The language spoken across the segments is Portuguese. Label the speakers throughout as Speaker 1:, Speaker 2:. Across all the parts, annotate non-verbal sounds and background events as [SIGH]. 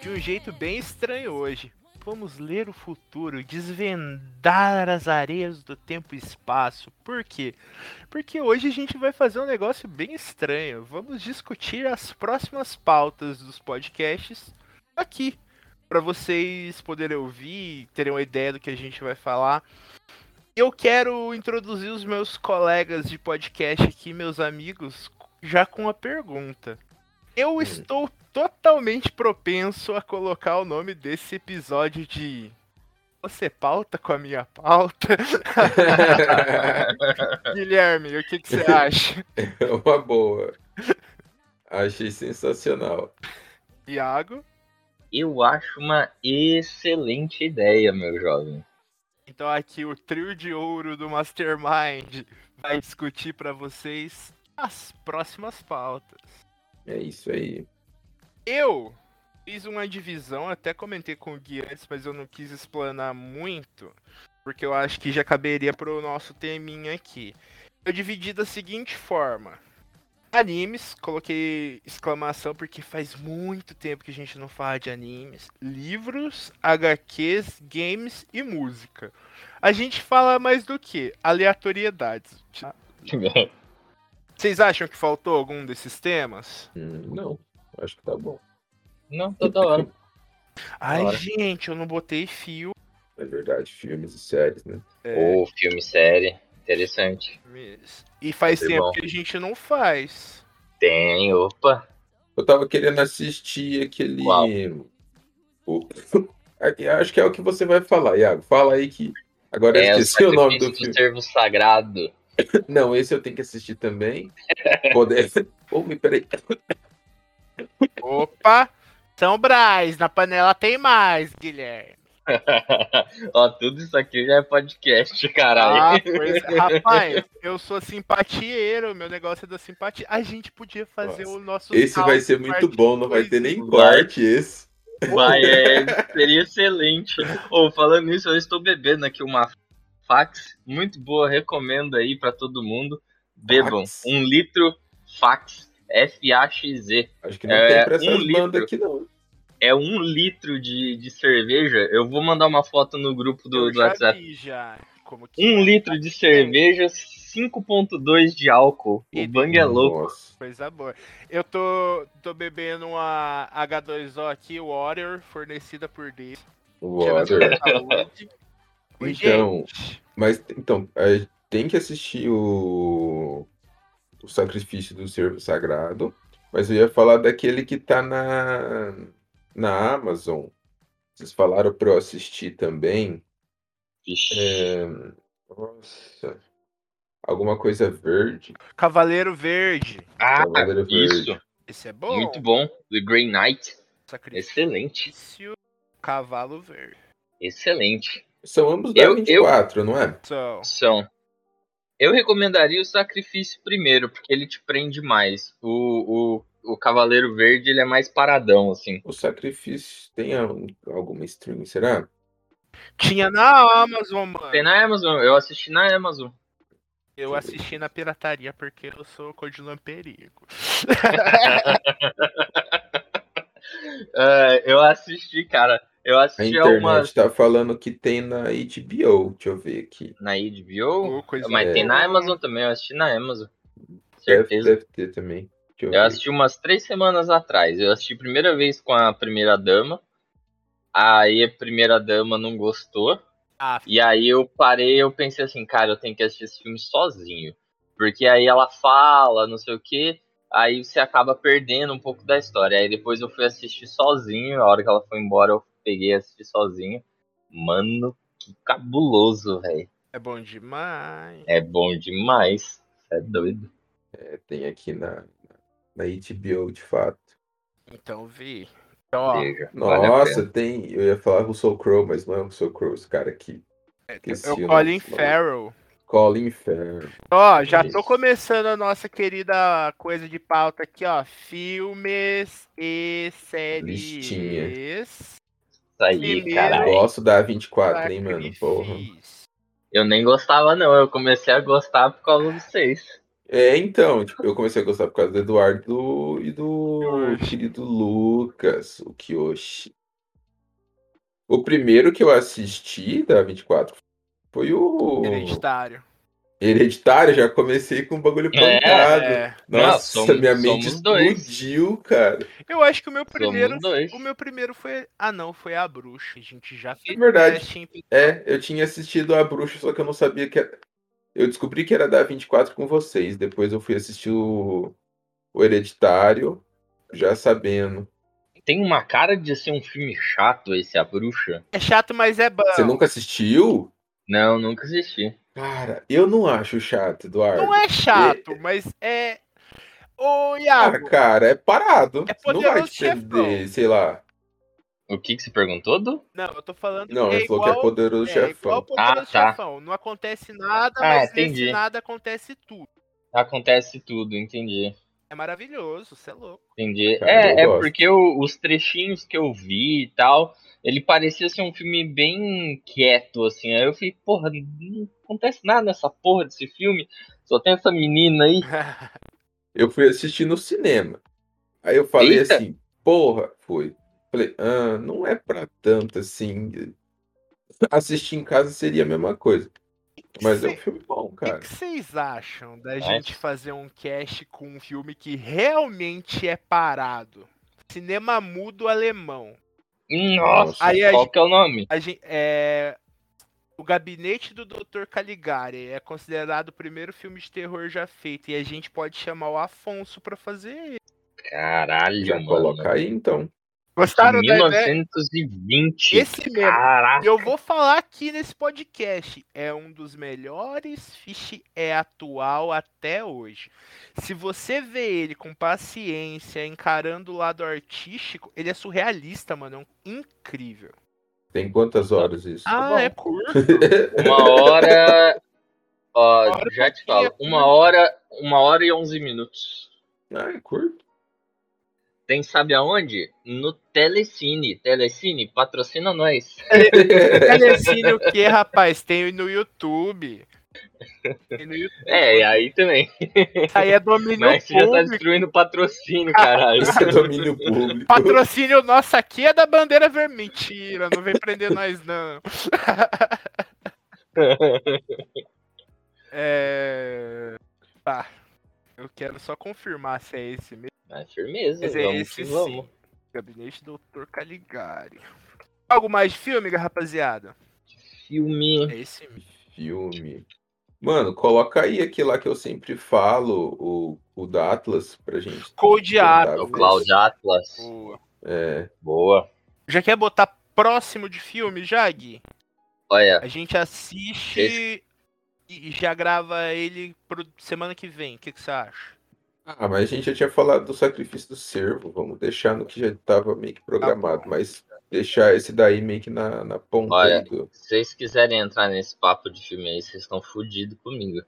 Speaker 1: de um jeito bem estranho hoje. Vamos ler o futuro, desvendar as areias do tempo e espaço. Por quê? Porque hoje a gente vai fazer um negócio bem estranho. Vamos discutir as próximas pautas dos podcasts aqui, para vocês poderem ouvir, terem uma ideia do que a gente vai falar. Eu quero introduzir os meus colegas de podcast aqui, meus amigos, já com a pergunta. Eu estou totalmente propenso a colocar o nome desse episódio de Você pauta com a minha pauta? Guilherme, o que, que você acha?
Speaker 2: É [LAUGHS] uma boa. Achei sensacional.
Speaker 1: Iago?
Speaker 3: Eu acho uma excelente ideia, meu jovem. [LAUGHS]
Speaker 1: Então aqui o trio de ouro do Mastermind vai discutir para vocês as próximas pautas.
Speaker 2: É isso aí.
Speaker 1: Eu fiz uma divisão, até comentei com o Gui antes, mas eu não quis explanar muito, porque eu acho que já caberia pro nosso teminha aqui. Eu dividi da seguinte forma. Animes, coloquei exclamação porque faz muito tempo que a gente não fala de animes. Livros, HQs, games e música. A gente fala mais do que? Aleatoriedades. Vocês acham que faltou algum desses temas?
Speaker 2: Hum, não, acho que tá bom.
Speaker 3: Não, toda hora.
Speaker 1: Ai,
Speaker 3: Bora.
Speaker 1: gente, eu não botei fio. É.
Speaker 2: Na É verdade, filmes e séries, né?
Speaker 3: Ou filme, série. Interessante.
Speaker 1: Mas- E faz
Speaker 2: Tá
Speaker 3: Foi
Speaker 1: tempo
Speaker 3: bom.
Speaker 1: que a gente não faz.
Speaker 3: Tem, opa.
Speaker 2: Eu tava querendo assistir aquele.
Speaker 3: Uau.
Speaker 2: O- [LAUGHS] Aqui, Acho que é o que você vai falar, Iago. Fala aí que. Agora eu
Speaker 3: é o
Speaker 2: esqueci o nome
Speaker 3: sacrifício
Speaker 2: do filme.
Speaker 3: servo sagrado. [LAUGHS]
Speaker 2: Não, esse eu tenho que assistir também. Poder. [LAUGHS] Ô, me peraí.
Speaker 1: Opa! São Brás, na panela tem mais, Guilherme.
Speaker 3: Ó, tudo isso aqui já é podcast, caralho.
Speaker 2: Tá
Speaker 1: Ah, pois- rapaz, eu sou simpatieiro, meu negócio é da simpatia. A gente podia fazer
Speaker 2: Nossa,
Speaker 1: o nosso.
Speaker 2: Esse vai
Speaker 1: saldo
Speaker 2: ser muito
Speaker 1: parte
Speaker 2: bom, não vai
Speaker 1: um dois.
Speaker 2: ter nem corte esse.
Speaker 3: Vai, é, seria excelente. Ou falando nisso, eu estou bebendo aqui uma fax muito boa, recomendo aí pra todo mundo. Bebam
Speaker 2: Fax?
Speaker 3: um litro fax, F-A-X-Z.
Speaker 2: Acho que não
Speaker 3: É,
Speaker 2: tem pra
Speaker 3: um
Speaker 2: essas
Speaker 3: livro.
Speaker 2: bandas aqui, não.
Speaker 3: É um litro de, de cerveja. Eu vou mandar uma foto no grupo do,
Speaker 1: Eu
Speaker 3: do
Speaker 1: já
Speaker 3: WhatsApp.
Speaker 1: vi já. Como que
Speaker 3: Um
Speaker 1: é?
Speaker 3: litro de cerveja, 5.2 de álcool. O
Speaker 1: E-
Speaker 3: bang é louco.
Speaker 2: Nossa.
Speaker 1: Coisa boa. Eu tô, tô bebendo uma H2O aqui, Warrior, fornecida por Deus.
Speaker 2: Water.
Speaker 1: Saúde. Mas,
Speaker 2: Então,
Speaker 1: gente,
Speaker 2: Mas então, é, tem que assistir o, o Sacrifício do Servo Sagrado. Mas eu ia falar daquele que tá na, na Amazon. Vocês falaram pra eu assistir também. É, nossa. Alguma coisa verde.
Speaker 1: Cavaleiro Verde.
Speaker 2: tá
Speaker 3: Ah,
Speaker 2: Cavaleiro
Speaker 3: isso.
Speaker 2: Verde.
Speaker 1: Esse é bom.
Speaker 3: Muito bom. The Grey Knight. Excelente.
Speaker 1: Sacrifício Cavalo Verde.
Speaker 3: Excelente.
Speaker 2: São ambos da
Speaker 3: Eu- eu-
Speaker 2: 24, não é?
Speaker 1: Então,
Speaker 3: São. Eu recomendaria o Sacrifício primeiro, porque ele te prende mais. O, o, o Cavaleiro Verde, ele é mais paradão, assim.
Speaker 2: O Sacrifício tem a- alguma stream, será?
Speaker 1: Tinha na Amazon, mano.
Speaker 3: Tem na Amazon. Eu assisti na Amazon.
Speaker 1: Eu assisti na pirataria porque eu sou codinome
Speaker 2: [LAUGHS]
Speaker 1: perigo.
Speaker 3: É, eu assisti, cara. Eu
Speaker 2: A
Speaker 3: assisti a uma...
Speaker 2: internet tá falando que tem na HBO. Deixa eu ver aqui.
Speaker 3: Na HBO?
Speaker 1: Ô, coisa
Speaker 3: Mas
Speaker 1: boa.
Speaker 3: tem na Amazon também, eu assisti na Amazon.
Speaker 2: é. Deve,
Speaker 3: Certeza.
Speaker 2: deve ter também. Deixa eu
Speaker 3: Eu
Speaker 2: ver.
Speaker 3: assisti umas três semanas atrás. Eu assisti a primeira vez com a primeira dama. Aí a primeira dama não gostou.
Speaker 1: Ah,
Speaker 3: E aí eu parei eu pensei assim, cara, eu tenho que assistir esse filme sozinho. Porque aí ela fala, não sei o quê. Aí você acaba perdendo um pouco da história. Aí depois eu fui assistir sozinho. A hora que ela foi embora, eu peguei e assisti sozinho. Mano, que cabuloso, velho.
Speaker 1: é bom demais.
Speaker 3: É bom demais. É doido.
Speaker 2: É, tem aqui na, na HBO, de fato.
Speaker 1: Então vi. Então, ó,
Speaker 3: Veja, vale a
Speaker 2: Nossa, tem. Eu ia falar Russell Crowe, mas não é Russell Crowe, esse cara aqui. Esqueci
Speaker 1: é
Speaker 2: o
Speaker 1: o
Speaker 2: nome
Speaker 1: Colin
Speaker 2: desse maluco.
Speaker 1: Farrell.
Speaker 2: Colin Farrell.
Speaker 1: Ó, já
Speaker 2: Isso.
Speaker 1: tô começando a nossa querida coisa de pauta aqui, ó. Filmes e séries.
Speaker 2: Listinha.
Speaker 3: pena. Isso aí,
Speaker 1: Primeiro-
Speaker 2: Eu
Speaker 3: caralho.
Speaker 2: gosto da 24, hein, mano?
Speaker 1: Sacrifício.
Speaker 2: Porra.
Speaker 3: Eu nem gostava, não. Eu comecei a gostar por causa de vocês.
Speaker 2: É, então, tipo, eu comecei a gostar por causa do Eduardo e do
Speaker 1: Kiyoshi.
Speaker 2: querido Lucas, o Kiyoshi. O primeiro que eu assisti da 24 foi o
Speaker 1: Hereditário.
Speaker 2: Hereditário, já comecei com um bagulho
Speaker 3: É,
Speaker 2: pancado.
Speaker 1: É.
Speaker 2: Nossa,
Speaker 3: Não, somos-
Speaker 2: [LAUGHS] minha mente
Speaker 3: somos dois.
Speaker 2: explodiu, cara.
Speaker 1: Eu acho que o meu primeiro.
Speaker 3: dois.
Speaker 1: O meu primeiro foi. Ah, não, foi a bruxa. A gente já fez.
Speaker 2: É verdade.
Speaker 1: teste em-
Speaker 2: É, eu tinha assistido A Bruxa, só que eu não sabia que era... Eu descobri que era da 24 com vocês. Depois eu fui assistir o, o Hereditário, já sabendo.
Speaker 3: Tem uma cara de ser um filme chato esse, A Bruxa.
Speaker 1: É chato, mas é bom.
Speaker 2: Você nunca assistiu?
Speaker 3: Não, nunca assisti.
Speaker 2: Cara, eu não acho chato, Eduardo.
Speaker 1: Não é chato, mas é. Ô,
Speaker 2: Ah,
Speaker 1: Iago.
Speaker 2: cara, é parado.
Speaker 1: É
Speaker 2: Você não vai
Speaker 1: poderoso
Speaker 2: te prender, sei lá.
Speaker 3: O que, que você perguntou, Du?
Speaker 1: Não, eu tô falando
Speaker 2: Não,
Speaker 1: que é
Speaker 2: ele falou que é
Speaker 1: igual.
Speaker 2: poderoso
Speaker 1: É, igual o
Speaker 2: chefão.
Speaker 1: poderoso
Speaker 3: Ah, tá.
Speaker 1: chefão. Não acontece nada,
Speaker 3: Ah,
Speaker 1: mas
Speaker 3: entendi.
Speaker 1: nesse nada acontece tudo.
Speaker 3: Acontece tudo, entendi.
Speaker 1: É maravilhoso, você é
Speaker 2: [LAUGHS]
Speaker 1: louco.
Speaker 3: Entendi.
Speaker 2: Cara, eu
Speaker 3: é, é
Speaker 2: gosto.
Speaker 3: porque o- os trechinhos que eu vi e tal, ele parecia ser um filme bem quieto, assim. Aí eu falei, porra, não acontece nada nessa porra desse filme. Só tem essa menina aí.
Speaker 2: Eu fui assistir no cinema. Aí eu falei
Speaker 3: Eita.
Speaker 2: assim, porra, foi. Falei, ah, não é pra tanto assim. Assistir em casa seria a mesma coisa. Mas é um
Speaker 1: Cê-
Speaker 2: filme bom,
Speaker 1: O que
Speaker 2: cara.
Speaker 1: que vocês acham da
Speaker 3: Nossa.
Speaker 1: gente fazer um cast com um filme que realmente é parado? Cinema mudo alemão.
Speaker 3: Nossa,
Speaker 2: Aí
Speaker 1: a
Speaker 3: qual
Speaker 1: gente-
Speaker 3: que é o nome?
Speaker 1: A gente, é... O Gabinete do Dr. Caligari é considerado o primeiro filme de terror já feito. E a gente pode chamar o Afonso pra fazer ele.
Speaker 3: Caralho,
Speaker 2: Já
Speaker 3: mano.
Speaker 1: né?
Speaker 2: colocar aí então.
Speaker 1: Gostaram da ideia?
Speaker 3: 1920.
Speaker 1: Esse mesmo. [LAUGHS]
Speaker 3: Caraca.
Speaker 1: Eu vou falar aqui nesse podcast. É um dos melhores fish é atual até hoje. Se você vê ele com paciência, encarando o lado artístico, ele é surrealista, mano. É um incrível.
Speaker 2: Tem quantas horas isso?
Speaker 1: Ah,
Speaker 3: bom.
Speaker 1: é curto.
Speaker 3: Uma hora. Ó,
Speaker 1: Uma hora e um
Speaker 3: já te
Speaker 1: pouquinho,
Speaker 3: falo. Uma hora, uma hora e onze minutos.
Speaker 2: Ah,
Speaker 1: [LAUGHS]
Speaker 2: é curto.
Speaker 3: Tem sabe aonde? No Telecine. Telecine, patrocina nós.
Speaker 2: É
Speaker 1: Telecine o que, rapaz? Tem no YouTube. Tem no YouTube.
Speaker 3: É, e aí também.
Speaker 1: Isso aí é domínio
Speaker 3: Mas você já tá
Speaker 1: público.
Speaker 3: destruindo o
Speaker 1: [LAUGHS]
Speaker 3: patrocínio, caralho.
Speaker 2: Esse é domínio público.
Speaker 1: Patrocínio nosso aqui é da bandeira vermelha. Mentira, não vem prender nós,
Speaker 3: [LAUGHS]
Speaker 1: não. É. Tá. Eu quero só confirmar se é esse mesmo.
Speaker 3: Mas firmeza,
Speaker 1: Mas é
Speaker 3: vamos
Speaker 1: esse
Speaker 3: que vamos.
Speaker 1: sim. Gabinete do Dr. Caligari. Algo mais de filme, rapaziada?
Speaker 3: Filme.
Speaker 1: É esse mesmo.
Speaker 2: Filme. Mano, coloca aí aquele lá que eu sempre falo, o, o da Atlas, pra gente.
Speaker 1: Cold
Speaker 2: tentar
Speaker 1: Atlas.
Speaker 3: O
Speaker 2: ver.
Speaker 3: Cláudio Atlas.
Speaker 1: Boa.
Speaker 2: É,
Speaker 3: Boa.
Speaker 1: Já quer botar próximo de filme, já, Gui?
Speaker 3: Olha,
Speaker 1: A gente assiste e e já grava ele pro semana que vem. O que que você acha?
Speaker 2: Ah, mas a gente já tinha falado do sacrifício do cervo. Vamos deixar no que já estava meio que programado, mas deixar esse daí meio que na, na ponta
Speaker 3: Olha.
Speaker 2: aí do.
Speaker 3: se vocês quiserem entrar nesse papo de filme aí, vocês estão fodidos comigo.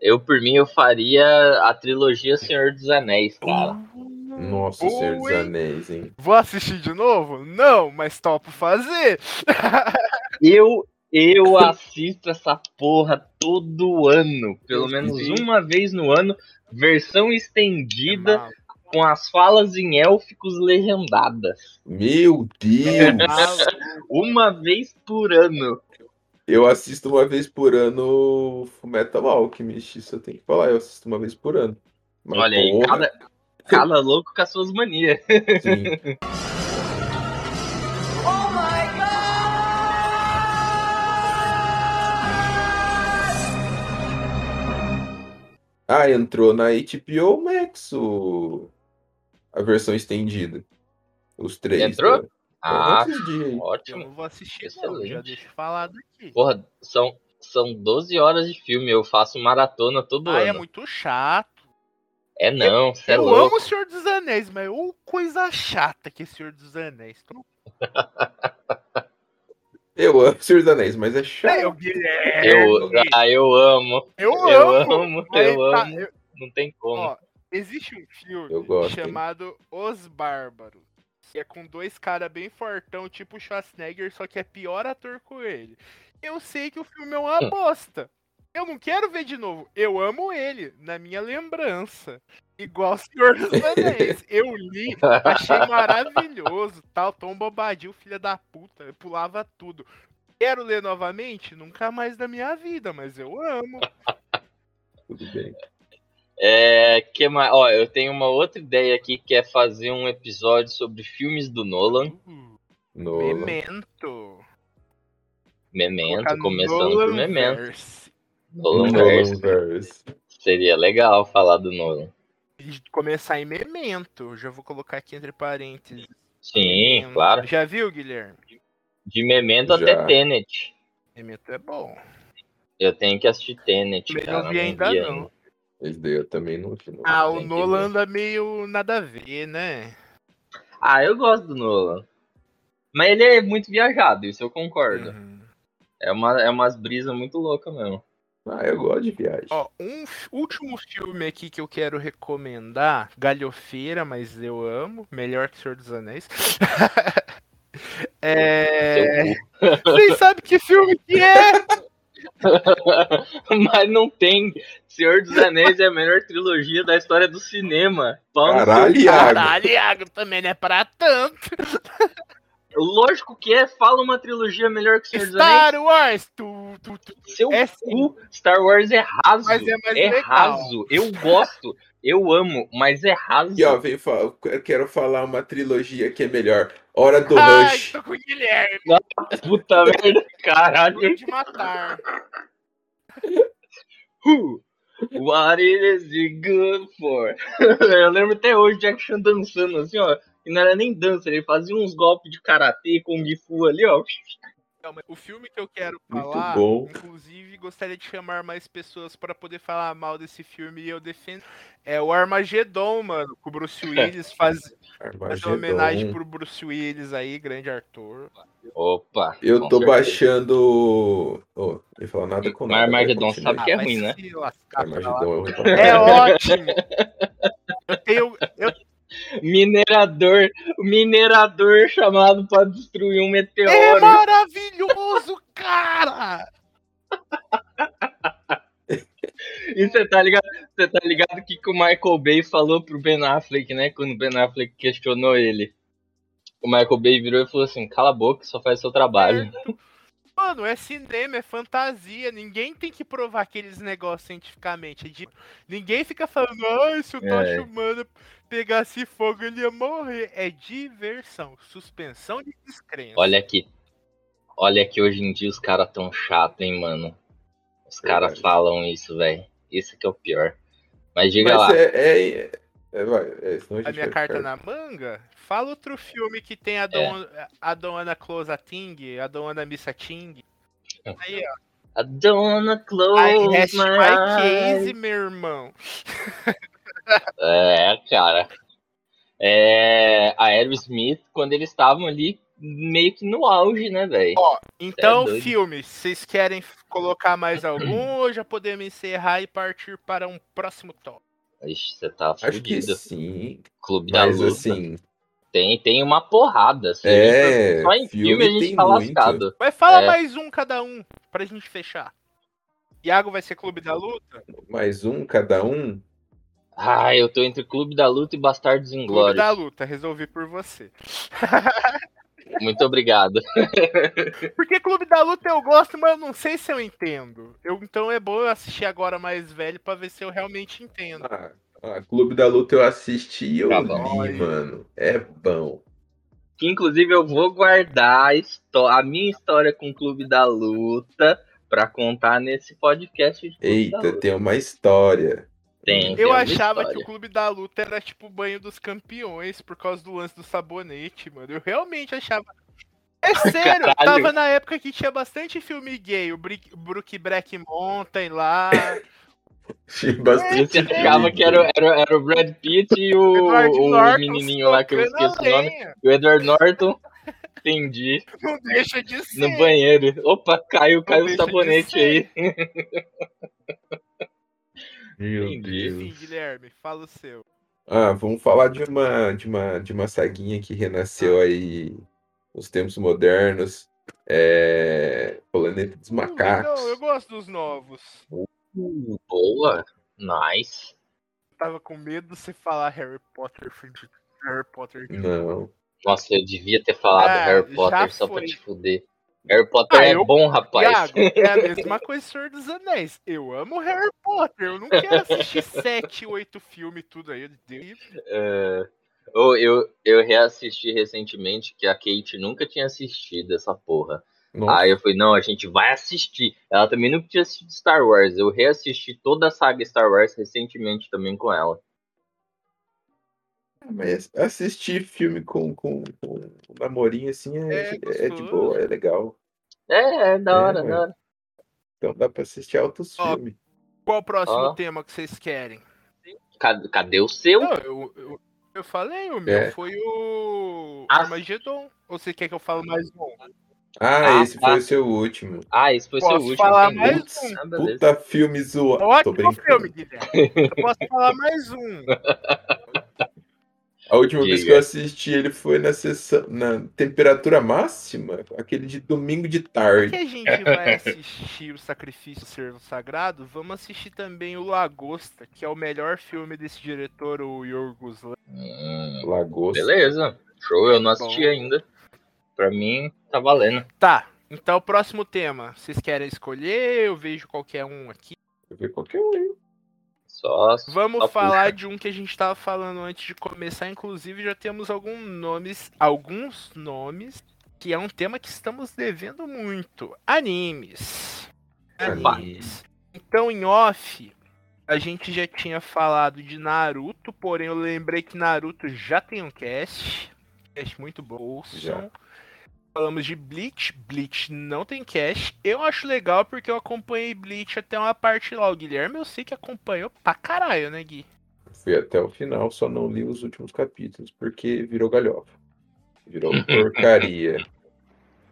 Speaker 3: Eu, por mim, eu faria a trilogia Senhor dos Anéis, cara.
Speaker 2: Nossa, o Senhor dos
Speaker 1: Oi.
Speaker 2: Anéis, hein?
Speaker 1: Hum. Vou assistir de novo? Não, mas topo
Speaker 3: [LAUGHS]
Speaker 1: fazer. É
Speaker 3: Eu, eu assisto essa porra todo ano. Pelo
Speaker 2: Deus
Speaker 3: menos
Speaker 2: me livre.
Speaker 3: uma vez no ano. Versão
Speaker 1: É
Speaker 3: estendida
Speaker 1: mal.
Speaker 3: com as falas em élficos legendadas.
Speaker 2: Meu
Speaker 1: É
Speaker 2: Deus!
Speaker 1: mal. [LAUGHS]
Speaker 3: Uma vez por ano.
Speaker 2: Eu assisto uma vez por ano o Fullmetal Alchemist, isso eu tenho que falar, eu assisto uma vez por ano. Mas,
Speaker 3: Olha aí,
Speaker 2: porra,
Speaker 3: cada, cada louco com as suas manias.
Speaker 2: [LAUGHS] sim. Ah, entrou na HBO Max o... a versão estendida. Os três.
Speaker 3: Entrou?
Speaker 2: né?
Speaker 3: Ah,
Speaker 2: esses dias aí.
Speaker 1: Eu
Speaker 3: ótimo.
Speaker 1: não vou assistir, não. Já
Speaker 3: Excelente.
Speaker 1: deixo falado aqui.
Speaker 3: Porra, são, são 12 horas de filme. Eu faço maratona todo
Speaker 1: Ah, é
Speaker 3: ano.
Speaker 1: muito chato.
Speaker 3: É não, você é
Speaker 1: eu
Speaker 3: louco.
Speaker 1: amo o Senhor dos Anéis, mas ô coisa chata que é Senhor dos Anéis. Então,
Speaker 2: Eu amo Senhor dos Anéis, mas é
Speaker 1: é,
Speaker 2: chato.
Speaker 1: o Guilherme.
Speaker 3: Eu, ah, eu amo,
Speaker 1: eu
Speaker 3: eu amo,
Speaker 1: mas
Speaker 3: eu
Speaker 1: tá,
Speaker 3: amo.
Speaker 1: eu-
Speaker 3: Não tem como.
Speaker 1: ó, existe um filme
Speaker 2: Eu gosto. hein?
Speaker 1: chamado Os Bárbaros. Que é com dois caras bem fortão, tipo o Schwarzenegger, só que é pior ator com ele. Eu sei que o filme é uma
Speaker 3: Hum.
Speaker 1: bosta. Eu não quero ver de novo. Eu amo ele, na minha lembrança. Igual o Senhor
Speaker 3: [LAUGHS]
Speaker 1: dos Anéis. Eu li, achei maravilhoso. Tal, Tom Bobadil, filha da puta. Eu pulava tudo. Quero ler novamente? Nunca mais na minha vida, mas eu amo.
Speaker 2: Tudo bem.
Speaker 3: É, que mais? Ó, eu tenho uma outra ideia aqui que é fazer um episódio sobre filmes do Nolan.
Speaker 1: Uh,
Speaker 2: Nolan.
Speaker 1: Memento.
Speaker 3: Memento,
Speaker 1: Colocar
Speaker 3: começando por Memento.
Speaker 1: Nolanverse.
Speaker 3: Nolan
Speaker 2: Nolan
Speaker 3: Verso.
Speaker 2: verse.
Speaker 3: Seria legal falar do Nolan.
Speaker 1: E começar em Memento. Já vou colocar aqui entre parênteses.
Speaker 3: Sim,
Speaker 1: Memento.
Speaker 3: claro.
Speaker 1: Já viu, Guilherme?
Speaker 3: De Memento
Speaker 2: Já.
Speaker 3: até Tenet.
Speaker 1: Memento é bom.
Speaker 3: Eu tenho que assistir Tenet,
Speaker 1: Eu não
Speaker 3: cara.
Speaker 1: vi ainda, não.
Speaker 2: Esse daí eu também não vi. não.
Speaker 1: Ah, o
Speaker 3: tem que
Speaker 1: Nolan
Speaker 3: ver.
Speaker 1: anda meio nada a ver, né?
Speaker 3: Ah, eu gosto do Nolan. Mas ele é muito viajado, isso eu concordo.
Speaker 1: Uhum.
Speaker 3: É, uma, é umas brisas muito loucas mesmo. [LAUGHS]
Speaker 2: Ah, eu gosto de viagem.
Speaker 1: Ó, um f- último filme aqui que eu quero recomendar, galhofeira, mas eu amo, melhor que Senhor dos Anéis. [LAUGHS] é...
Speaker 3: Seu cu.
Speaker 1: Vocês sabem que filme que é?
Speaker 3: Mas não tem. Senhor dos Anéis é a melhor trilogia da história do cinema. Pau no seu
Speaker 2: Caralho, Iago.
Speaker 1: Caralho, Iago, também não é pra tanto.
Speaker 3: cu. Lógico que é. Fala uma trilogia melhor que Senhor dos Anéis.
Speaker 1: Star Wars! Tu, tu, tu.
Speaker 3: Seu
Speaker 1: É sim.
Speaker 3: cu. Star Wars é raso.
Speaker 1: Mas é mais legal.
Speaker 3: raso. Eu gosto. Eu amo. Mas é raso.
Speaker 2: E ó, vem falar, eu quero falar uma trilogia que é melhor. Hora do
Speaker 1: Ai,
Speaker 2: Rush.
Speaker 1: tô com o Guilherme.
Speaker 3: Puta merda. Caralho.
Speaker 1: Duro de matar.
Speaker 3: Who? What it is it good for? [LAUGHS] Eu lembro até hoje o Jack Chan dançando assim, ó. E não era nem dança, ele fazia uns golpes de karatê com Gifu ali, ó.
Speaker 1: Não, mas O filme que eu quero
Speaker 2: Muito
Speaker 1: falar,
Speaker 2: bom.
Speaker 1: inclusive gostaria de chamar mais pessoas pra poder falar mal desse filme e eu defendo. É o Armagedon, mano, com o Bruce Willis, faz, fazer uma
Speaker 2: Armagedon.
Speaker 1: homenagem pro Bruce Willis aí, grande Arthur.
Speaker 3: Opa.
Speaker 2: Eu
Speaker 3: com
Speaker 2: tô
Speaker 3: certeza.
Speaker 2: baixando. Oh, não ia falar nada com
Speaker 3: Mas
Speaker 2: nada. vai,
Speaker 3: Armagedon
Speaker 2: continua.
Speaker 3: sabe que é ruim, né?
Speaker 1: Ah, se lascar pra lá.
Speaker 2: Armagedon é ruim pra
Speaker 1: É
Speaker 2: caralho.
Speaker 1: ótimo! Eu tenho. Eu,
Speaker 3: Minerador, o minerador chamado pra destruir um
Speaker 1: é
Speaker 3: meteoro.
Speaker 1: maravilhoso, cara!
Speaker 3: E você tá ligado? Você tá ligado que, que o Michael Bay falou pro Ben Affleck, né? Quando o Ben Affleck questionou ele. O Michael Bay virou e falou assim: cala a boca, só faz seu trabalho.
Speaker 1: Mano, é cinema, é fantasia. Ninguém tem que provar aqueles negócios cientificamente. É de- Ninguém fica falando, ah, se o tocha
Speaker 3: É.
Speaker 1: humana pegasse fogo, ele ia morrer. É diversão, suspensão de descrença.
Speaker 3: Olha aqui. Olha que hoje em dia os caras tão chato, hein, mano. Os caras
Speaker 2: Verdade.
Speaker 3: falam isso, velho. Isso que é o pior. Mas diga
Speaker 2: Mas
Speaker 3: lá.
Speaker 2: é. é, é, é, vai, é, senão
Speaker 1: a
Speaker 2: a gente
Speaker 1: minha
Speaker 2: vai
Speaker 1: carta
Speaker 2: ficar-
Speaker 1: na manga. Fala outro filme que tem a, Don,
Speaker 3: É.
Speaker 1: a Dona Close a Ting, a Dona Missa Ting. Aí, ó.
Speaker 3: A dona
Speaker 1: I
Speaker 3: Close
Speaker 1: rest
Speaker 3: my
Speaker 1: my
Speaker 3: eyes.
Speaker 1: case, meu irmão.
Speaker 3: É, cara. É, a Aerosmith, quando eles estavam ali, meio que no auge, né, velho?
Speaker 1: Então,
Speaker 3: doido.
Speaker 1: filmes, vocês querem f- colocar mais
Speaker 3: [CLEARS THROAT]
Speaker 1: algum ou já podemos encerrar e partir para um próximo top?
Speaker 3: Ixi, você tá
Speaker 2: Acho que
Speaker 3: fudido.
Speaker 2: sim.
Speaker 3: Clube da
Speaker 2: Mas
Speaker 3: Luta.
Speaker 2: assim.
Speaker 3: Tem, tem uma porrada. Se a gente
Speaker 2: É.
Speaker 3: for só em filme, a gente
Speaker 2: tem
Speaker 3: tá
Speaker 2: muito.
Speaker 3: lascado.
Speaker 1: Vai falar
Speaker 3: É.
Speaker 1: mais um cada um pra gente fechar. Iago vai ser Clube da Luta?
Speaker 2: Mais um, cada um.
Speaker 3: Ah, eu tô entre Clube da Luta e Bastardos
Speaker 1: Clube da
Speaker 3: Inglórios.
Speaker 1: Luta, resolvi por você.
Speaker 3: Muito obrigado.
Speaker 1: Porque Clube da Luta eu gosto, mas eu não sei se eu entendo. Eu- então é bom eu assistir agora mais velho pra ver se eu realmente entendo.
Speaker 2: Ah, ah, Clube da Luta eu assisti e eu
Speaker 3: Tá
Speaker 1: bom.
Speaker 2: li, mano. É bom.
Speaker 3: Que inclusive eu vou guardar a, histó- a minha história com o Clube da Luta pra contar nesse podcast de Clube da
Speaker 2: Eita,
Speaker 3: Luta.
Speaker 2: tem uma história. [LAUGHS]
Speaker 3: Tem, tem
Speaker 1: Eu
Speaker 3: é uma
Speaker 1: achava
Speaker 3: história.
Speaker 1: que o Clube da Luta era tipo o banho dos campeões por causa do lance do sabonete, mano. Eu realmente achava. É sério, eu
Speaker 3: Caralho.
Speaker 1: tava na época que tinha bastante filme gay, o Brick- Brook Black Mountain lá,
Speaker 2: Tinha bastante.
Speaker 3: Você ficava que era, era, era o Brad Pitt e [LAUGHS] o,
Speaker 1: Edward
Speaker 3: o
Speaker 1: Norton
Speaker 3: menininho lá que eu
Speaker 1: socando a
Speaker 3: esqueci o nome.
Speaker 1: lenha.
Speaker 3: E o Edward Norton. Entendi.
Speaker 1: Não deixa de ser.
Speaker 3: No banheiro. Opa, caiu, caiu o
Speaker 1: deixa de
Speaker 3: sabonete aí.
Speaker 1: ser.
Speaker 2: Meu
Speaker 3: Entendi.
Speaker 1: Enfim, Guilherme, fala o seu.
Speaker 2: Ah, vamos falar de uma, de uma, de uma saguinha que
Speaker 3: Ah.
Speaker 2: renasceu aí nos tempos modernos. É... Planeta dos Macacos.
Speaker 1: Hum, Não, eu gosto dos novos.
Speaker 3: Boa. Nice.
Speaker 1: Tava com medo de você falar Harry Potter, filho de- Harry Potter.
Speaker 2: Não.
Speaker 3: Nossa, eu devia ter falado
Speaker 1: Ah,
Speaker 3: Harry
Speaker 1: já
Speaker 3: Potter só pra
Speaker 1: foi.
Speaker 3: te fuder. Harry Potter
Speaker 1: Ah,
Speaker 3: é
Speaker 1: eu-
Speaker 3: bom, rapaz.
Speaker 1: Iago, é a mesma coisa do Senhor dos Anéis. Eu amo Harry Potter, eu não quero assistir 7, 8 filmes tudo aí. de-
Speaker 3: É, ô, eu, eu reassisti recentemente que a Kate nunca tinha assistido essa porra.
Speaker 2: Nossa,
Speaker 3: Aí Ah, eu falei, não, a gente vai assistir. Ela também nunca tinha assistido Star Wars. Eu reassisti toda a saga Star Wars recentemente também com ela.
Speaker 2: mas assistir filme com, com, com um namorinho assim
Speaker 1: É
Speaker 2: é, é de
Speaker 1: gostoso.
Speaker 2: boa, é legal.
Speaker 3: É, é da hora,
Speaker 2: É,
Speaker 3: da hora.
Speaker 2: Então dá pra assistir altos
Speaker 1: Ó,
Speaker 2: filmes.
Speaker 1: Qual o próximo
Speaker 3: Ó.
Speaker 1: tema que vocês querem?
Speaker 3: Cadê, cadê o seu?
Speaker 1: Não, eu, eu, eu falei, o meu
Speaker 2: É.
Speaker 1: foi o
Speaker 3: Ah.
Speaker 1: Armagedon. Ou você quer que eu fale mais um?
Speaker 2: Ah,
Speaker 3: Ah,
Speaker 2: esse
Speaker 3: tá.
Speaker 2: foi o seu último.
Speaker 3: Ah, esse foi seu
Speaker 1: Posso
Speaker 3: último.
Speaker 1: falar
Speaker 3: entendi.
Speaker 1: mais um?
Speaker 2: Putz,
Speaker 3: Ah, beleza.
Speaker 2: puta filme zoado. Tô
Speaker 1: Então, Ótimo
Speaker 2: brincando.
Speaker 1: filme, Guilherme. Eu posso falar mais um.
Speaker 2: A última vez que
Speaker 3: Diga.
Speaker 2: eu assisti ele foi na sessão, na temperatura máxima, aquele de domingo de
Speaker 1: Já que
Speaker 2: tarde.
Speaker 1: a gente vai assistir o Sacrifício do Servo Sagrado, vamos assistir também o Lagosta, que é o melhor filme desse diretor, o Yorgos Lanthimos.
Speaker 3: Hum,
Speaker 2: Lagosta.
Speaker 3: beleza. Show, eu não assisti
Speaker 1: Bom.
Speaker 3: ainda. Pra mim, tá valendo.
Speaker 1: Tá, então o próximo tema. Vocês querem escolher? Eu vejo qualquer um aqui.
Speaker 2: Eu vi qualquer um aí.
Speaker 3: Só.
Speaker 1: Vamos
Speaker 3: só
Speaker 1: falar de um que a gente tava falando antes de começar, inclusive já temos alguns nomes, alguns nomes, que é um tema que estamos devendo muito. Animes.
Speaker 2: Opa.
Speaker 1: Animes. Então, em off, a gente já tinha falado de Naruto, porém eu lembrei que Naruto já tem um cast. Cast muito bom.
Speaker 2: Já.
Speaker 1: Falamos de Bleach, Bleach não tem cast. Eu acho legal porque eu acompanhei Bleach até uma parte lá. O Guilherme eu sei que acompanhou pra caralho, né, Gui?
Speaker 2: Fui até o final, só não li os últimos capítulos, porque virou galhofa.
Speaker 3: [LAUGHS]
Speaker 2: Virou porcaria.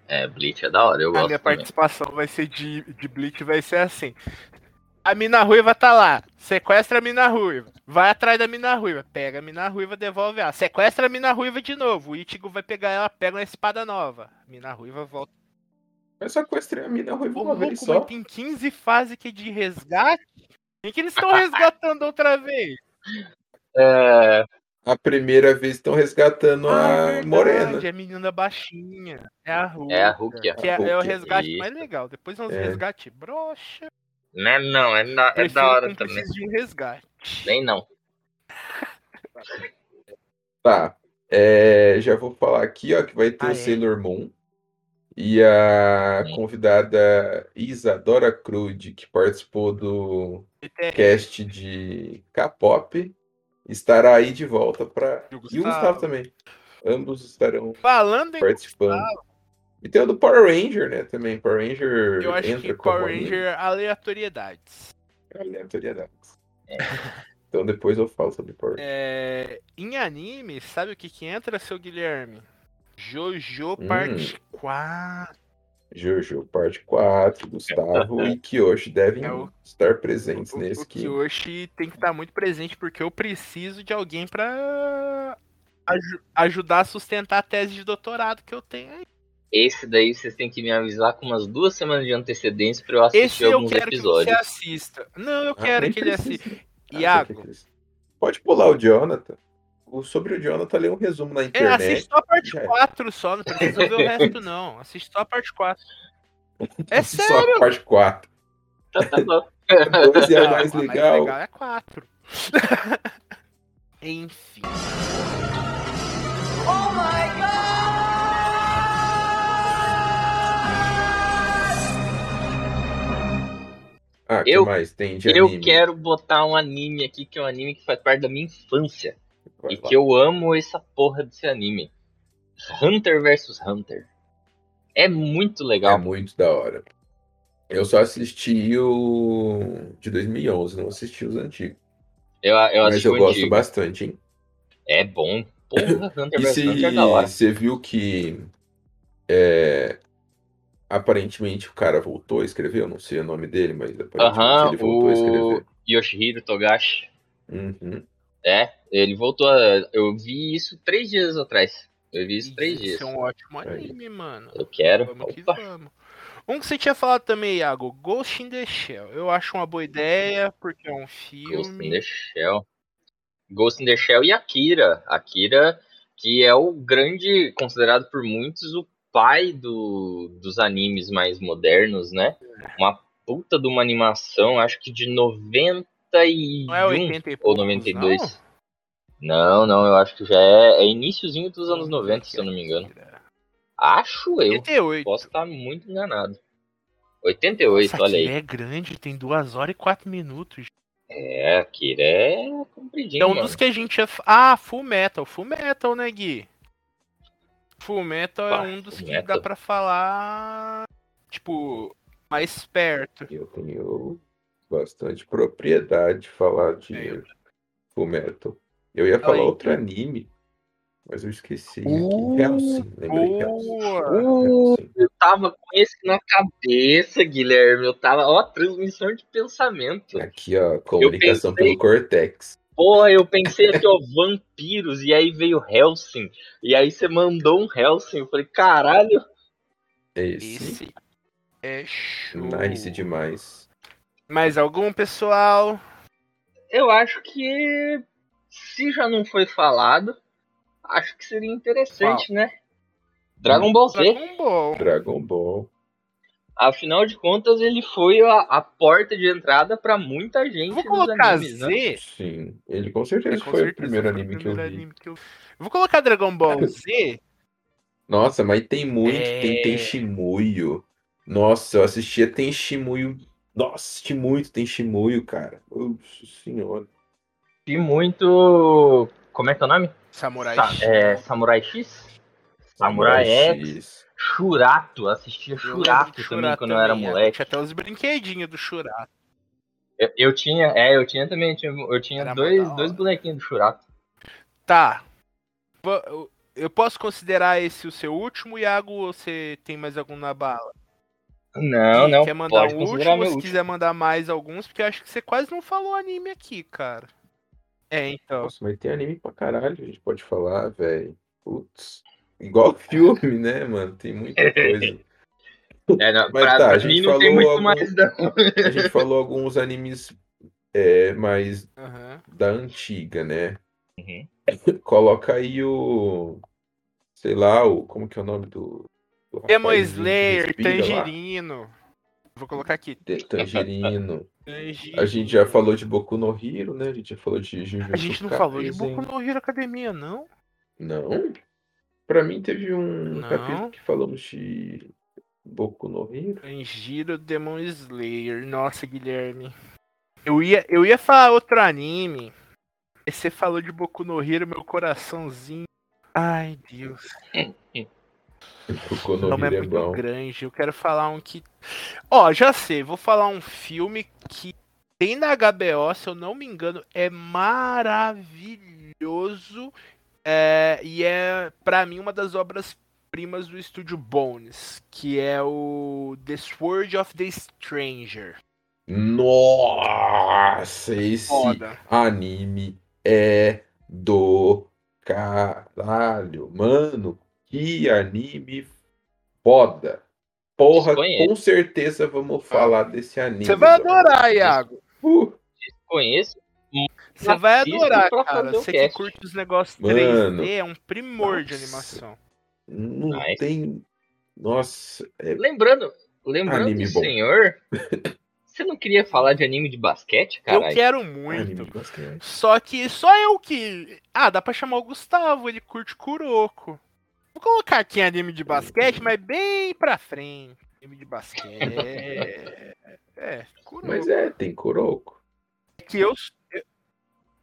Speaker 3: É, Bleach é da hora, eu
Speaker 1: A
Speaker 3: gosto.
Speaker 1: minha
Speaker 3: também.
Speaker 1: participação vai ser de, de Bleach, vai ser assim. A mina ruiva tá lá. Sequestra a mina ruiva. Vai atrás da mina ruiva. Pega a mina ruiva, devolve ela. Sequestra a mina ruiva de novo. O Ichigo vai pegar ela, pega uma espada nova. A mina ruiva volta.
Speaker 2: Mas só sequestrei a mina ruim
Speaker 1: Ô,
Speaker 2: uma vez
Speaker 1: louco,
Speaker 2: Tá só.
Speaker 1: mas tem 15 fases que é de resgate. Quem que eles estão [LAUGHS] resgatando outra vez?
Speaker 3: É,
Speaker 2: A primeira vez estão resgatando
Speaker 1: Ah, é
Speaker 2: a
Speaker 1: verdade,
Speaker 2: morena.
Speaker 1: É a menina baixinha. É a Ruka.
Speaker 3: é a Rukia.
Speaker 1: Que é,
Speaker 2: Rukia.
Speaker 1: é o resgate
Speaker 3: Isso.
Speaker 1: mais legal. Depois é uns
Speaker 2: É.
Speaker 1: resgate broxa.
Speaker 3: Né, não, é, na- é
Speaker 1: Prefiro
Speaker 3: da hora
Speaker 1: quando
Speaker 3: também.
Speaker 1: precisa de um resgate.
Speaker 3: Nem não.
Speaker 2: Tá. É, já vou falar aqui, ó, que vai ter
Speaker 1: Ah,
Speaker 2: o
Speaker 1: é?
Speaker 2: Sailor Moon e a
Speaker 3: Hum.
Speaker 2: convidada Isadora Crude, que participou do cast de K-pop, estará aí de volta para.
Speaker 1: E o
Speaker 2: E o Gustavo
Speaker 1: Gustavo.
Speaker 2: também. Ambos estarão
Speaker 1: Falando em
Speaker 2: participando. E tem o do Power Ranger, né? Também. Power Ranger
Speaker 1: eu acho
Speaker 2: entra
Speaker 1: que
Speaker 2: como
Speaker 1: Power Ranger aleatoriedades.
Speaker 2: aleatoriedades. Então depois eu falo sobre Power Ranger.
Speaker 1: É, em anime, sabe o que que entra, seu Guilherme? Jojo
Speaker 2: Hum.
Speaker 1: parte 4.
Speaker 2: Jojo, parte 4, Gustavo e Kyoshi devem
Speaker 1: É o-
Speaker 2: estar presentes
Speaker 1: O-
Speaker 2: nesse
Speaker 1: O
Speaker 2: que.
Speaker 1: Kyoshi tem que estar muito presente porque eu preciso de alguém pra aju- ajudar a sustentar a tese de doutorado que eu tenho aí.
Speaker 3: Esse daí vocês têm que me avisar com umas duas semanas de antecedência pra eu
Speaker 1: Esse
Speaker 3: assistir
Speaker 1: eu
Speaker 3: alguns
Speaker 1: quero que
Speaker 3: episódios.
Speaker 1: você assista. Não, eu
Speaker 2: Ah,
Speaker 1: quero
Speaker 2: nem
Speaker 1: que ele
Speaker 2: precisa.
Speaker 1: assista.
Speaker 2: Ah, você
Speaker 1: Iago.
Speaker 2: quer que eles- Pode pular o Jonathan. O- Sobre o Jonathan, lê um resumo na
Speaker 1: É,
Speaker 2: internet.
Speaker 1: assiste só a parte
Speaker 2: já [LAUGHS] é.
Speaker 1: 4 só, não precisa ver o
Speaker 2: [LAUGHS]
Speaker 1: resto não. Assiste só a parte 4. É
Speaker 2: Só
Speaker 1: sério,
Speaker 2: a parte 4.
Speaker 3: Então tá bom.
Speaker 2: Dois é a
Speaker 1: Ah,
Speaker 2: mais
Speaker 1: a
Speaker 2: legal.
Speaker 1: é 4. [LAUGHS] Enfim.
Speaker 2: Ah, que
Speaker 3: Eu-
Speaker 2: mais tem [LAUGHS] de
Speaker 3: Eu
Speaker 2: anime?
Speaker 3: quero botar um anime aqui que é um anime que faz parte da minha infância.
Speaker 2: Vai
Speaker 3: e
Speaker 2: lá.
Speaker 3: que eu amo essa porra desse anime. Hunter vs Hunter. É muito
Speaker 2: É
Speaker 3: legal.
Speaker 2: muito da hora. Eu só assisti o de 2011, não assisti os antigos.
Speaker 3: Eu, eu
Speaker 2: É, mas
Speaker 3: assisti
Speaker 2: eu
Speaker 3: o
Speaker 2: gosto
Speaker 3: antigo.
Speaker 2: bastante, hein?
Speaker 3: É bom.
Speaker 2: [LAUGHS]
Speaker 3: Porra, Hunter
Speaker 2: E
Speaker 3: vs Hunter é da hora.
Speaker 2: você viu que é, aparentemente o cara voltou a escrever, eu não sei o nome dele, mas aparentemente
Speaker 3: Aham,
Speaker 2: ele voltou a
Speaker 3: o
Speaker 2: escrever.
Speaker 3: Yoshihiro Togashi.
Speaker 2: Uhum.
Speaker 3: É, ele voltou a... Eu vi isso três dias atrás. Eu vi isso três dias.
Speaker 1: Isso é um ótimo
Speaker 2: Aí.
Speaker 1: anime, mano.
Speaker 3: Eu quero.
Speaker 1: Vamos que
Speaker 3: Opa.
Speaker 1: vamos. Um que você tinha falado também, Iago, Ghost in the Shell. Eu acho uma boa ideia, porque é um
Speaker 3: Ghost in
Speaker 1: filme.
Speaker 3: the Shell. é Ghost in the Shell e Akira. Akira, que é o grande, considerado por muitos, o pai do, dos animes mais modernos, né?
Speaker 1: É.
Speaker 3: Uma puta de uma animação, acho que de 91
Speaker 1: Não é 80 e
Speaker 3: ou
Speaker 1: poucos,
Speaker 3: 92. Não? não, eu acho que já é, é iniciozinho dos anos 90,
Speaker 1: é
Speaker 3: se eu não me engano. Acho eu.
Speaker 1: 88.
Speaker 3: Posso estar muito enganado. 88,
Speaker 1: Nossa,
Speaker 3: olha
Speaker 1: aquilo
Speaker 3: aí.
Speaker 1: é grande, tem 2 horas e 4 minutos.
Speaker 3: É, Akira é compridinho,
Speaker 1: É um
Speaker 3: mano.
Speaker 1: dos que a gente. ia fa- Ah, Full Metal. Full Metal, né, Gui? Full Metal
Speaker 3: Pá,
Speaker 1: é um dos
Speaker 3: Full
Speaker 1: que
Speaker 3: Metal.
Speaker 1: dá pra falar. Tipo, mais perto.
Speaker 2: Eu tenho bastante propriedade de falar de
Speaker 1: É, eu-
Speaker 2: Fullmetal. Eu ia
Speaker 1: Fala
Speaker 2: falar
Speaker 1: aí.
Speaker 2: outro anime, mas eu esqueci. aqui.
Speaker 3: Uh,
Speaker 2: Hellsing, lembrei Hellsing.
Speaker 1: Boa!
Speaker 3: Uh,
Speaker 2: Hellsing.
Speaker 3: eu tava com esse na cabeça, Guilherme. Eu tava, ó, transmissão de pensamento.
Speaker 2: Aqui, ó, comunicação pelo Cortex.
Speaker 3: Porra, eu pensei aqui, ó, [LAUGHS] vampiros, e aí veio Helsing. E aí você mandou um Helsing. Eu falei, caralho.
Speaker 2: É esse.
Speaker 1: Esse é show.
Speaker 2: Nice demais.
Speaker 1: Mais algum, pessoal?
Speaker 3: Eu acho que se já não foi falado, acho que seria interessante, né? Dragon Ball Z.
Speaker 1: Dragon Ball.
Speaker 2: Dragon Ball.
Speaker 3: Afinal de contas, ele foi a, a porta de entrada pra muita gente.
Speaker 1: Vou
Speaker 3: dos
Speaker 1: colocar
Speaker 3: animes, né?
Speaker 1: Z.
Speaker 2: Sim. Ele com certeza
Speaker 1: É, com
Speaker 2: foi
Speaker 1: certeza
Speaker 2: o primeiro
Speaker 1: foi
Speaker 2: anime que eu vi.
Speaker 1: primeiro anime que eu vi. Vou colocar Dragon
Speaker 3: [LAUGHS]
Speaker 1: Ball Z.
Speaker 2: Nossa, mas tem muito. Tem
Speaker 1: É.
Speaker 2: Tenshimuyo. Nossa, eu assistia Tenshimuyo. Nossa, assisti muito Tenshimuyo, cara. Nossa senhora.
Speaker 3: E muito. Como é que é o nome?
Speaker 1: Samurai
Speaker 2: Tá.
Speaker 3: Sa-
Speaker 1: X.
Speaker 3: é, Samurai X? Samurai X.
Speaker 2: X.
Speaker 3: Churato. Assistia
Speaker 1: Eu lembro de
Speaker 3: Churato também
Speaker 1: Churato
Speaker 3: quando eu era
Speaker 1: também, é.
Speaker 3: moleque.
Speaker 1: Tinha até os brinquedinhos do Churato.
Speaker 3: Eu, eu tinha, é, eu tinha também. eu tinha- Eu tinha
Speaker 1: Era mó da
Speaker 3: dois,
Speaker 1: hora.
Speaker 3: dois bonequinhos do Churato.
Speaker 1: Tá. Va- eu- Eu posso considerar esse o seu último, Iago, ou você tem mais algum na bala?
Speaker 3: Não,
Speaker 1: Quem
Speaker 3: não.
Speaker 1: Quer mandar
Speaker 3: pode
Speaker 1: o
Speaker 3: considerar
Speaker 1: último, ou
Speaker 3: meu
Speaker 1: se
Speaker 3: último.
Speaker 1: quiser mandar mais alguns, porque eu acho que você quase não falou anime aqui, cara. É, então.
Speaker 2: Nossa, mas tem anime pra caralho, a gente pode falar, velho. Putz. Igual [LAUGHS] filme, né, mano? Tem muita coisa.
Speaker 3: É, não,
Speaker 2: Mas
Speaker 3: pra
Speaker 2: tá, a
Speaker 3: pra
Speaker 2: gente
Speaker 3: mim não tem
Speaker 2: falou
Speaker 3: muito
Speaker 2: algum-
Speaker 3: mais, não.
Speaker 2: A gente falou alguns animes é, mais
Speaker 1: Aham.
Speaker 2: da antiga, né?
Speaker 3: Uhum.
Speaker 2: Coloca aí o. Sei lá, o. Como que é o nome do. do
Speaker 1: Demon
Speaker 2: rapazinho que
Speaker 1: Slayer,
Speaker 2: respira lá?
Speaker 1: Tangerino. Vou colocar aqui.
Speaker 2: De- Tangerino.
Speaker 1: Tangerino.
Speaker 2: A gente já falou de Boku no Hiro, né? A gente já falou de Jujutsu
Speaker 1: A gente não falou de
Speaker 2: Kaisen.
Speaker 1: Boku no Hero Academia, não?
Speaker 2: Não? Pra mim teve um
Speaker 1: Não.
Speaker 2: capítulo que falamos de Boku no Hiro.
Speaker 1: Tanjiro Demon Slayer. Nossa, Guilherme. Eu ia, eu ia falar outro anime. Aí você falou de Boku no Hero, meu coraçãozinho. Ai, Deus.
Speaker 2: [LAUGHS] Boku
Speaker 1: O
Speaker 2: no
Speaker 1: nome é
Speaker 2: Hiro é
Speaker 1: muito
Speaker 2: bom.
Speaker 1: grande. Eu quero falar um que. Ó, já sei. Vou falar um filme que tem na HBO, se eu não me engano, é maravilhoso. É, e é, pra mim, uma das obras-primas do estúdio Bones, que é o The Sword of the Stranger.
Speaker 2: Nossa, esse
Speaker 1: Foda.
Speaker 2: anime é do caralho. Mano, que anime foda. Porra,
Speaker 3: Desconheço. Ah.
Speaker 2: com certeza vamos falar desse anime.
Speaker 1: Você vai
Speaker 2: mano.
Speaker 1: adorar, Iago.
Speaker 2: Uh,
Speaker 3: Conheço.
Speaker 1: Você vai
Speaker 3: Assisto
Speaker 1: adorar,
Speaker 3: pra
Speaker 1: cara.
Speaker 3: fazer o
Speaker 1: Você que
Speaker 3: cast.
Speaker 1: curte os negócios
Speaker 2: Mano.
Speaker 1: 3D, é um primor de
Speaker 2: Nossa.
Speaker 1: animação.
Speaker 2: não
Speaker 3: Nice.
Speaker 2: tem. Nossa, é
Speaker 3: Lembrando, lembrando
Speaker 2: Anime
Speaker 3: do
Speaker 2: bom.
Speaker 3: senhor, você não queria falar de anime de basquete,
Speaker 1: Eu
Speaker 3: caralho?
Speaker 1: quero
Speaker 2: anime
Speaker 1: muito.
Speaker 2: de basquete.
Speaker 1: Só que só eu que. Ah, dá pra chamar o Gustavo, ele curte Kuroko. Vou colocar aqui anime de basquete, mas bem pra frente. Anime de basquete. é, é, Kuroko.
Speaker 2: Mas é, tem Kuroko.
Speaker 1: É que eu, eu-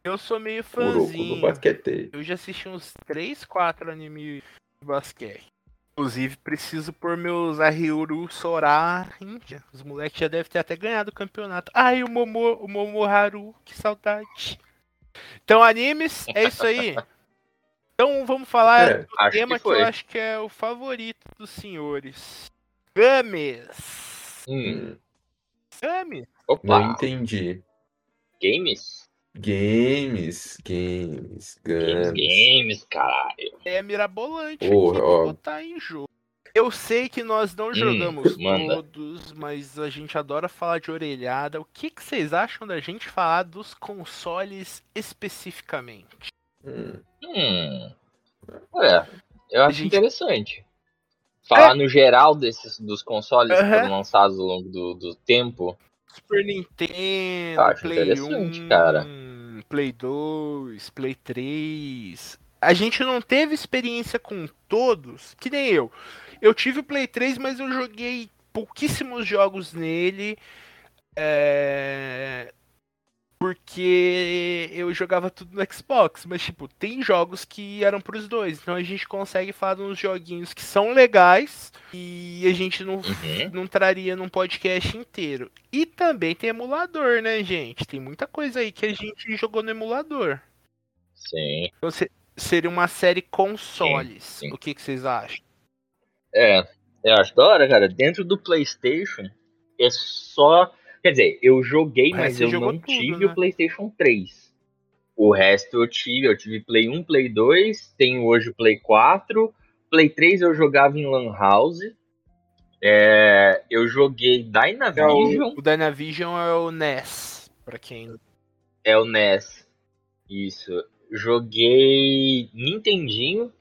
Speaker 1: eu sou meio
Speaker 2: Kuroko do
Speaker 1: fãzinho.
Speaker 2: basquete.
Speaker 1: Eu já assisti uns 3, 4 anime de basquete. Inclusive, preciso pôr meus Ariuru Sora Ninja. Os moleques já devem ter até ganhado o campeonato. Ai, o Momo, o Momo Haru, que saudade. Então, animes, é isso
Speaker 3: [LAUGHS]
Speaker 1: aí. Então, vamos falar
Speaker 2: É,
Speaker 1: do
Speaker 3: acho que
Speaker 1: tema que,
Speaker 3: foi.
Speaker 1: eu acho que é o favorito dos senhores. Games.
Speaker 3: Hum,
Speaker 1: Games.
Speaker 3: opa,
Speaker 2: não entendi.
Speaker 3: games?
Speaker 2: Games, games,
Speaker 3: Games,
Speaker 2: games.
Speaker 3: games, caralho.
Speaker 1: É mirabolante
Speaker 2: Porra,
Speaker 1: aqui,
Speaker 2: ó.
Speaker 1: vou botar em jogo. Eu sei que nós não jogamos
Speaker 3: manda.
Speaker 1: todos, mas a gente adora falar de orelhada. O que, que vocês acham da gente falar dos consoles especificamente?
Speaker 2: Hum, [LAUGHS]
Speaker 3: Hum. É, eu acho
Speaker 1: gente- É.
Speaker 3: interessante. Falar no geral desses, dos consoles que foram
Speaker 1: Aham.
Speaker 3: lançados ao longo do, do tempo.
Speaker 1: Super Nintendo,
Speaker 3: Acho
Speaker 1: Play
Speaker 3: interessante,
Speaker 1: 1,
Speaker 3: cara.
Speaker 1: Play 2, Play 3. A gente não teve experiência com todos, que nem eu. Eu tive o Play 3, mas eu joguei pouquíssimos jogos nele. é, Porque eu jogava tudo no Xbox, mas tipo, tem jogos que eram pros dois, então a gente consegue falar de uns joguinhos que são legais e a gente não
Speaker 3: Uhum.
Speaker 1: não traria num podcast inteiro. E também tem emulador, né, gente? Tem muita coisa aí que a gente jogou no emulador.
Speaker 3: Sim.
Speaker 1: Então se- seria uma série consoles.
Speaker 3: sim.
Speaker 1: O que, que vocês acham?
Speaker 3: É, eu acho da hora, cara. Dentro do PlayStation, é só. Quer dizer, eu joguei,
Speaker 1: É,
Speaker 3: mas
Speaker 1: você
Speaker 3: eu
Speaker 1: jogou
Speaker 3: não
Speaker 1: tudo, né?
Speaker 3: tive o PlayStation 3. O resto eu tive. Eu tive Play 1, Play 2, tenho hoje o Play 4. Play 3 eu jogava em Lan House. É, eu joguei Dynavision.
Speaker 1: É O Dynavision é o NES, pra quem.
Speaker 3: É o NES. Isso. Joguei Nintendinho.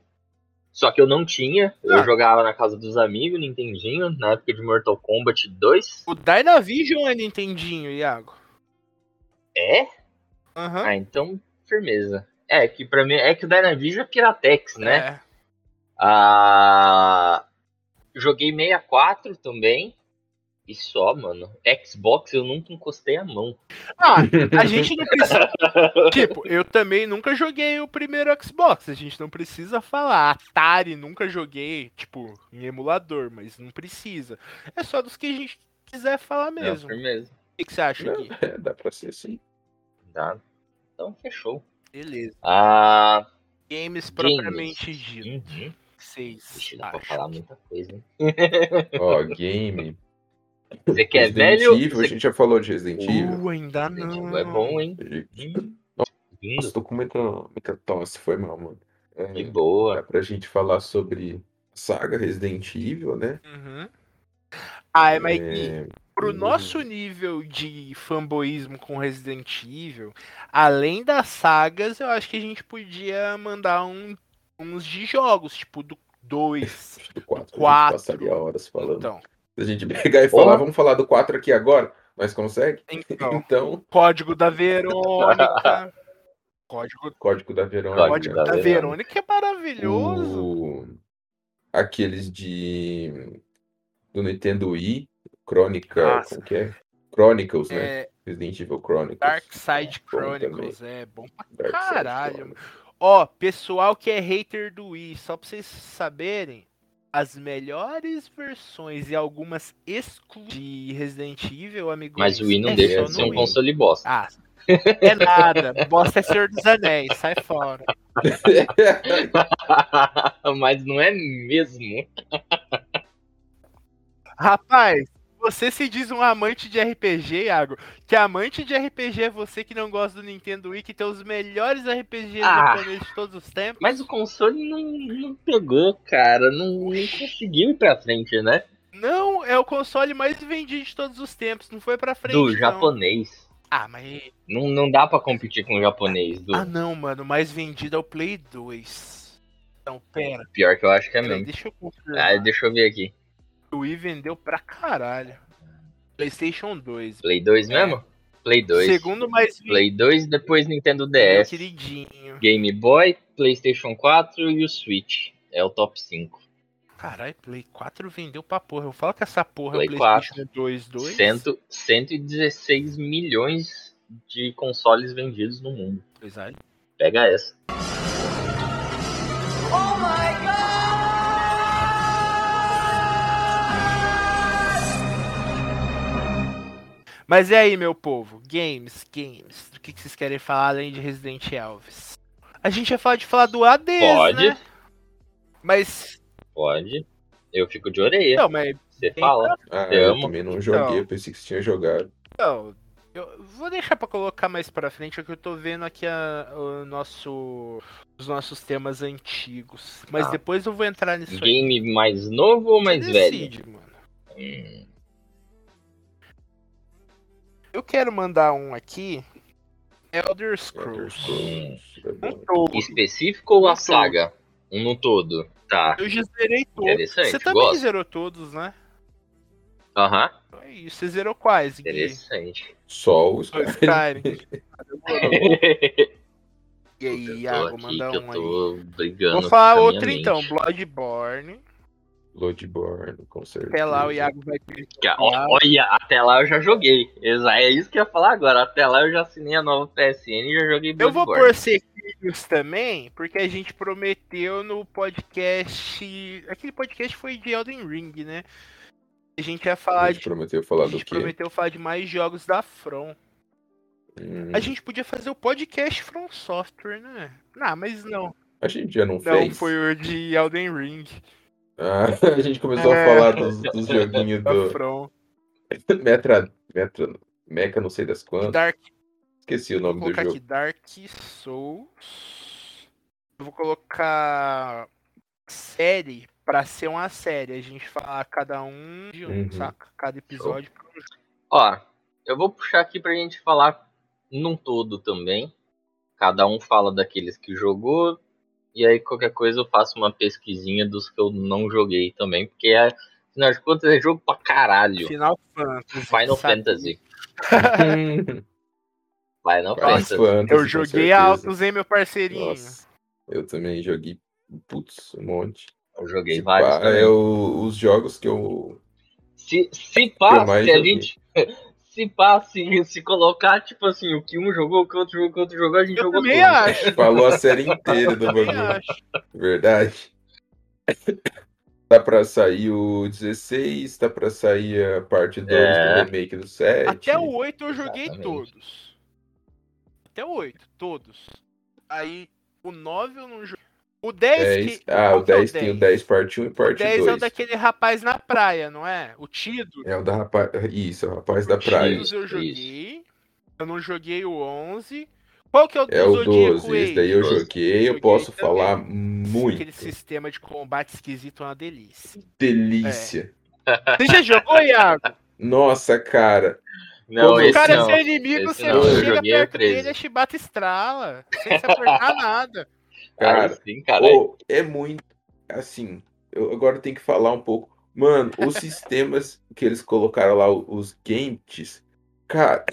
Speaker 3: Só que eu não tinha. Eu
Speaker 1: Ah.
Speaker 3: jogava na casa dos amigos, Nintendinho, na época de Mortal Kombat 2.
Speaker 1: O Dynavision é Nintendinho, Iago.
Speaker 3: É?
Speaker 1: Aham.
Speaker 3: Ah, então, firmeza. É, que pra mim. É que o Dynavision é Piratex, né?
Speaker 1: É.
Speaker 3: Ah, joguei 64 também. E só, mano. Xbox eu nunca encostei a mão.
Speaker 1: Ah, a gente não precisa. tipo, eu também nunca joguei o primeiro Xbox. A gente não precisa falar. Atari nunca joguei, tipo, em emulador, mas não precisa. É só dos que a gente quiser falar
Speaker 3: Não,
Speaker 1: mesmo. O
Speaker 3: É, firmeza.
Speaker 1: que, que você acha
Speaker 2: não,
Speaker 1: aqui?
Speaker 2: é, dá pra ser assim.
Speaker 3: Tá. Então, fechou.
Speaker 1: Beleza.
Speaker 3: Ah.
Speaker 1: Games propriamente dito.
Speaker 3: Uhum.
Speaker 1: O que Vocês
Speaker 3: Ixi, dá pra falar
Speaker 1: acham?
Speaker 3: muita coisa, hein?
Speaker 2: Ó, [LAUGHS] game.
Speaker 3: Você
Speaker 1: é
Speaker 3: quer
Speaker 2: Resident
Speaker 3: velho?
Speaker 2: Evil, a
Speaker 3: Você...
Speaker 2: gente já falou de Resident Evil.
Speaker 1: Uh, ainda
Speaker 3: Resident
Speaker 1: não.
Speaker 3: Evil é bom, hein?
Speaker 1: Uhum.
Speaker 3: Hum,
Speaker 2: Nossa,
Speaker 3: Lindo.
Speaker 2: tô com muita, muita tosse, foi mal, mano. É,
Speaker 3: De
Speaker 2: dá
Speaker 3: boa.
Speaker 2: pra gente falar sobre saga Resident Evil, né?
Speaker 1: Uhum. Ah, mas Gui,
Speaker 2: É,
Speaker 1: Pro
Speaker 2: Uhum.
Speaker 1: nosso nível de fanboísmo com Resident Evil, além das sagas, eu acho que a gente podia mandar um- uns de jogos, tipo do 2.
Speaker 2: acho que do 4, a
Speaker 1: Quatro.
Speaker 2: gente passaria horas [LAUGHS] falando.
Speaker 1: Então,
Speaker 2: Se a gente pegar e
Speaker 3: Porra.
Speaker 2: falar, vamos falar do 4 aqui agora, mas consegue?
Speaker 1: então,
Speaker 2: [LAUGHS] Então,
Speaker 1: Código da Verônica. Código,
Speaker 2: Código da Verônica.
Speaker 1: Código
Speaker 3: Código da
Speaker 1: da Verônica é maravilhoso.
Speaker 2: o... Aqueles de... Do Nintendo Wii, Crônica,
Speaker 1: Nossa.
Speaker 2: como que é? Chronicles, né?
Speaker 1: Ah, É,
Speaker 2: Resident Evil Chronicles.
Speaker 1: Dark Side
Speaker 2: Bom também.
Speaker 1: Chronicles, é bom pra
Speaker 2: Dark Side
Speaker 1: caralho,
Speaker 2: Chronicles.
Speaker 1: Ó, pessoal que é hater do Wii, só pra vocês saberem, as melhores versões e algumas exclusivas de Resident Evil, amigos.
Speaker 3: Mas o Wii não
Speaker 1: é
Speaker 3: deixa
Speaker 1: só
Speaker 3: de
Speaker 1: no
Speaker 3: ser um
Speaker 1: Wii.
Speaker 3: console bosta. [LAUGHS]
Speaker 1: Ah, é nada. Bosta é Senhor dos Anéis, sai fora.
Speaker 3: Mas não é mesmo.
Speaker 1: Rapaz, você se diz um amante de RPG, Iago, que amante de RPG é você que não gosta do Nintendo Wii, que tem os melhores RPGs
Speaker 3: Ah.
Speaker 1: japoneses de todos os tempos.
Speaker 3: Mas o console não, não pegou, cara. Não, não conseguiu ir pra frente, né?
Speaker 1: Não é o console mais vendido de todos os tempos, não foi pra frente,
Speaker 3: Do
Speaker 1: não.
Speaker 3: japonês.
Speaker 1: Ah, mas...
Speaker 3: Não, não dá pra competir com o japonês. Do...
Speaker 1: Ah não, mano, o mais vendido é o Play 2. Então, pera,
Speaker 3: Pior que eu acho que é
Speaker 1: pera aí,
Speaker 3: mesmo.
Speaker 1: deixa eu confirmar.
Speaker 3: Ah, deixa eu ver aqui.
Speaker 1: O Wii vendeu pra caralho. Playstation 2.
Speaker 3: Play 2
Speaker 1: É.
Speaker 3: mesmo? Play 2.
Speaker 1: Segundo mais vendido,
Speaker 3: Play 2 depois Nintendo
Speaker 1: meu
Speaker 3: DS.
Speaker 1: queridinho.
Speaker 3: Game Boy, PlayStation 4 e o Switch. É o top 5.
Speaker 1: Caralho, Play 4 vendeu pra porra. Eu falo que essa porra é
Speaker 3: Play
Speaker 1: o Playstation 2, 2.
Speaker 3: Cento, 116 milhões de consoles vendidos no mundo.
Speaker 1: Pois é.
Speaker 3: Pega essa.
Speaker 1: Mas e aí, meu povo? Games, games. Do que, que vocês querem falar além de Resident Elvis? A gente já falar de falar do AD,
Speaker 3: Pode,
Speaker 1: né? Mas.
Speaker 3: pode. Eu fico de orelha.
Speaker 1: Não, mas.
Speaker 3: Você fala.
Speaker 2: [LAUGHS] Ah,
Speaker 3: Eu
Speaker 2: eu
Speaker 3: amo.
Speaker 2: também não
Speaker 1: Então.
Speaker 2: joguei, eu pensei que você tinha jogado.
Speaker 1: Não, Então, eu vou deixar pra colocar mais pra frente, é que eu tô vendo aqui a- o nosso, os nossos temas antigos. Mas
Speaker 3: Tá.
Speaker 1: depois eu vou entrar nisso aí.
Speaker 3: Game mais novo ou é mais
Speaker 1: Você
Speaker 3: velho?
Speaker 1: decide, mano.
Speaker 3: Hum,
Speaker 1: Eu quero mandar um aqui. Elder Scrolls.
Speaker 3: Hum.
Speaker 2: Scrolls.
Speaker 3: específico ou a
Speaker 1: No todo.
Speaker 3: saga? Um no todo. Tá.
Speaker 1: Eu já zerei todos.
Speaker 3: Interessante,
Speaker 1: Você tá também
Speaker 3: gosto.
Speaker 1: zerou todos, né?
Speaker 3: Aham,
Speaker 1: Então é isso. Você zerou quais, Gui?
Speaker 3: interessante.
Speaker 2: Sol, os
Speaker 1: Ô,
Speaker 2: caras.
Speaker 3: [LAUGHS]
Speaker 1: Skyrim. E aí,
Speaker 3: Eu tô
Speaker 1: Iago,
Speaker 3: aqui
Speaker 1: manda
Speaker 3: que
Speaker 1: um
Speaker 3: eu
Speaker 1: aí.
Speaker 3: tô brigando.
Speaker 1: Vou falar
Speaker 3: com a minha
Speaker 1: outro
Speaker 3: mente.
Speaker 1: então, Bloodborne.
Speaker 2: Bloodborne, com certeza.
Speaker 1: Até lá o Iago vai ter.
Speaker 3: Que a- ó- Olha, até lá eu já joguei. Exa- É isso que eu ia falar agora. Até lá eu já assinei a nova PSN e já joguei
Speaker 1: Eu vou
Speaker 3: Bloodborne.
Speaker 1: pôr sequinhos também, porque a gente prometeu no podcast. Aquele podcast foi de Elden Ring, né? A gente ia
Speaker 2: A
Speaker 1: falar
Speaker 2: gente
Speaker 1: de.
Speaker 2: prometeu
Speaker 1: A
Speaker 2: falar do
Speaker 1: gente
Speaker 2: quê?
Speaker 1: prometeu falar de mais jogos da From.
Speaker 2: Hum,
Speaker 1: A gente podia fazer o podcast From Software, né? Não, mas não.
Speaker 2: a gente já não,
Speaker 1: Não,
Speaker 2: fez.
Speaker 1: foi o de Elden Ring.
Speaker 2: Ah, [LAUGHS] a gente começou
Speaker 1: É.
Speaker 2: a falar dos, dos joguinhos
Speaker 1: Da [LAUGHS]
Speaker 2: do
Speaker 1: From.
Speaker 2: Metra, Metra, Meca, não sei das quantas.
Speaker 1: Dark
Speaker 2: Esqueci o
Speaker 1: Vou
Speaker 2: nome do
Speaker 1: colocar
Speaker 2: jogo.
Speaker 1: aqui Dark Souls. Eu vou colocar série pra ser uma série. A gente falar cada um de um,
Speaker 2: Uhum.
Speaker 1: saca? Cada episódio. pra um jogo.
Speaker 3: Ó, eu vou puxar aqui pra gente falar num todo também. Cada um fala daqueles que jogou. E aí qualquer coisa eu faço uma pesquisinha dos que eu não joguei também. Porque, é, afinal de contas, é jogo pra caralho.
Speaker 1: Final Fantasy.
Speaker 3: Final
Speaker 1: sabe?
Speaker 3: Fantasy.
Speaker 2: Hum,
Speaker 3: Final
Speaker 2: [LAUGHS] Final
Speaker 3: Fantasy.
Speaker 2: Fantasy,
Speaker 1: Eu
Speaker 2: com
Speaker 1: joguei
Speaker 2: certeza.
Speaker 1: altos, hein, meu parceirinho?
Speaker 2: Nossa, eu também joguei, putz, um monte.
Speaker 3: Eu joguei
Speaker 2: Se
Speaker 3: vários
Speaker 2: pá,
Speaker 3: também.
Speaker 2: é o- os jogos que eu.
Speaker 3: Se, se
Speaker 2: Que
Speaker 3: pá,
Speaker 2: eu mais
Speaker 3: se a
Speaker 2: joguei.
Speaker 3: gente. [LAUGHS] Se pá, se, se colocar, tipo assim, o que um jogou, o que outro jogou, o que outro jogou, a gente
Speaker 1: Eu
Speaker 3: jogou
Speaker 1: também
Speaker 3: tudo.
Speaker 1: acho.
Speaker 2: Falou a série inteira do
Speaker 1: também
Speaker 2: bagulho.
Speaker 1: acho.
Speaker 2: Verdade. Tá pra sair o 16, tá pra sair a parte 2
Speaker 3: É.
Speaker 2: do remake do 7.
Speaker 1: Até o 8 eu joguei
Speaker 3: Exatamente.
Speaker 1: todos. Até o 8, todos. Aí o 9 eu não joguei. O 10,
Speaker 2: 10.
Speaker 1: que-
Speaker 2: Ah,
Speaker 1: qual
Speaker 2: o
Speaker 1: que é
Speaker 2: 10 tem o 10 parte 1 e parte
Speaker 1: 10
Speaker 2: 2.
Speaker 1: é o daquele rapaz na praia, não é? O Tido.
Speaker 2: É o da rapaz. Isso, é o rapaz da
Speaker 1: O
Speaker 2: praia.
Speaker 1: Tidos eu
Speaker 3: Isso.
Speaker 1: joguei. Eu não joguei o 11. Qual que é o do
Speaker 2: É o
Speaker 1: Zodíaco
Speaker 2: 12. Esse
Speaker 1: Age?
Speaker 2: daí eu joguei, eu
Speaker 1: Joguei
Speaker 2: posso
Speaker 1: também.
Speaker 2: falar
Speaker 1: Aquele
Speaker 2: muito.
Speaker 1: sistema de combate esquisito é uma delícia. É.
Speaker 2: Delícia.
Speaker 1: Você já jogou, Iago?
Speaker 2: Nossa, cara.
Speaker 3: Não,
Speaker 2: Quando
Speaker 1: O
Speaker 3: esse
Speaker 1: cara é
Speaker 3: não.
Speaker 1: seu inimigo, você
Speaker 3: Esse
Speaker 2: não. Eu
Speaker 1: chega
Speaker 3: joguei o
Speaker 1: perto
Speaker 3: 13.
Speaker 1: dele, a chibata estrala. Sem se
Speaker 2: [LAUGHS]
Speaker 1: apertar nada.
Speaker 3: Cara,
Speaker 2: Cara,
Speaker 3: sim, caralho.
Speaker 2: Ô, é muito. Assim, eu agora tenho que falar um pouco. Mano, os sistemas que eles colocaram lá, os games, cara,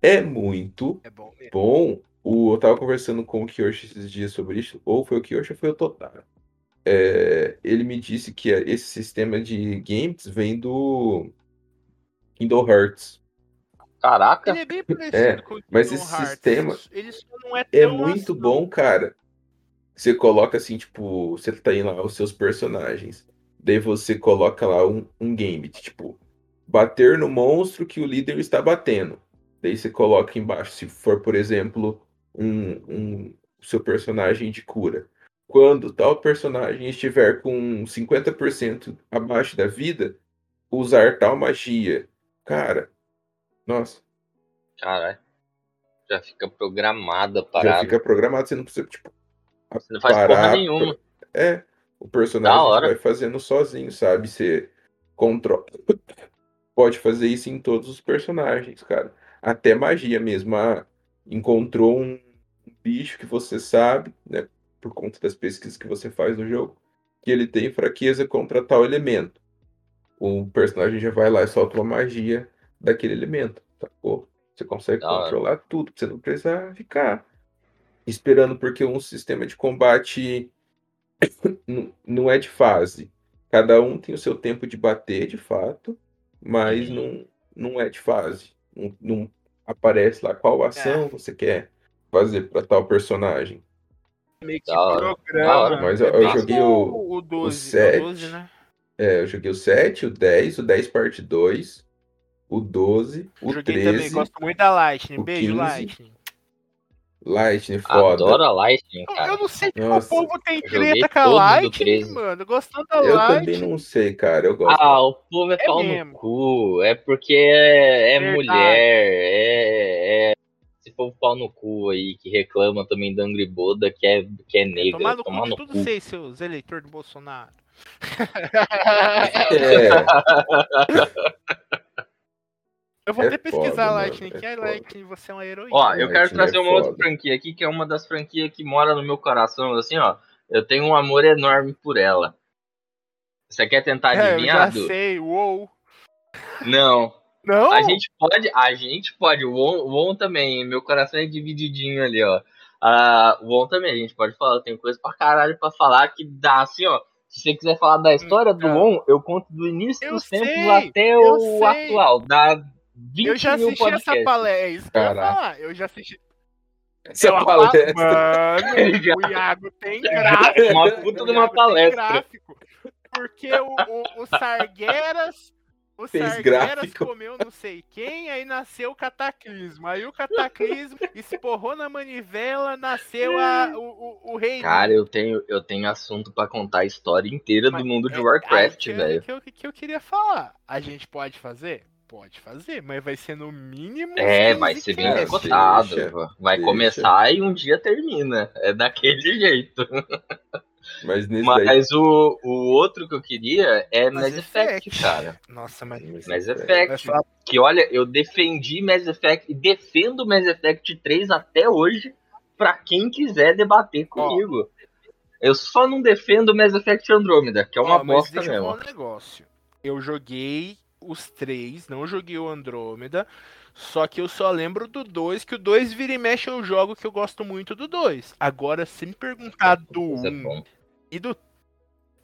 Speaker 2: é muito
Speaker 1: É bom mesmo.
Speaker 2: bom. O, eu tava conversando com o Kyoshi esses dias sobre isso, ou foi o Kyoshi ou foi o Totara. É, ele me disse que esse sistema de games vem do Kingdom Hearts.
Speaker 3: Caraca.
Speaker 1: Ele é bem parecido
Speaker 2: É,
Speaker 1: com o
Speaker 2: mas
Speaker 1: Kingdom
Speaker 2: esse
Speaker 1: Hearts.
Speaker 2: sistema
Speaker 1: Ele só não é tão
Speaker 2: É muito
Speaker 1: assim.
Speaker 2: bom, cara. Você coloca assim, tipo, você tem lá os seus personagens. Daí você coloca lá um, um game, de, tipo, bater no monstro que o líder está batendo. Daí você coloca embaixo, se for, por exemplo, um, um seu personagem de cura. Quando tal personagem estiver com 50% abaixo da vida, usar tal magia. Cara, nossa.
Speaker 3: Caralho. Já fica programada a
Speaker 2: Já
Speaker 3: parada.
Speaker 2: fica programado, você não precisa, tipo,
Speaker 3: Você não faz porra
Speaker 2: parar
Speaker 3: nenhuma.
Speaker 2: É, o
Speaker 3: Da
Speaker 2: personagem
Speaker 3: hora.
Speaker 2: vai fazendo sozinho, sabe? Você controla. Pode fazer isso em todos os personagens, cara. Até magia mesmo. Ah, encontrou um bicho que você sabe, né? Por conta das pesquisas que você faz no jogo, que ele tem fraqueza contra tal elemento. O personagem já vai lá e solta uma magia daquele elemento, sacou? Você consegue
Speaker 3: Da hora.
Speaker 2: controlar tudo, pra você não precisar ficar esperando, porque um sistema de combate [COUGHS] n- não é de fase. Cada um tem o seu tempo de bater, de fato, mas
Speaker 3: Uhum.
Speaker 2: não, não é de fase. Não, não aparece lá qual
Speaker 3: É.
Speaker 2: ação você quer fazer para tal personagem.
Speaker 1: Meio que
Speaker 3: Da hora, da
Speaker 1: programa.
Speaker 3: hora,
Speaker 2: mas eu-
Speaker 1: É
Speaker 2: eu
Speaker 1: bem
Speaker 2: joguei
Speaker 1: como o 12, é o 12,
Speaker 2: sete.
Speaker 1: né?
Speaker 2: É, eu joguei o 7, o 10, o 10 parte 2, o 12, o
Speaker 1: Joguei
Speaker 2: 13.
Speaker 1: também, gosto muito da Lightning.
Speaker 2: o
Speaker 1: Beijo,
Speaker 2: 15.
Speaker 1: Lightning.
Speaker 2: Lightning, foda.
Speaker 3: Adoro a Lightning,
Speaker 1: Eu,
Speaker 3: cara.
Speaker 1: eu não sei que o
Speaker 2: Nossa,
Speaker 1: povo tem
Speaker 3: eu joguei
Speaker 1: treta com a
Speaker 3: todos do
Speaker 1: Lightning,
Speaker 3: 13.
Speaker 1: mano. Gostando da
Speaker 2: Eu também
Speaker 1: Lightning.
Speaker 2: não sei, cara. Eu gosto.
Speaker 3: Ah, o povo é,
Speaker 1: É
Speaker 3: pau
Speaker 1: mesmo.
Speaker 3: no cu. É porque é, é
Speaker 1: Verdade.
Speaker 3: mulher, é, é. Esse povo pau no cu aí que reclama também da Angry Boda, que é, que é negra.
Speaker 1: Tomar no cu de
Speaker 3: cu.
Speaker 1: tudo sei, seus eleitores do
Speaker 2: [LAUGHS]
Speaker 1: Bolsonaro.
Speaker 2: É,
Speaker 1: Eu vou
Speaker 2: É
Speaker 1: até pesquisar
Speaker 2: foda,
Speaker 1: Lightning,
Speaker 2: mano,
Speaker 1: que
Speaker 2: é
Speaker 1: é
Speaker 2: foda.
Speaker 1: Lightning, você é uma heroína.
Speaker 3: Ó, eu quero
Speaker 2: Lightning
Speaker 3: trazer
Speaker 2: é
Speaker 3: uma outra
Speaker 2: foda.
Speaker 3: franquia aqui, que é uma das franquias que mora no meu coração, assim, ó. Eu tenho um amor enorme por ela. Você quer tentar
Speaker 1: É, eu
Speaker 3: adivinhar?
Speaker 1: já
Speaker 3: Du?
Speaker 1: sei, uou.
Speaker 3: Não.
Speaker 1: Não?
Speaker 3: A gente pode, a gente pode. O On, o On também, meu coração é divididinho ali, ó. Ah, o On também, a gente pode falar. Tem coisa pra caralho pra falar que dá assim, ó. Se você quiser falar da história do
Speaker 1: Então.
Speaker 3: On, eu conto do início
Speaker 1: Eu
Speaker 3: dos
Speaker 1: sei,
Speaker 3: tempos até
Speaker 1: eu
Speaker 3: o
Speaker 1: sei.
Speaker 3: atual. Dá 20
Speaker 1: eu já
Speaker 3: mil
Speaker 1: assisti
Speaker 3: podcasts.
Speaker 1: essa palestra, é isso que eu ia
Speaker 2: Caraca.
Speaker 1: falar. Eu já assisti.
Speaker 2: essa
Speaker 1: Eu-
Speaker 2: palestra.
Speaker 1: Mano,
Speaker 3: Já. [LAUGHS]
Speaker 1: o Iago tem gráfico.
Speaker 3: Uma
Speaker 1: O
Speaker 3: puta de
Speaker 1: Iago
Speaker 3: uma
Speaker 1: tem
Speaker 3: palestra.
Speaker 1: gráfico, porque o, o, o Sargueras. O
Speaker 2: Fez
Speaker 1: Sargueras
Speaker 2: gráfico.
Speaker 1: comeu não sei quem, aí nasceu o cataclismo. Aí o
Speaker 2: [LAUGHS]
Speaker 1: cataclismo esporrou na manivela, nasceu a, o, o, o rei.
Speaker 3: Cara, eu tenho, eu tenho assunto pra contar a história inteira
Speaker 1: Mas
Speaker 3: do mundo de
Speaker 1: É,
Speaker 3: Warcraft,
Speaker 1: aí que eu-
Speaker 3: velho.
Speaker 1: Que eu, que eu queria falar. A gente pode fazer? Pode fazer, mas vai ser no mínimo. uns
Speaker 3: É, vai
Speaker 1: 15
Speaker 3: ser bem
Speaker 1: casts.
Speaker 2: cara.
Speaker 3: picotado.
Speaker 2: Deixa,
Speaker 3: vai
Speaker 2: deixa.
Speaker 3: começar e um dia termina. É daquele jeito.
Speaker 2: Mas nesse daí.
Speaker 3: Mas o, o outro que eu queria é
Speaker 1: Mass
Speaker 3: Mass Effect,
Speaker 1: Effect.
Speaker 3: cara.
Speaker 1: Nossa, mas.
Speaker 3: Mass
Speaker 1: É,
Speaker 2: é,
Speaker 1: Vai
Speaker 3: Effect.
Speaker 1: falar
Speaker 3: Que olha, eu defendi Mass Effect e defendo Mass Effect 3 até hoje pra quem quiser debater comigo. Eu só não defendo Mass Effect Andromeda, que é uma
Speaker 1: Ó, mas
Speaker 3: bosta
Speaker 1: deixa eu
Speaker 3: mesmo.
Speaker 1: falar um negócio. Eu joguei os três, não joguei o Andrômeda, só que eu só lembro do dois, que o dois vira e mexe eu jogo que eu gosto muito do dois. Agora, se me
Speaker 3: [LAUGHS]
Speaker 1: perguntar do
Speaker 3: Mas é
Speaker 1: um
Speaker 3: bom.
Speaker 1: e do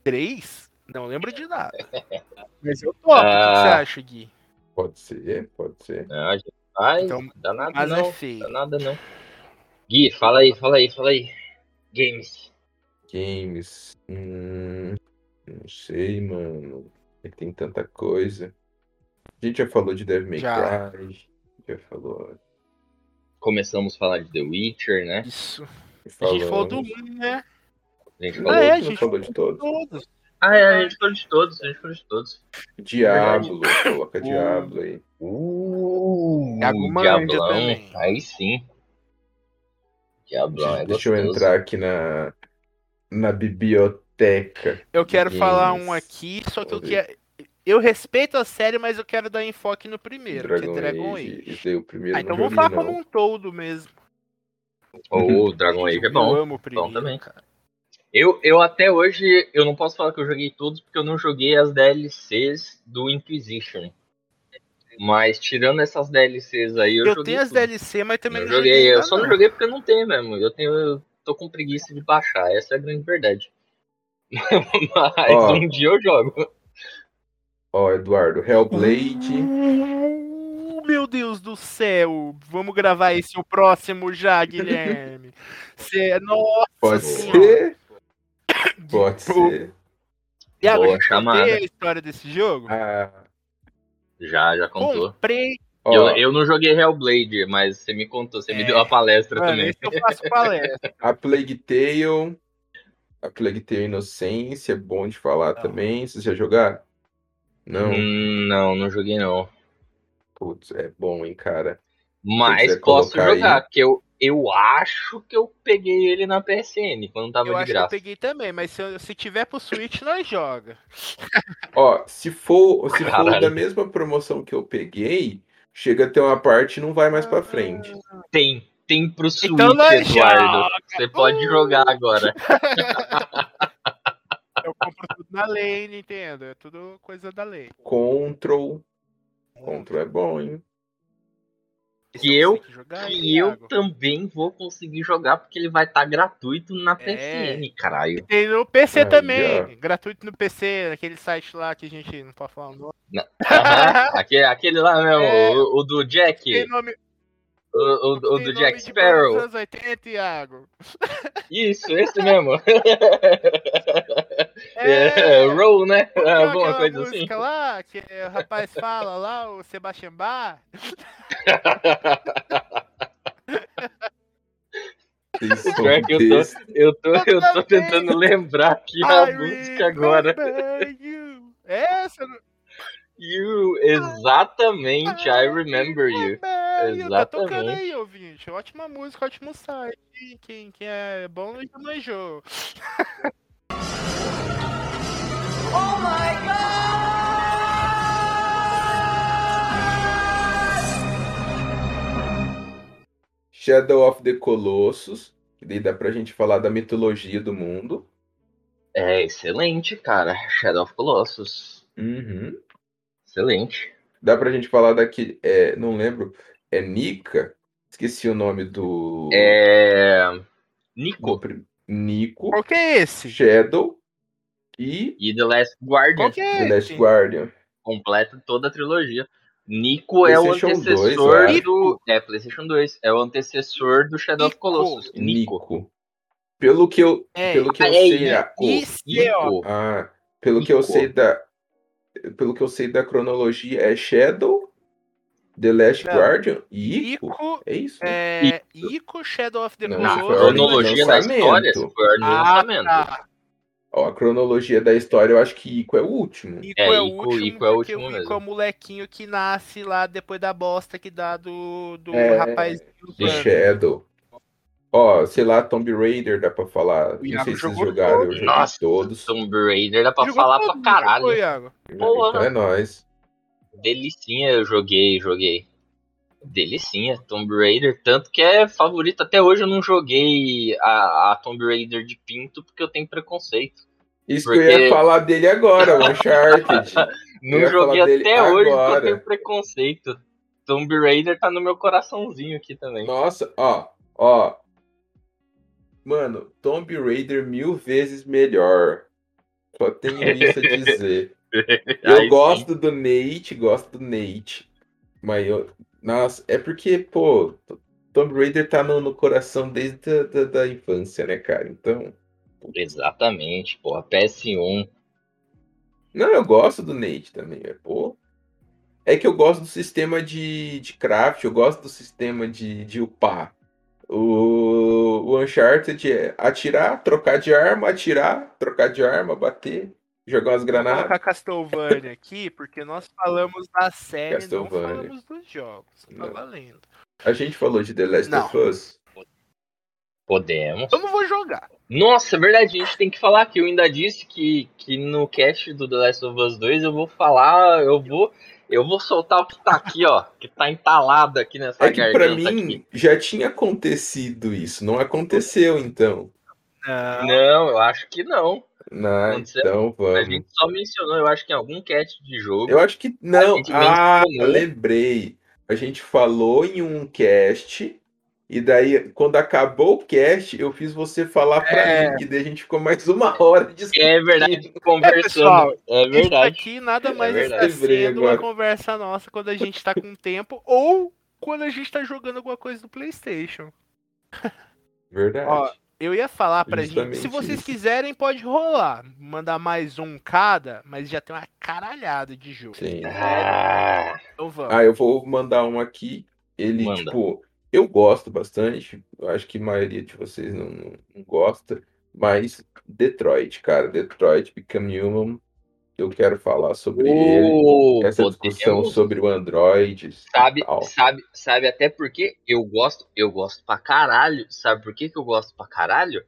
Speaker 1: três, não lembro de nada. [LAUGHS] Mas eu topo, o que que você
Speaker 3: Ah.
Speaker 1: acha, Gui?
Speaker 2: Pode ser, pode ser.
Speaker 3: Não, a gente vai,
Speaker 1: Então,
Speaker 3: dá nada
Speaker 1: Mas
Speaker 3: não,
Speaker 1: é feio.
Speaker 3: dá nada não. Gui, fala aí, fala aí, fala aí. Games.
Speaker 2: Games. Hum, não sei, mano. É que Tem tanta coisa. A gente já falou de Devil May
Speaker 1: Já.
Speaker 2: Cry. Já falou.
Speaker 3: Começamos a falar de The Witcher, né?
Speaker 1: Isso. A
Speaker 2: falamos.
Speaker 1: gente falou do um, né?
Speaker 3: A gente
Speaker 2: Não,
Speaker 3: falou.
Speaker 1: Ah, é,
Speaker 2: não
Speaker 1: gente.
Speaker 2: falou de todos.
Speaker 1: Todos.
Speaker 3: Ah, é, a gente falou de todos, a gente falou de todos.
Speaker 2: Diablo, coloca Diablo aí.
Speaker 3: Uh,
Speaker 1: Thiago Manja também.
Speaker 3: Aí sim. Diablão, é
Speaker 2: Deixa eu
Speaker 3: gostoso.
Speaker 2: entrar aqui na, na biblioteca.
Speaker 1: Eu quero falar
Speaker 2: Games.
Speaker 1: um aqui, só que eu
Speaker 2: Vamos
Speaker 1: quero. Eu respeito a série, mas eu quero dar enfoque no primeiro,
Speaker 2: Dragon,
Speaker 1: que é Dragon Age.
Speaker 2: Age. Esse daí é o primeiro
Speaker 1: Ah, então
Speaker 2: não
Speaker 1: vamos falar
Speaker 2: joguei, não.
Speaker 1: como um todo mesmo.
Speaker 3: Ou o Dragon Age é
Speaker 1: Eu
Speaker 3: bom.
Speaker 1: amo o primeiro,
Speaker 3: também.
Speaker 1: cara.
Speaker 3: Eu, eu até hoje, eu não posso falar que eu joguei todos, porque eu não joguei as DLCs do Inquisition. Mas tirando essas DLCs aí, eu,
Speaker 1: Eu,
Speaker 3: joguei
Speaker 1: tenho as
Speaker 3: tudo.
Speaker 1: DLC, mas também
Speaker 3: Eu
Speaker 1: não
Speaker 3: joguei, eu
Speaker 1: ainda,
Speaker 3: só não joguei porque eu não tenho mesmo. Eu tenho, eu tô com preguiça de baixar, essa é a grande verdade. [LAUGHS] Mas
Speaker 2: Ó.
Speaker 3: um dia eu jogo.
Speaker 2: Ó, Eduardo, Hellblade.
Speaker 1: Uh, Meu Deus do céu! Vamos gravar esse o próximo
Speaker 3: [LAUGHS]
Speaker 1: já, Guilherme. Cê, nossa
Speaker 2: Pode
Speaker 1: senhora.
Speaker 2: ser. Pode ser.
Speaker 1: Iago,
Speaker 3: Boa
Speaker 1: já
Speaker 3: chamada.
Speaker 1: contei a história desse jogo?
Speaker 2: Ah,
Speaker 3: Já, já contou.
Speaker 1: Comprei.
Speaker 2: ó,
Speaker 3: Eu, eu não joguei Hellblade, mas você me contou, você me
Speaker 1: É.
Speaker 3: deu a palestra
Speaker 1: Mano,
Speaker 3: também.
Speaker 1: esse eu faço palestra.
Speaker 2: A Plague Tale. A Plague Tale Inocência. É bom de falar
Speaker 1: Não.
Speaker 2: também. Se você jogar. Não.
Speaker 3: Hum, não, não joguei não.
Speaker 2: Putz, é bom, hein, cara.
Speaker 3: Mas
Speaker 2: quiser
Speaker 3: posso
Speaker 2: colocar
Speaker 3: jogar,
Speaker 2: aí.
Speaker 3: porque eu, eu acho que eu peguei ele na PSN quando [LAUGHS] tava
Speaker 1: Eu
Speaker 3: de
Speaker 1: acho que eu
Speaker 3: graça.
Speaker 1: peguei também, mas se, eu- se tiver pro Switch, nós joga.
Speaker 2: Ó, se for, se for
Speaker 3: Caralho.
Speaker 2: da mesma promoção que eu peguei, chega até uma parte e não vai mais pra frente.
Speaker 3: Tem, tem pro Switch,
Speaker 1: Então nós
Speaker 3: Eduardo.
Speaker 1: joga.
Speaker 3: Você pode jogar agora.
Speaker 1: Eu compro tudo na lei, Nintendo. É tudo coisa da lei.
Speaker 2: Control. Control é bom, hein?
Speaker 1: Esse
Speaker 3: Que
Speaker 1: é o
Speaker 3: eu
Speaker 1: que você tem que jogar,
Speaker 3: E eu
Speaker 1: Iago.
Speaker 3: também vou conseguir jogar porque ele vai estar gratuito na
Speaker 1: É. [LAUGHS]
Speaker 3: PSN, caralho.
Speaker 1: Tem no PC
Speaker 2: Aí,
Speaker 1: também.
Speaker 2: ó.
Speaker 1: Gratuito no PC, naquele site lá que a gente não pode falar o nome.
Speaker 3: Aham, aque- aquele, lá mesmo,
Speaker 1: É.
Speaker 3: o, o do Jack.
Speaker 1: Tem nome.
Speaker 3: O, o- o
Speaker 1: Tem
Speaker 3: do
Speaker 1: nome
Speaker 3: Jack
Speaker 1: de banda dos
Speaker 3: Sparrow.
Speaker 1: anos 80, Iago.
Speaker 3: Isso, esse mesmo.
Speaker 1: É,
Speaker 3: [LAUGHS] É, Roll, né?
Speaker 1: Qual
Speaker 3: Alguma
Speaker 1: aquela
Speaker 3: coisa assim.
Speaker 1: música lá, que o rapaz fala lá, o Sebastian Bach.
Speaker 3: [LAUGHS]
Speaker 2: Vocês são
Speaker 3: Pior é que eu tô-
Speaker 2: besta.
Speaker 3: assim. Eu tô, eu tô
Speaker 1: Exatamente.
Speaker 3: tentando lembrar aqui é a
Speaker 1: I
Speaker 3: música agora.
Speaker 1: remember you. É Essa, não
Speaker 3: You, exatamente, I remember you.
Speaker 1: remember you. Tá tocando
Speaker 3: Exatamente.
Speaker 1: aí, ouvinte. Ótima música, ótimo site. Quem, quem é bom já manjou.
Speaker 2: Shadow of the Colossus, que daí dá pra gente falar da mitologia do mundo.
Speaker 3: É excelente, cara. Shadow of Colossus.
Speaker 2: Uhum.
Speaker 3: Excelente.
Speaker 2: Dá pra gente falar daqui, é, não lembro, é Nika? Esqueci o nome do...
Speaker 3: É.
Speaker 2: do
Speaker 3: Nico
Speaker 2: prim- Nico,
Speaker 1: Qual que é esse?
Speaker 2: Shadow e
Speaker 3: e The Last Guardian
Speaker 1: Qual que é
Speaker 2: The
Speaker 1: esse?
Speaker 2: Last Guardian.
Speaker 3: completa toda a trilogia. Nico é o
Speaker 2: PlayStation 2,
Speaker 3: antecessor
Speaker 2: eu acho.
Speaker 3: do. É, PlayStation 2. É o antecessor do Shadow of
Speaker 1: Nico.
Speaker 3: Colossus. Nico.
Speaker 2: Nico. Pelo que eu,
Speaker 1: É,
Speaker 2: pelo que eu
Speaker 3: Ah, é
Speaker 2: sei, a-
Speaker 1: Nico.
Speaker 3: Nico.
Speaker 2: Ah, pelo que eu
Speaker 3: Ficou.
Speaker 2: sei da pelo que eu sei da cronologia é Shadow, The Last
Speaker 1: Não.
Speaker 2: Guardian e Ico.
Speaker 1: Ico,
Speaker 2: É isso? né?
Speaker 1: é, Ico Shadow of the
Speaker 2: Não,
Speaker 3: Na
Speaker 2: Esse foi a ordem de
Speaker 1: Colossus.
Speaker 3: cronologia da história,
Speaker 2: lançamento.
Speaker 3: esse foi a ordem de
Speaker 1: Ah,
Speaker 3: lançamento.
Speaker 1: tá.
Speaker 2: Ó, a cronologia da história, eu acho que Ico é o último.
Speaker 1: Ico
Speaker 3: É,
Speaker 1: é, o
Speaker 3: Ico-
Speaker 1: último,
Speaker 3: Ico é o
Speaker 1: porque
Speaker 3: último
Speaker 1: o Ico
Speaker 3: mesmo.
Speaker 1: é o molequinho que nasce lá depois da bosta que dá do, do
Speaker 2: É,
Speaker 1: rapaz.
Speaker 2: The Shadow. Ó, sei lá, Tomb Raider dá pra falar.
Speaker 1: O
Speaker 2: Não
Speaker 1: Iago
Speaker 2: sei se vocês
Speaker 1: jogou
Speaker 2: jogaram, eu
Speaker 1: todos.
Speaker 2: joguei
Speaker 3: Nossa,
Speaker 2: todos.
Speaker 3: Tomb Raider dá pra
Speaker 1: Jogou
Speaker 3: falar
Speaker 1: todo
Speaker 3: pra
Speaker 1: mundo,
Speaker 3: caralho.
Speaker 1: jogou, Iago?
Speaker 3: porra.
Speaker 2: Então é nóis.
Speaker 3: Delicinha eu joguei, joguei. Delicinha, Tomb Raider, tanto que é favorito. Até hoje eu não joguei a, a Tomb Raider de pinto porque eu tenho preconceito.
Speaker 2: Isso que eu
Speaker 3: Porque-
Speaker 2: ia falar dele agora, o
Speaker 1: [LAUGHS]
Speaker 2: Uncharted. Eu
Speaker 3: Não
Speaker 2: ia
Speaker 3: joguei
Speaker 2: falar dele
Speaker 3: até hoje porque eu
Speaker 2: agora.
Speaker 3: tenho preconceito. Tomb Raider tá no meu coraçãozinho aqui também.
Speaker 2: Nossa, ó, ó. Mano, Tomb Raider mil vezes melhor. Só
Speaker 3: [LAUGHS]
Speaker 2: tenho isso a dizer. Eu
Speaker 3: Aí sim.
Speaker 2: gosto do Nate, gosto do Nate. Mas eu. Nossa, é porque, pô, T- Tomb Raider tá no, no coração desde a da, da infância, né, cara? Então.
Speaker 3: Exatamente, porra. PS1.
Speaker 2: Não, eu gosto do Nate também, é, pô. É que eu gosto do sistema de, de craft, eu gosto do sistema de, de upar. O, o Uncharted é atirar, trocar de arma, atirar, trocar de arma, bater, jogar umas
Speaker 1: Vou
Speaker 2: granadas.
Speaker 1: colocar Castlevania aqui, porque nós falamos da série, não
Speaker 2: Castlevania.
Speaker 1: falamos dos jogos. Tá
Speaker 2: Não.
Speaker 1: valendo.
Speaker 2: A gente falou de The Last
Speaker 1: Não.
Speaker 2: of Us.
Speaker 3: Podemos.
Speaker 1: Eu não vou jogar.
Speaker 3: Nossa, é verdade, a gente tem que falar que eu ainda disse que, que no cast do The Last of Us 2 eu vou falar, eu vou, eu vou soltar o que tá aqui, ó, que tá entalado aqui nessa
Speaker 2: É que
Speaker 3: garganta
Speaker 2: pra mim
Speaker 3: aqui.
Speaker 2: já tinha acontecido isso, não aconteceu então.
Speaker 1: Não.
Speaker 3: Não, eu acho que não.
Speaker 2: Não,
Speaker 3: Aconteceu.
Speaker 2: então
Speaker 3: A
Speaker 2: vamos.
Speaker 3: gente só mencionou, eu acho que em algum cast de jogo.
Speaker 2: Eu acho que não.
Speaker 3: gente
Speaker 2: Ah,
Speaker 3: mencionou.
Speaker 2: lembrei. A gente falou em um cast e daí quando acabou o cast, eu fiz você falar pra
Speaker 1: É.
Speaker 2: mim que daí a gente ficou mais uma hora discutindo.
Speaker 3: É verdade,
Speaker 1: É,
Speaker 3: conversando.
Speaker 1: pessoal,
Speaker 3: É
Speaker 1: isso
Speaker 3: verdade. É
Speaker 1: aqui nada mais
Speaker 3: verdade.
Speaker 1: está sendo uma
Speaker 2: Agora.
Speaker 1: conversa nossa quando a gente tá com tempo ou quando a gente tá jogando alguma coisa do PlayStation.
Speaker 2: Verdade.
Speaker 1: Ó, Eu ia falar pra
Speaker 2: Justamente
Speaker 1: gente, se vocês
Speaker 2: isso.
Speaker 1: quiserem, pode rolar. Mandar mais um cada, mas já tem uma caralhada de jogo.
Speaker 2: Sim.
Speaker 4: é,
Speaker 3: Ah,
Speaker 1: Então vamos.
Speaker 2: Ah, eu vou mandar um aqui. Ele,
Speaker 3: Manda.
Speaker 2: tipo, eu gosto bastante. Eu acho que a maioria de vocês não, não, não gosta. Mas Detroit, cara, Detroit Become Human. Eu quero falar sobre ele.
Speaker 3: oh,
Speaker 2: Essa discussão
Speaker 3: podemos.
Speaker 2: sobre o Android. e
Speaker 3: Sabe,
Speaker 2: tal.
Speaker 3: sabe, sabe até porque eu gosto, eu gosto pra caralho. Sabe por que, que eu gosto pra caralho?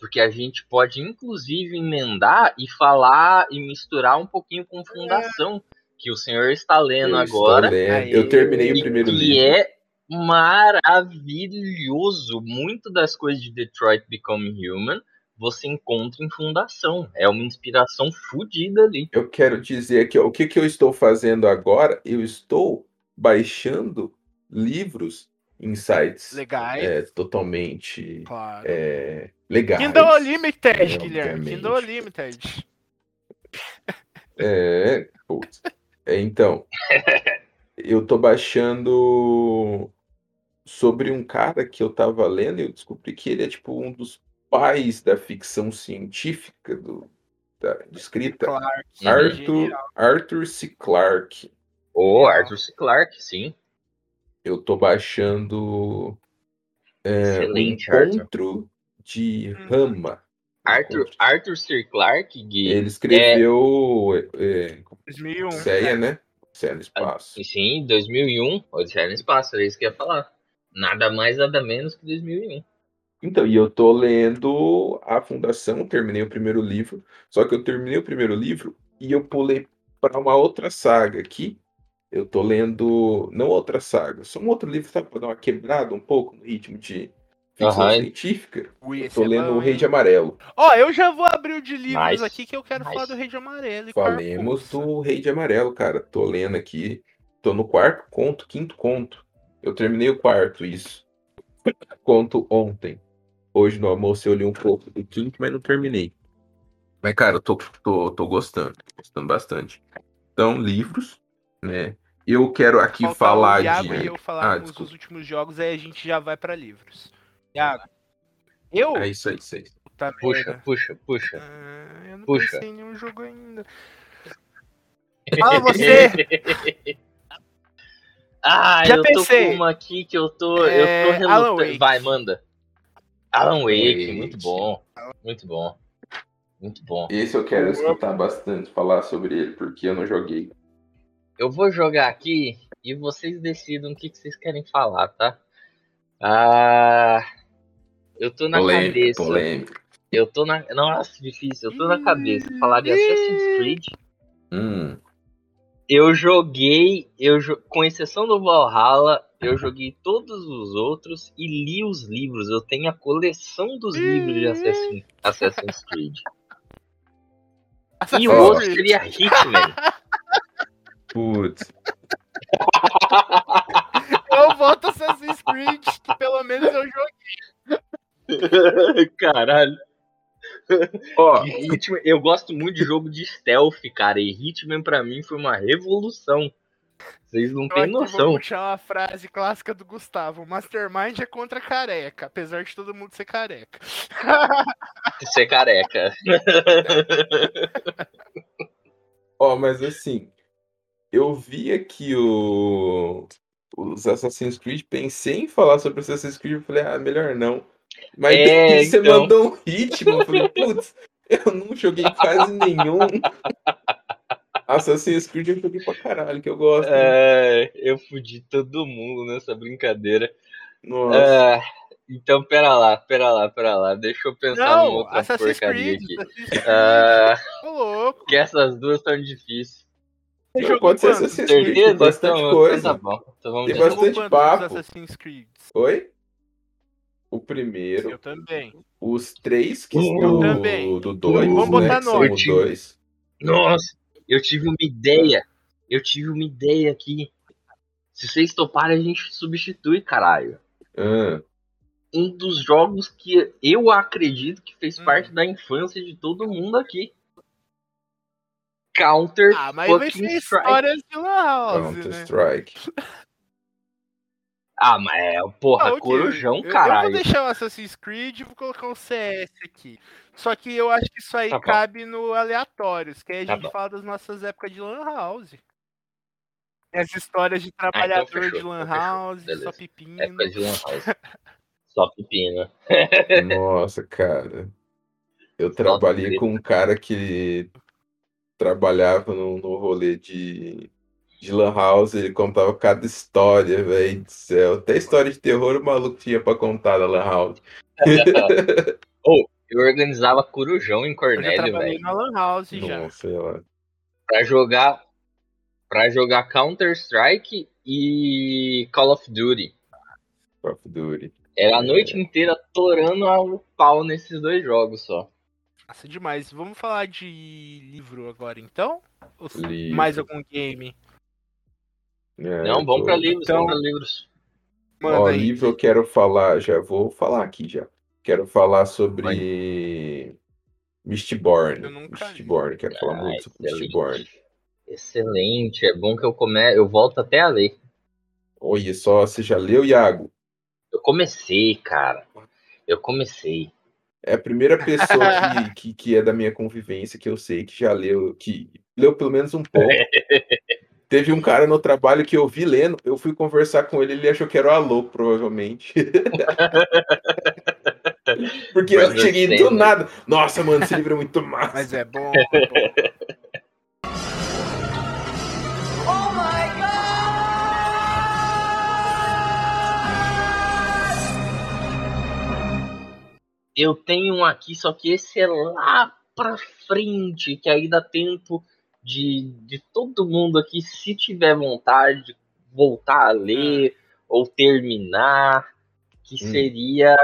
Speaker 3: Porque a gente pode, inclusive, emendar e falar e misturar um pouquinho com Fundação, que o senhor está lendo
Speaker 2: Eu estou
Speaker 3: agora.
Speaker 2: lendo.
Speaker 1: Aí.
Speaker 2: Eu terminei o
Speaker 3: E
Speaker 2: primeiro
Speaker 3: que
Speaker 2: livro.
Speaker 3: é maravilhoso. Muito das coisas de Detroit Become Human você encontra em Fundação. É uma inspiração fodida ali.
Speaker 2: Eu quero dizer aqui, ó, o que, que eu estou fazendo agora? Eu estou baixando livros em sites
Speaker 1: Legais,
Speaker 2: é, totalmente
Speaker 1: claro.
Speaker 2: é, legais.
Speaker 1: Kindle Unlimited,
Speaker 2: É,
Speaker 1: Guilherme.
Speaker 2: obviamente.
Speaker 1: Kindle Unlimited.
Speaker 2: É, putz. É, então, eu tô baixando sobre um cara que eu tava lendo e eu descobri que ele é tipo um dos pais da ficção científica do, da, de escrita.
Speaker 1: Clark,
Speaker 2: Arthur, Arthur C. Clarke.
Speaker 3: Ô,
Speaker 2: É.
Speaker 3: Arthur C. Clarke, sim.
Speaker 2: Eu tô baixando é, o
Speaker 3: Excelente, Arthur. Uhum.
Speaker 2: Encontro de Rama.
Speaker 3: Arthur, é Arthur C. Clarke, Gui.
Speaker 2: Ele escreveu é,
Speaker 1: 2001.
Speaker 3: é.
Speaker 2: Odisseia, né? Odisseia no espaço.
Speaker 3: E sim, 2001, Odisseia no Espaço, era isso que eu ia falar. Nada mais, nada menos que 2001.
Speaker 2: Então, e eu tô lendo a Fundação, terminei o primeiro livro, só que eu terminei o primeiro livro e eu pulei para uma outra saga aqui. Eu tô lendo, não outra saga, só um outro livro, sabe, para dar uma quebrada um pouco no ritmo de ficção
Speaker 3: Aham.
Speaker 2: científica.
Speaker 1: Ui,
Speaker 2: Eu
Speaker 1: esse
Speaker 2: tô
Speaker 1: é
Speaker 2: lendo
Speaker 1: bom,
Speaker 2: O Rei
Speaker 1: hein?
Speaker 2: de Amarelo.
Speaker 1: Ó, eu já vou abrir o de livros
Speaker 3: Nice.
Speaker 1: aqui que eu quero
Speaker 3: Nice.
Speaker 1: falar do Rei de Amarelo. e
Speaker 2: Falemos
Speaker 1: Carpuça.
Speaker 2: do Rei de Amarelo, cara. Tô lendo aqui. Tô no quarto conto, quinto conto. Eu terminei o quarto, isso. Conto ontem. Hoje no almoço eu li um pouco do quinto, mas não terminei. Mas, cara, eu tô, tô, tô gostando. Tô gostando bastante. Então, livros, né? Eu quero aqui
Speaker 1: Falta o
Speaker 2: falar
Speaker 1: Iago
Speaker 2: de.
Speaker 1: e eu falar
Speaker 2: Ah,
Speaker 1: os
Speaker 2: desculpa.
Speaker 1: dos últimos jogos, aí a gente já vai pra livros. Iago. Eu?
Speaker 2: É isso aí, isso aí.
Speaker 1: Puta
Speaker 2: É.
Speaker 3: Puxa,
Speaker 1: merda.
Speaker 3: puxa, puxa.
Speaker 1: Ah, eu não
Speaker 3: Puxa.
Speaker 1: pensei em nenhum jogo ainda.
Speaker 3: [LAUGHS]
Speaker 1: Fala você!
Speaker 3: Ah,
Speaker 1: Já
Speaker 3: eu
Speaker 1: pensei.
Speaker 3: tô com uma aqui que eu tô.
Speaker 1: É,
Speaker 3: Eu tô
Speaker 1: Alan
Speaker 3: relutando.
Speaker 1: Wake.
Speaker 3: Vai, manda. Alan Wake,
Speaker 2: Wake.
Speaker 3: muito bom. Muito bom. Muito bom.
Speaker 2: Esse eu quero escutar bastante, falar sobre ele, porque eu não joguei.
Speaker 3: Eu vou jogar aqui e vocês decidam o que, que vocês querem falar, tá? Ah. Eu tô na
Speaker 2: Polêmica,
Speaker 3: cabeça.
Speaker 2: polêmica.
Speaker 3: Eu tô na. Nossa, difícil. Eu tô na cabeça. Falar de Assassin's Creed.
Speaker 2: Hum.
Speaker 3: Eu joguei, eu jo- com exceção do Valhalla, eu joguei todos os outros e li os livros. Eu tenho a coleção dos livros de Assassin- Assassin's Creed. E o
Speaker 2: Assassin's
Speaker 3: outro
Speaker 1: Creed.
Speaker 3: seria Hitman.
Speaker 2: Putz.
Speaker 1: Eu voto Assassin's Creed, que pelo menos eu joguei.
Speaker 3: [LAUGHS] Caralho.
Speaker 2: Ó,
Speaker 3: Hitman, eu gosto muito de jogo de stealth, cara. E Hitman pra mim foi uma revolução. Vocês não têm
Speaker 1: Aqui Vou
Speaker 3: noção.
Speaker 1: puxar uma frase clássica do Gustavo. Mastermind é contra careca, apesar de todo mundo ser careca.
Speaker 3: Você é careca.
Speaker 2: Ó, mas assim, eu vi aqui o... os Assassin's Creed, pensei em falar sobre Assassin's Creed, eu falei, ah, melhor não. Mas
Speaker 3: É,
Speaker 2: daí você
Speaker 3: então.
Speaker 2: mandou um ritmo, eu falei, putz, eu não joguei quase nenhum. Assassin's Creed eu joguei pra caralho, que eu gosto. hein?
Speaker 3: É, eu fudi todo mundo nessa brincadeira.
Speaker 2: Nossa.
Speaker 3: Ah, então, pera lá, pera lá, pera lá. Deixa eu pensar numa
Speaker 1: Não,
Speaker 3: outra
Speaker 1: Assassin's
Speaker 3: porcaria
Speaker 1: Creed,
Speaker 3: aqui.
Speaker 1: Assassin's Creed.
Speaker 3: Ah,
Speaker 1: Ô, louco.
Speaker 3: que essas duas tão difíceis.
Speaker 1: Você
Speaker 2: Não,
Speaker 1: jogou
Speaker 2: pode ser
Speaker 1: quantos?
Speaker 2: Assassin's Creed, tem
Speaker 3: Certeza?
Speaker 2: bastante
Speaker 3: então,
Speaker 2: coisa.
Speaker 3: então tá bom. Então vamos
Speaker 2: Tem
Speaker 3: lá.
Speaker 1: Você jogou
Speaker 2: bastante
Speaker 1: quantos
Speaker 2: papo.
Speaker 1: Assassin's Creed?
Speaker 2: Oi? O primeiro,
Speaker 1: Eu também.
Speaker 2: os três que
Speaker 3: Eu
Speaker 2: estão
Speaker 1: também.
Speaker 2: do 2,
Speaker 3: Vamos
Speaker 1: botar
Speaker 2: né, que são
Speaker 3: nome.
Speaker 2: os dois.
Speaker 3: Nossa, eu tive uma ideia. Eu tive uma ideia aqui. Se vocês toparem, a gente substitui, caralho.
Speaker 2: Ah.
Speaker 3: Um dos jogos que eu acredito que fez
Speaker 1: Hum.
Speaker 3: parte da infância de todo mundo aqui. Counter
Speaker 1: Ah, mas vai
Speaker 3: fucking
Speaker 1: ser
Speaker 3: Strike.
Speaker 1: histórias de Laos,
Speaker 2: Counter
Speaker 1: né?
Speaker 2: Strike.
Speaker 3: Ah, mas é, porra,
Speaker 1: Ah, ok.
Speaker 3: corujão,
Speaker 1: Eu- Eu,
Speaker 3: caralho.
Speaker 1: vou deixar o Assassin's Creed e vou colocar um CS aqui. Só que eu acho que isso aí
Speaker 3: Tá bom.
Speaker 1: cabe no aleatórios, que aí a
Speaker 3: Tá
Speaker 1: gente
Speaker 3: bom.
Speaker 1: fala das nossas épocas de Lan House. Essa história de trabalhador
Speaker 3: Ah, fechou,
Speaker 1: de Lan
Speaker 3: então fechou.
Speaker 1: House,
Speaker 3: Beleza.
Speaker 1: só pepino.
Speaker 3: É coisa de Lan House. Só pepino.
Speaker 2: Nossa, cara. Eu
Speaker 3: Nossa,
Speaker 2: trabalhei
Speaker 3: treta.
Speaker 2: com um cara que trabalhava no, no rolê de, de Lan House. Ele contava cada história, velho do céu. Até história de terror o maluco tinha pra contar da Lan House.
Speaker 3: Eu organizava corujão
Speaker 1: Eu
Speaker 3: em
Speaker 1: já
Speaker 3: Cornélio,
Speaker 1: trabalhei
Speaker 3: velho.
Speaker 1: na Lan House já.
Speaker 2: Nossa, sei lá.
Speaker 3: Pra jogar. Pra jogar Counter-Strike e Call of Duty.
Speaker 2: Call of Duty.
Speaker 3: Era a noite inteira torando o pau nesses dois jogos só.
Speaker 1: Nossa, demais. Vamos falar de livro agora então? Ou se-
Speaker 2: Livro.
Speaker 1: mais algum game?
Speaker 2: É,
Speaker 3: Não,
Speaker 2: eu
Speaker 3: vamos
Speaker 2: tô-
Speaker 3: pra livros,
Speaker 1: Então-
Speaker 3: vamos pra livros.
Speaker 1: Manda
Speaker 2: Ó,
Speaker 1: aí.
Speaker 2: livro eu quero falar, já vou falar aqui já. Quero falar sobre Mistborn.
Speaker 1: Eu nunca li.
Speaker 2: Mistborn, quero falar
Speaker 3: Ah,
Speaker 2: muito sobre Mistborn.
Speaker 3: excelente. Excelente, é bom que eu come... eu volto até a ler.
Speaker 2: Olha só, você já leu, Iago?
Speaker 3: Eu comecei, cara. Eu comecei.
Speaker 2: É a primeira pessoa
Speaker 1: [LAUGHS]
Speaker 2: que, que, que é da minha convivência que eu sei que já leu, que leu pelo menos um
Speaker 1: [LAUGHS]
Speaker 2: pouco. Teve um cara no trabalho que eu vi lendo, eu fui conversar com ele, ele achou que era o Alô,
Speaker 1: [LAUGHS]
Speaker 2: provavelmente. Porque eu
Speaker 3: Mas eu
Speaker 2: cheguei do
Speaker 3: entendo.
Speaker 2: nada. Nossa, mano, esse livro é muito massa.
Speaker 1: [LAUGHS] Mas é
Speaker 3: [LAUGHS]
Speaker 1: bom, é bom.
Speaker 5: Oh
Speaker 3: Eu tenho um aqui, só que esse é lá pra frente, que aí dá tempo de, de todo mundo aqui, se tiver vontade, de voltar a ler ou terminar, que
Speaker 2: Ah. Hum.
Speaker 3: seria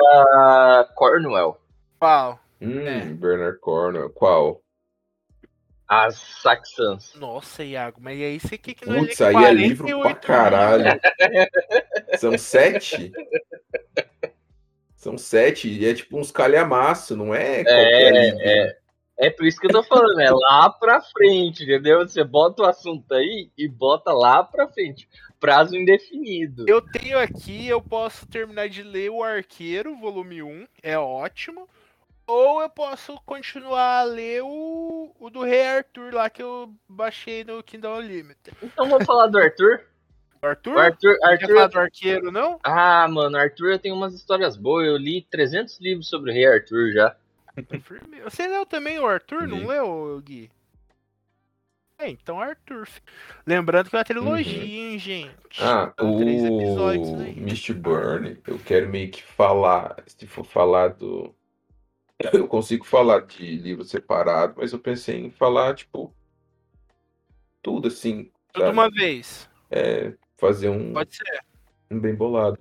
Speaker 3: Cornwell.
Speaker 1: Pau.
Speaker 2: Hum,
Speaker 1: É.
Speaker 2: Bernard Cornwell. Qual?
Speaker 3: As Saxans.
Speaker 1: Nossa, Iago, mas aí você que que não
Speaker 2: Putz,
Speaker 1: lê
Speaker 2: aí é livro
Speaker 1: 48
Speaker 2: pra
Speaker 1: né? [LAUGHS]
Speaker 2: caralho. São sete? São sete e é tipo uns calhamaço, não é? qualquer livro. né?
Speaker 3: é. É por isso que eu tô falando, é lá pra frente, entendeu? Você bota o assunto aí e bota lá pra frente. Prazo indefinido.
Speaker 1: Eu tenho aqui, eu posso terminar de ler O Arqueiro, volume 1, é ótimo. Ou eu posso continuar a ler o, o do Rei Arthur lá que eu baixei no Kindle Unlimited.
Speaker 3: Então vamos falar do Arthur? O
Speaker 1: Arthur? Arthur? Quer
Speaker 3: Arthur,
Speaker 1: Hum? falar
Speaker 3: Arthur.
Speaker 1: do Arqueiro, não?
Speaker 3: Ah, mano, Arthur eu tenho umas histórias boas. Eu li 300 livros sobre o Rei Arthur já.
Speaker 1: É Você leu também o Arthur, não
Speaker 2: Li.
Speaker 1: leu, Gui? É, então Arthur. fi. Lembrando que é uma trilogia, hein, gente?
Speaker 2: Ah,
Speaker 1: São Então, três episódios né?
Speaker 2: o
Speaker 1: aí.
Speaker 2: Mist Burn, eu quero meio que falar, se for falar do. Eu consigo falar de livro separado, mas eu pensei em falar, tipo, tudo assim,
Speaker 1: Tudo
Speaker 2: sabe?
Speaker 1: uma vez.
Speaker 2: fazer um,
Speaker 1: Pode ser.
Speaker 2: um bem bolado.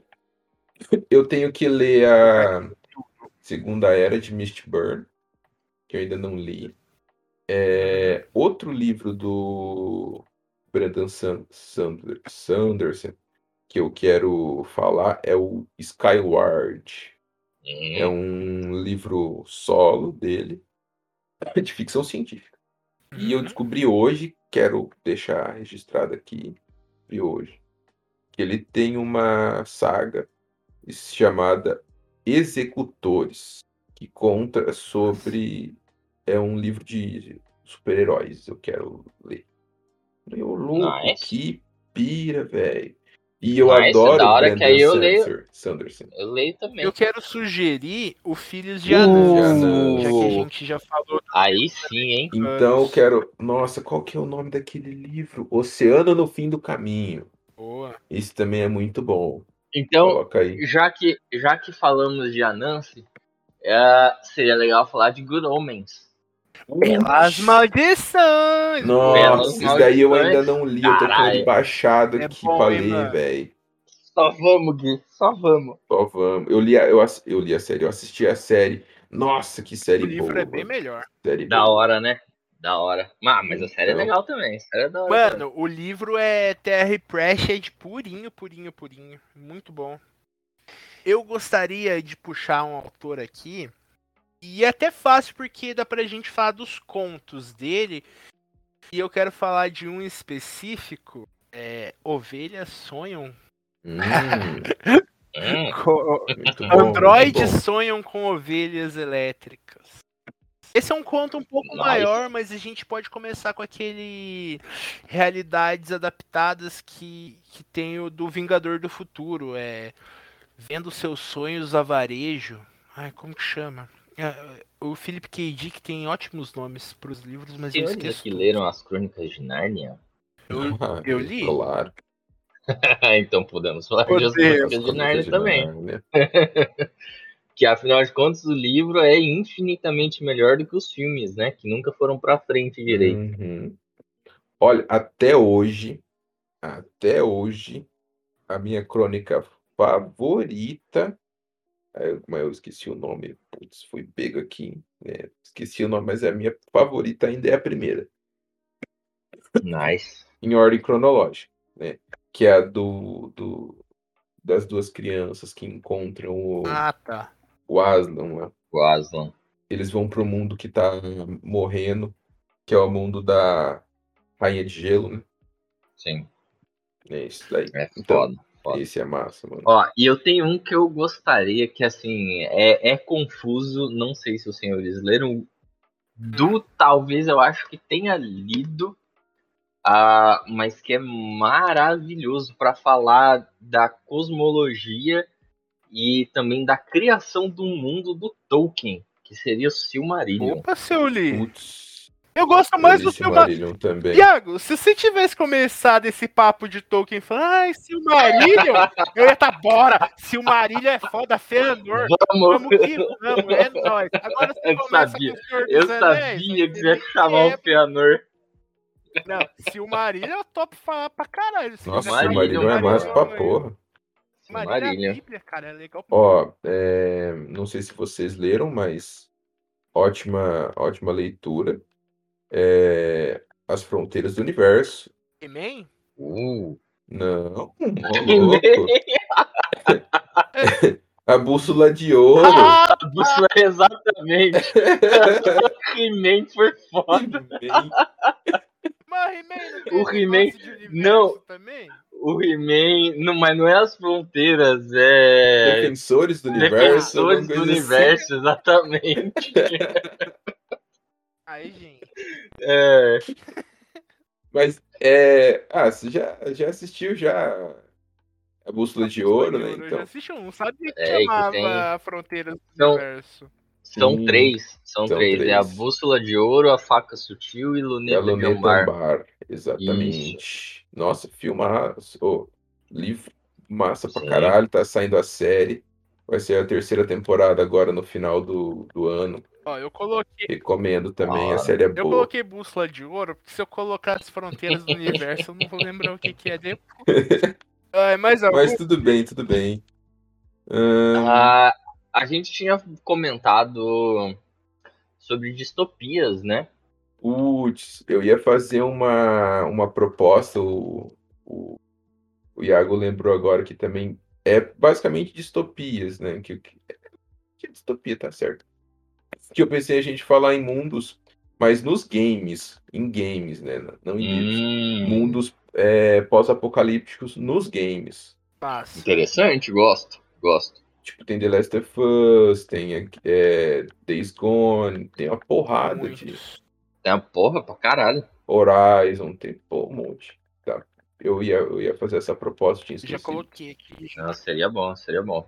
Speaker 2: Eu tenho que ler a Segunda Era de Mistborn, que eu ainda não li. É, outro livro do Brandon San- Sander- Sanderson que eu quero falar é o Skyward.
Speaker 3: Uhum.
Speaker 2: É um livro solo dele, [LAUGHS] de ficção científica. E
Speaker 3: Uhum.
Speaker 2: eu descobri hoje, quero deixar registrado aqui, descobri hoje, que ele tem uma saga chamada Executores, que conta sobre. É um livro de super-heróis, eu quero ler. Meu louco,
Speaker 3: Nice.
Speaker 2: que pira, velho. E eu
Speaker 3: Nice, é
Speaker 2: adoro
Speaker 3: da hora que
Speaker 2: Brandon
Speaker 3: aí eu leio.
Speaker 2: Sanderson- Sanderson.
Speaker 3: Eu leio também.
Speaker 1: Eu quero sugerir o Filhos de
Speaker 3: Uh!
Speaker 1: Anã, já que a gente já falou
Speaker 3: Aí sim, hein?
Speaker 2: Então eu
Speaker 1: Anos.
Speaker 2: quero. Nossa, qual que é o nome daquele livro? Oceano no Fim do Caminho.
Speaker 1: Boa.
Speaker 2: Esse também é muito bom.
Speaker 3: Então,
Speaker 2: Coloca aí.
Speaker 3: já que, já que falamos de Anansi, é, seria legal falar de Good Omens.
Speaker 1: Pelas maldições!
Speaker 3: Belas
Speaker 2: Nossa, esse daí eu ainda não li. Eu tô com
Speaker 3: Caralho.
Speaker 2: ele baixado
Speaker 1: É
Speaker 2: aqui
Speaker 1: bom,
Speaker 2: pra
Speaker 1: hein,
Speaker 2: ler,
Speaker 1: mano?
Speaker 2: velho.
Speaker 3: Só vamos, Gui, só vamos.
Speaker 2: Só vamos. Eu li, a, eu, ass- eu li a série, eu assisti a série. Nossa, que série
Speaker 1: o livro
Speaker 2: boa.
Speaker 1: é bem melhor.
Speaker 2: série
Speaker 3: Da
Speaker 2: boa.
Speaker 3: hora, né? Da hora. Ah, mas a série é
Speaker 2: Então.
Speaker 3: legal também. A série é da hora. também.
Speaker 1: Mano, o livro é TR Pressed purinho, purinho, purinho. Muito bom. Eu gostaria de puxar um autor aqui. E é até fácil porque dá pra gente falar dos contos dele. E eu quero falar de um específico. É, Ovelhas sonham. [LAUGHS]
Speaker 2: Hum,
Speaker 3: Hum,
Speaker 1: com-
Speaker 2: muito bom,
Speaker 1: Androides
Speaker 2: muito
Speaker 1: sonham com ovelhas elétricas. Esse é um conto um pouco
Speaker 3: Nice.
Speaker 1: maior, mas a gente pode começar com aquele realidades adaptadas que, que tem o do Vingador do Futuro, é vendo seus sonhos a varejo. Ai, como que chama? É, o Philip K. Dick tem ótimos nomes para os livros, mas eu
Speaker 3: Vocês
Speaker 1: esqueço.
Speaker 3: que
Speaker 1: tudo.
Speaker 3: leram as crônicas de Nárnia? [LAUGHS]
Speaker 1: Eu-
Speaker 2: bom. Ah,
Speaker 1: eu li.
Speaker 2: Claro.
Speaker 3: então podemos falar de
Speaker 1: Meu
Speaker 3: as
Speaker 1: Deus.
Speaker 3: crônicas de Nárnia também.
Speaker 2: Nárnia.
Speaker 3: Que afinal de contas o livro é infinitamente melhor do que os filmes, né? Que nunca foram pra frente direito.
Speaker 2: Uhum. Olha, até hoje, até hoje, a minha crônica favorita. é, Mas eu esqueci o nome, putz, fui pego aqui, né? Esqueci o nome, mas a minha favorita ainda é a primeira,
Speaker 3: Nice.
Speaker 2: em ordem cronológica, né? Que é a do, do- das duas crianças que encontram o,
Speaker 1: Ah, tá.
Speaker 2: o Aslan lá.
Speaker 3: O Aslan.
Speaker 2: Eles vão pro mundo que tá morrendo, que é o mundo da Rainha de Gelo, né?
Speaker 3: Sim.
Speaker 2: É isso daí.
Speaker 3: É
Speaker 2: Então,
Speaker 3: foda. foda.
Speaker 2: Esse é massa, mano.
Speaker 3: Ó, e eu tenho um que eu gostaria, que assim, é, é confuso, não sei se os senhores leram. Du, talvez eu acho que tenha lido, ah, mas que é maravilhoso pra falar da cosmologia e também da criação do mundo do Tolkien, que seria o Silmarillion.
Speaker 1: Opa, seu Lee.
Speaker 2: Putz,
Speaker 1: Eu
Speaker 3: é
Speaker 1: gosto mais
Speaker 3: um
Speaker 1: do
Speaker 2: esse
Speaker 1: Silmarillion.
Speaker 2: Marillion também.
Speaker 1: Iago, se você tivesse começado esse papo de Tolkien falando, ai, Silmarillion, eu ia tá, bora, Silmarillion é foda, Fëanor, vamos que vamos, é nóis. Agora você
Speaker 3: Eu
Speaker 1: começa
Speaker 3: sabia,
Speaker 1: com o Senhor
Speaker 3: Eu
Speaker 1: dos Anéis,
Speaker 3: sabia que você ia
Speaker 1: é-
Speaker 3: chamar o Fëanor.
Speaker 1: Não, Silmarillion eu topo falar pra caralho.
Speaker 2: Nossa,
Speaker 3: Marillion,
Speaker 2: o Marillion é massa pra
Speaker 1: Marillion,
Speaker 2: porra.
Speaker 1: Marília
Speaker 3: Marília.
Speaker 1: é a Bíblia, cara, é legal. pra-
Speaker 2: Ó, é, não sei se vocês leram, mas ótima, ótima leitura. É, As Fronteiras do Universo.
Speaker 1: He-Man?
Speaker 3: Uh.
Speaker 2: Não, [LAUGHS] ô louco.
Speaker 3: [LAUGHS]
Speaker 2: A Bússola de Ouro.
Speaker 1: Ah,
Speaker 3: Isso é exatamente. He-Man foi foda. Ah!
Speaker 1: mas He-Man não tem
Speaker 3: O
Speaker 1: esse
Speaker 3: He-Man-
Speaker 1: lance de universo
Speaker 3: não.
Speaker 1: Também?
Speaker 3: O He-Man. Não, mas não é as fronteiras, é.
Speaker 2: Defensores do Universo. alguma
Speaker 3: Defensores do
Speaker 2: coisa assim.
Speaker 3: universo, exatamente.
Speaker 1: Aí, gente.
Speaker 3: É,
Speaker 2: Mas, é... Ah, você já, já assistiu já A
Speaker 1: tá
Speaker 2: Bússola de Ouro, né?
Speaker 1: Eu já
Speaker 2: Então,
Speaker 1: assisti um, sabe que
Speaker 3: É, que
Speaker 1: chamava
Speaker 3: tem- Então,
Speaker 1: Fronteiras do
Speaker 3: Não.
Speaker 1: Universo.
Speaker 3: são
Speaker 2: Sim,
Speaker 3: três. São
Speaker 2: são
Speaker 3: três. É a
Speaker 2: três.
Speaker 3: bússola de ouro, a faca sutil e
Speaker 2: é a
Speaker 3: luneta de
Speaker 2: Luneta
Speaker 3: Ambar.
Speaker 2: Bar, exatamente. Nossa, filmaço. Ô, livro massa pra
Speaker 3: Sim.
Speaker 2: caralho, tá saindo a série. Vai ser a terceira temporada agora no final do, do ano.
Speaker 1: Ó, eu coloquei,
Speaker 2: Recomendo também,
Speaker 3: Ah,
Speaker 2: a série é
Speaker 1: eu
Speaker 2: boa.
Speaker 1: coloquei bússola de ouro, porque se eu colocar as fronteiras do universo, eu não vou lembrar o que, que é [LAUGHS] depois. Ah, é mais algum?
Speaker 2: Mas tudo bem, tudo bem. Ahn,
Speaker 3: A, a gente tinha comentado sobre distopias, né?
Speaker 2: Putz, eu ia fazer uma, uma proposta, o, o, o Iago lembrou agora que também é basicamente distopias, né? Que, que, que distopia, tá certo? Que eu pensei a gente falar em mundos, mas nos games, em games, né? Não em livros.
Speaker 3: Hum,
Speaker 2: Mundos é, pós-apocalípticos nos games.
Speaker 1: Passa.
Speaker 3: interessante, gosto, gosto.
Speaker 2: Tipo, tem The Last of Us, tem é, Days Gone, tem uma porrada de.
Speaker 1: Muitos.
Speaker 3: É uma porra pra caralho.
Speaker 2: Horizon, tem pô, um monte. Tá. Eu ia, eu ia fazer essa proposta, tinha
Speaker 1: Já
Speaker 2: esquecido.
Speaker 1: coloquei aqui.
Speaker 3: Ah, seria bom, seria bom.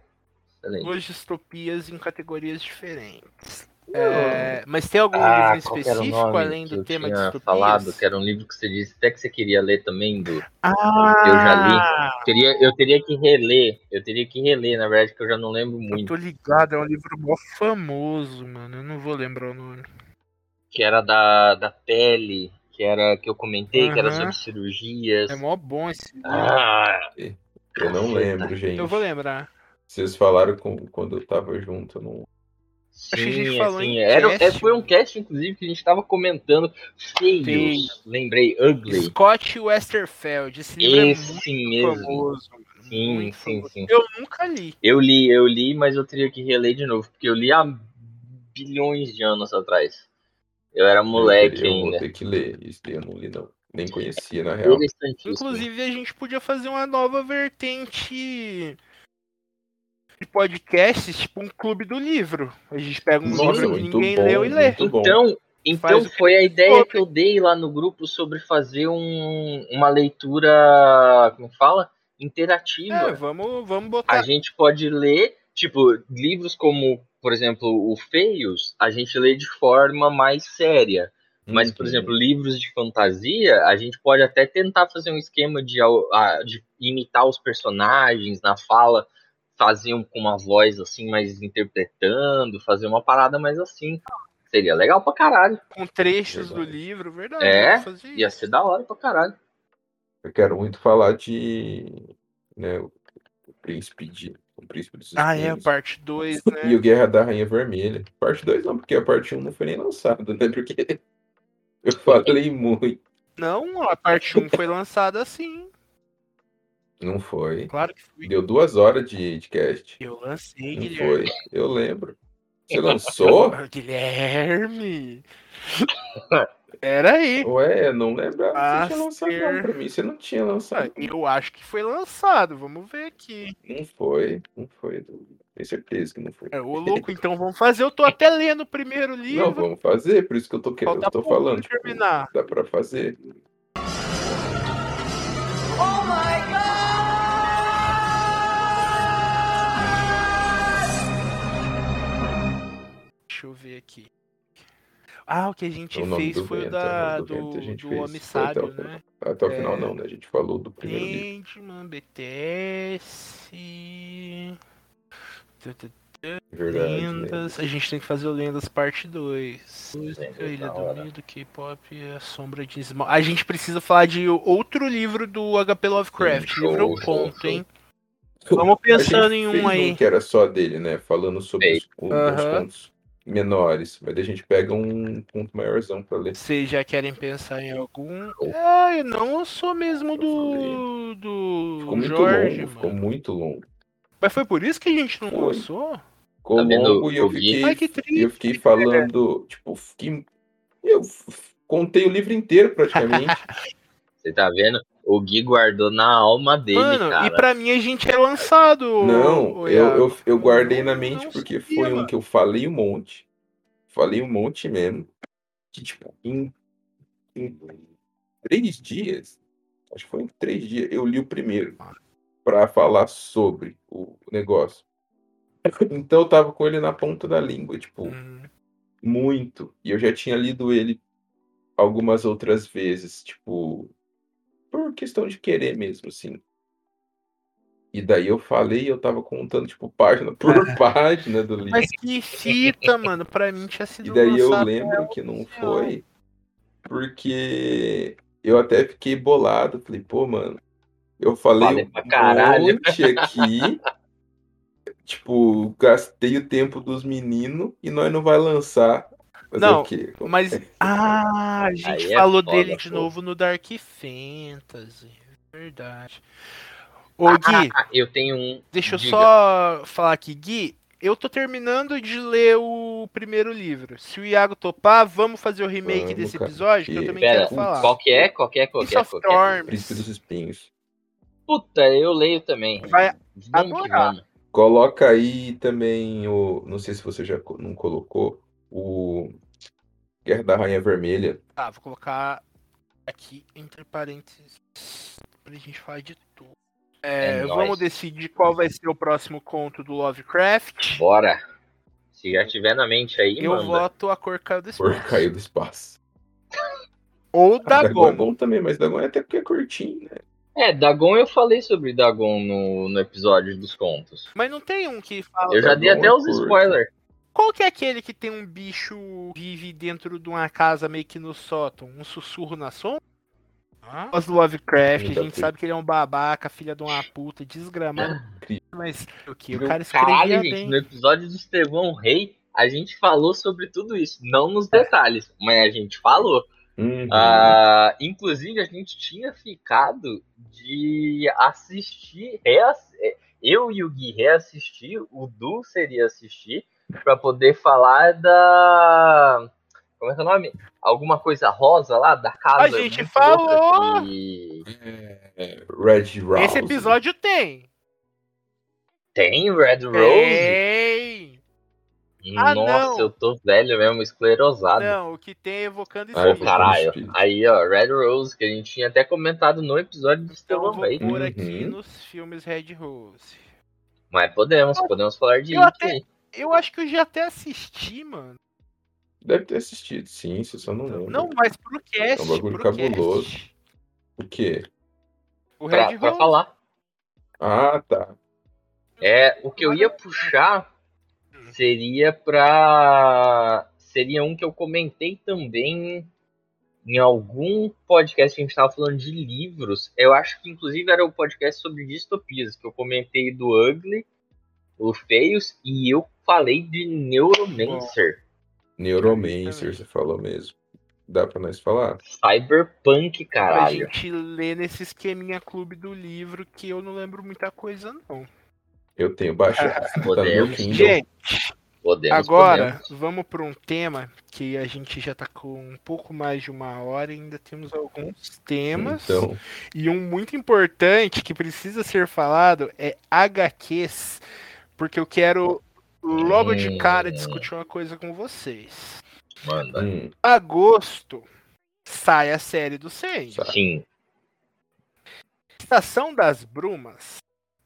Speaker 3: Excelente.
Speaker 1: Duas distopias em categorias diferentes.
Speaker 2: Não.
Speaker 1: É, mas tem algum
Speaker 3: Ah,
Speaker 1: livro
Speaker 3: qual que era o
Speaker 1: específico
Speaker 3: nome
Speaker 1: além
Speaker 3: que
Speaker 1: do
Speaker 3: eu
Speaker 1: tema
Speaker 3: tinha
Speaker 1: distopias?
Speaker 3: falado que era um livro que você disse até que você queria ler também do
Speaker 1: Ah,
Speaker 3: eu já teria eu teria que reler eu teria que reler na verdade que eu já não lembro
Speaker 1: Eu
Speaker 3: muito
Speaker 1: tô ligado, é um livro mó famoso, mano. Eu não vou lembrar o nome.
Speaker 3: que era da, da pele que era que eu comentei que era
Speaker 1: Aham.
Speaker 3: sobre cirurgias
Speaker 1: É mó bom esse livro.
Speaker 3: ah,
Speaker 2: Eu não lembro, gente.
Speaker 1: então Eu vou lembrar.
Speaker 2: Vocês falaram com, quando eu tava junto. eu Não...
Speaker 3: sim,
Speaker 1: que a gente falou
Speaker 3: assim,
Speaker 1: em
Speaker 3: era é,
Speaker 1: cast,
Speaker 3: foi um
Speaker 1: mano.
Speaker 3: cast inclusive que a gente tava comentando feios
Speaker 1: Feios.
Speaker 3: lembrei ugly
Speaker 1: Scott Westerfeld. Esse livro
Speaker 3: esse
Speaker 1: é muito
Speaker 3: mesmo
Speaker 1: famoso, mano.
Speaker 3: Sim,
Speaker 1: muito
Speaker 3: sim,
Speaker 1: famoso.
Speaker 3: sim.
Speaker 1: Eu nunca li.
Speaker 3: Eu li, eu li, mas eu teria que reler de novo, porque eu li há bilhões de anos atrás. Eu era moleque
Speaker 2: eu, vou
Speaker 3: ainda.
Speaker 2: ter que ler. Isso daí eu não li, não. Nem conhecia, na real.
Speaker 3: Interessantíssimo.
Speaker 1: Inclusive, a gente podia fazer uma nova vertente de podcast, tipo um clube do livro. A gente pega um
Speaker 2: Nossa,
Speaker 1: livro que
Speaker 2: muito
Speaker 1: ninguém
Speaker 2: bom,
Speaker 1: leu e lê.
Speaker 2: muito bom.
Speaker 3: Então, então
Speaker 1: Faz o que
Speaker 3: foi a ideia
Speaker 1: for. né?
Speaker 3: que eu dei lá no grupo sobre fazer um, uma leitura, como fala?
Speaker 1: É,
Speaker 3: Interativa.
Speaker 1: vamos, vamos
Speaker 3: A
Speaker 1: botar.
Speaker 3: gente pode ler, tipo, livros como, por exemplo, o Feios, a gente lê de forma mais séria. Mas, por
Speaker 2: Uhum.
Speaker 3: exemplo, livros de fantasia, a gente pode até tentar fazer um esquema de, ao- a- de imitar os personagens na fala, fazer um, com uma voz assim, mais interpretando, fazer uma parada mais assim. Seria legal pra caralho.
Speaker 1: com trechos do
Speaker 2: Verdade.
Speaker 1: livro, verdade.
Speaker 3: É,
Speaker 1: vamos fazer
Speaker 3: Ia
Speaker 1: isso.
Speaker 3: ser da hora pra caralho.
Speaker 2: Eu quero muito falar de. Né, o, o Príncipe de. O Príncipe dos
Speaker 1: Ah, é,
Speaker 2: Espinhos.
Speaker 1: parte 2,
Speaker 2: E
Speaker 1: né?
Speaker 2: o Guerra da Rainha Vermelha. Parte 2 não, porque a parte 1 não foi nem lançada, né? Porque [LAUGHS] eu falei muito.
Speaker 1: Não, a parte 1 um foi lançada assim.
Speaker 2: Não foi.
Speaker 1: Claro que foi.
Speaker 2: Deu duas horas de, de cast.
Speaker 1: Eu lancei,
Speaker 2: Não
Speaker 1: Guilherme.
Speaker 2: foi.
Speaker 1: [LAUGHS]
Speaker 2: Eu lembro. Você lançou?
Speaker 3: [LAUGHS]
Speaker 1: Guilherme! Era aí.
Speaker 2: Ué, eu não lembrava que
Speaker 1: Ah,
Speaker 2: você tinha lançado não
Speaker 1: Master.
Speaker 2: pra mim. Você não tinha
Speaker 1: Ah,
Speaker 2: lançado.
Speaker 1: Eu acho que foi lançado, vamos ver aqui.
Speaker 2: Não foi, não foi. Tenho certeza que não foi.
Speaker 1: É, ô louco, então vamos fazer. Eu tô até lendo o primeiro
Speaker 2: [LAUGHS] Não,
Speaker 1: livro.
Speaker 2: vamos fazer, por isso que eu tô querendo,
Speaker 1: Falta
Speaker 2: eu tô
Speaker 1: pouco pra
Speaker 2: falando. tipo,
Speaker 1: terminar.
Speaker 2: Dá pra fazer.
Speaker 1: Deixa eu ver aqui. Ah, o que a gente
Speaker 2: É O nome
Speaker 1: fez
Speaker 2: do
Speaker 1: foi o
Speaker 2: vento,
Speaker 1: da,
Speaker 2: o nome do
Speaker 1: do,
Speaker 2: vento a gente
Speaker 1: do
Speaker 2: fez.
Speaker 1: Homem
Speaker 2: Foi até o
Speaker 1: Sábio,
Speaker 2: final.
Speaker 1: né?
Speaker 2: Até o final
Speaker 1: É.
Speaker 2: não, né? A gente falou do primeiro livro.
Speaker 1: Gentleman, BTS. tã,
Speaker 2: né?
Speaker 1: tã,
Speaker 2: Verdade. [LAUGHS] Né?
Speaker 1: Lendas. A gente tem que fazer o Lendas parte 2.
Speaker 3: Lendas
Speaker 2: é
Speaker 1: Ilha
Speaker 3: da
Speaker 1: do
Speaker 3: hora.
Speaker 1: Medo, K-pop, A Sombra de Smaug. A gente precisa falar de outro livro do HP Lovecraft.
Speaker 2: Sim,
Speaker 1: livro
Speaker 2: show,
Speaker 1: ou conto,
Speaker 2: show,
Speaker 1: hein? Vamos
Speaker 2: A gente
Speaker 1: pensando em
Speaker 2: fez
Speaker 1: um aí.
Speaker 2: que era só dele, né? Falando sobre
Speaker 3: Sei.
Speaker 2: os, os
Speaker 1: Aham.
Speaker 2: pontos menores. Mas daí a gente pega um ponto maiorzão pra ler.
Speaker 1: Vocês já querem pensar em algum? Ah, eu não sou mesmo do.
Speaker 2: Ficou
Speaker 1: do
Speaker 2: muito
Speaker 1: Jorge,
Speaker 2: longo, ficou
Speaker 1: mano.
Speaker 2: muito longo.
Speaker 1: Mas foi por isso que a gente não
Speaker 2: Foi.
Speaker 1: lançou?
Speaker 2: Ficou
Speaker 3: Tá vendo
Speaker 2: longo e eu
Speaker 3: o guia?
Speaker 2: fiquei
Speaker 1: Ai, que
Speaker 2: E eu
Speaker 1: triste.
Speaker 2: fiquei falando, tipo, fiquei... eu f- contei o livro inteiro praticamente.
Speaker 1: [LAUGHS]
Speaker 3: Você tá vendo? O Gui guardou na alma dele,
Speaker 1: Mano,
Speaker 3: cara.
Speaker 1: e pra mim a gente é lançado. ô-
Speaker 2: não,
Speaker 1: ô,
Speaker 2: eu,
Speaker 1: Iago.
Speaker 2: eu, eu guardei na
Speaker 1: Não,
Speaker 2: mente
Speaker 1: não
Speaker 2: porque
Speaker 1: sabia,
Speaker 2: foi um
Speaker 1: mano.
Speaker 2: que eu falei um monte. Falei um monte mesmo. Que, tipo, em, em três dias, acho que foi em três dias, eu li o primeiro pra falar sobre o negócio. Então eu tava com ele na ponta da língua, tipo,
Speaker 1: Uhum.
Speaker 2: muito. E eu já tinha lido ele algumas outras vezes, tipo, por questão de querer mesmo, assim. E daí eu falei, eu tava contando, tipo, página por página do livro.
Speaker 1: Mas que
Speaker 2: [LAUGHS]
Speaker 1: fita, mano. Pra mim tinha sido
Speaker 2: E daí eu
Speaker 1: lançado.
Speaker 2: lembro que não
Speaker 1: oficial.
Speaker 2: foi, porque eu até fiquei bolado. Falei, pô, mano, eu falei
Speaker 3: Falei pra caralho.
Speaker 2: um monte aqui. Tipo, gastei o tempo dos meninos e nós não vai lançar. Fazer
Speaker 1: Não,
Speaker 2: o quê?
Speaker 1: Mas.
Speaker 2: É.
Speaker 1: Ah, a gente
Speaker 3: Aí é
Speaker 1: falou
Speaker 3: foda,
Speaker 1: dele de
Speaker 3: pô.
Speaker 1: novo no Dark Fantasy. Verdade. Ô, Gui,
Speaker 3: Ah, [LAUGHS] eu tenho um.
Speaker 1: deixa eu
Speaker 3: diga.
Speaker 1: só falar aqui, Gui. Eu tô terminando de ler o primeiro livro. Se o Iago topar, vamos fazer o remake
Speaker 2: Vamos,
Speaker 1: desse
Speaker 2: cara.
Speaker 1: episódio, que eu
Speaker 2: E-
Speaker 1: também
Speaker 3: Pera,
Speaker 1: quero falar.
Speaker 3: Qual que é? Qual que é? Qual que
Speaker 1: Prince
Speaker 3: é?
Speaker 1: of
Speaker 3: Qual que é?
Speaker 2: Príncipe dos
Speaker 1: Thorns.
Speaker 2: Espinhos.
Speaker 3: Puta, eu leio também.
Speaker 1: Vai
Speaker 3: Vamos que
Speaker 1: adorar.
Speaker 3: vamos.
Speaker 2: Coloca aí também o. Não sei se você já co- não colocou. O Guerra da Rainha Vermelha.
Speaker 1: Tá, vou colocar aqui entre parênteses pra gente falar de tudo. É,
Speaker 3: É
Speaker 1: vamos
Speaker 3: nóis.
Speaker 1: decidir qual vai ser o próximo conto do Lovecraft.
Speaker 3: Bora. Se já tiver na mente aí,
Speaker 1: Eu
Speaker 3: manda.
Speaker 1: voto a cor caiu do
Speaker 2: Por
Speaker 1: espaço.
Speaker 2: caiu do espaço.
Speaker 1: Ou
Speaker 3: Tá
Speaker 2: Ah, Dagon é
Speaker 1: Dagon.
Speaker 2: bom também, mas Dagon é até porque é curtinho, né?
Speaker 3: É, Dagon eu falei sobre Dagon no, no episódio dos contos.
Speaker 1: Mas não tem um que fala.
Speaker 3: Eu já dei
Speaker 2: Dagon
Speaker 3: até
Speaker 2: é
Speaker 3: os
Speaker 2: curto.
Speaker 3: spoilers.
Speaker 1: Qual que é aquele que tem um bicho que vive dentro de uma casa meio que no sótão? Um sussurro na sombra? Nós do Lovecraft, a
Speaker 2: Ainda
Speaker 1: gente
Speaker 2: tem.
Speaker 1: sabe que ele é um babaca, filha de uma puta, desgramado. Mas o que? O cara escrevia
Speaker 3: Caralho, gente,
Speaker 1: bem.
Speaker 3: no episódio do Estevão Rei, a gente falou sobre tudo isso. Não nos detalhes, mas a gente falou.
Speaker 2: Uhum.
Speaker 3: Ah, inclusive, a gente tinha ficado de assistir. reass- eh, Eu e o Gui reassistir, o Du seria assistir, pra poder falar da. Como é que é o nome? Alguma coisa rosa lá da casa.
Speaker 1: A gente
Speaker 3: muito louca
Speaker 1: falou!
Speaker 3: que
Speaker 2: É, Red Rouse.
Speaker 1: Esse episódio tem.
Speaker 3: Tem Red Rose?
Speaker 1: Tem. É. Ah,
Speaker 3: Nossa,
Speaker 1: não.
Speaker 3: eu tô velho mesmo, esclerosado.
Speaker 1: Não, o que tem é evocando
Speaker 2: Ah, eu
Speaker 3: Ô,
Speaker 2: vou
Speaker 1: espírito.
Speaker 3: caralho.
Speaker 2: espírito.
Speaker 3: Aí, ó, Red Rose, que a gente tinha até comentado no episódio
Speaker 1: Então eu
Speaker 3: do Estevão
Speaker 1: vou
Speaker 3: Rei.
Speaker 1: pôr aqui
Speaker 2: Uhum.
Speaker 1: nos filmes Red Rose.
Speaker 3: Mas podemos, podemos falar de
Speaker 1: Eu
Speaker 3: It
Speaker 1: até-
Speaker 3: aí.
Speaker 1: Eu acho que eu já até assisti, mano.
Speaker 2: Deve ter assistido, sim, você só não lembra.
Speaker 1: Não, mas pro cast.
Speaker 2: É um bagulho
Speaker 1: pro
Speaker 2: cabuloso.
Speaker 1: cast.
Speaker 2: O quê?
Speaker 1: O Red
Speaker 3: pra, pra
Speaker 1: Rose.
Speaker 3: falar.
Speaker 2: Ah, tá.
Speaker 3: É, o que eu ia puxar seria pra. Seria um que eu comentei também em algum podcast que a gente tava falando de livros. Eu acho que inclusive era o podcast sobre distopias, que eu comentei do Ugly, o Feios, e eu falei de Neuromancer.
Speaker 2: Neuromancer, você falou mesmo. Dá pra nós falar?
Speaker 3: Cyberpunk,
Speaker 1: Pra
Speaker 3: caralho.
Speaker 1: gente ler nesse esqueminha clube do livro que eu não lembro muita coisa, não.
Speaker 3: [LAUGHS]
Speaker 2: Eu tenho baixado. Tá no meu
Speaker 3: Podemos.
Speaker 2: Kindle.
Speaker 1: Gente,
Speaker 3: Podemos,
Speaker 1: Agora,
Speaker 3: podemos.
Speaker 1: vamos para um tema que a gente já tá com um pouco mais de uma hora e ainda temos alguns temas.
Speaker 2: Então,
Speaker 1: E um muito importante que precisa ser falado é HQs, porque eu quero logo de cara
Speaker 3: Hum.
Speaker 1: discutir uma coisa com vocês.
Speaker 3: Manda.
Speaker 2: hum,
Speaker 1: Agosto sai a série do Senhor.
Speaker 3: Sim.
Speaker 1: Estação das Brumas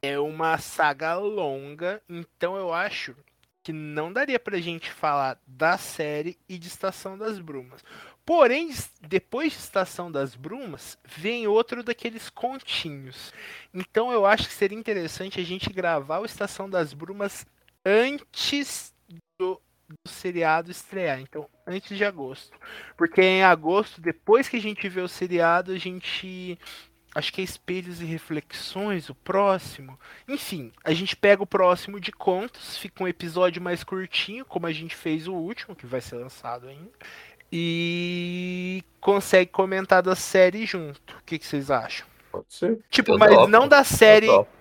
Speaker 1: é uma saga longa, então eu acho que não daria pra gente falar da série e de Estação das Brumas. Porém, s- depois de Estação das Brumas, vem outro daqueles continhos. Então eu acho que seria interessante a gente gravar o Estação das Brumas antes do, do seriado estrear. Então, antes de agosto. Porque em agosto, depois que a gente vê o seriado, a gente acho que é Espelhos e Reflexões, o próximo. Enfim, a gente pega o próximo de contos, fica um episódio mais curtinho, como a gente fez o último, que vai ser lançado ainda. E consegue comentar da série junto. O que, que vocês acham?
Speaker 2: pode ser.
Speaker 1: Tipo,
Speaker 3: Eu
Speaker 1: mas
Speaker 3: topo,
Speaker 1: não da série
Speaker 3: Eu topo.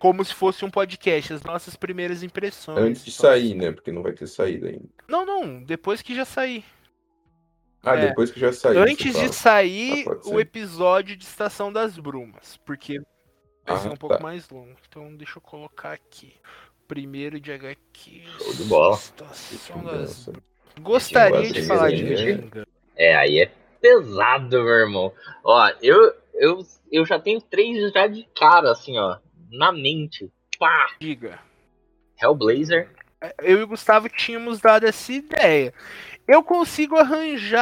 Speaker 1: como se fosse um podcast, as nossas primeiras impressões.
Speaker 2: Antes de
Speaker 1: Então,
Speaker 2: sair, né? Porque não vai ter saída ainda.
Speaker 1: Não, não, depois que já sair.
Speaker 2: Ah,
Speaker 1: É.
Speaker 2: depois que já saiu. você
Speaker 1: Antes
Speaker 2: fala.
Speaker 1: de sair
Speaker 2: Ah, pode
Speaker 1: o
Speaker 2: ser.
Speaker 1: episódio de Estação das Brumas, porque vai
Speaker 2: Ah,
Speaker 1: ser um
Speaker 2: tá.
Speaker 1: pouco mais longo. Então deixa eu colocar aqui. Primeiro de HQ.
Speaker 3: Show de bola.
Speaker 1: Estação das...
Speaker 2: Vingança.
Speaker 1: Gostaria de
Speaker 3: Vingança,
Speaker 1: falar de
Speaker 2: vingança.
Speaker 1: vingança.
Speaker 3: É, aí é pesado, meu irmão. Ó, eu, eu, eu já tenho três já de cara, assim, ó. Na mente. Pá!
Speaker 1: Diga.
Speaker 3: Hellblazer.
Speaker 1: Eu e o Gustavo tínhamos dado essa ideia. Eu consigo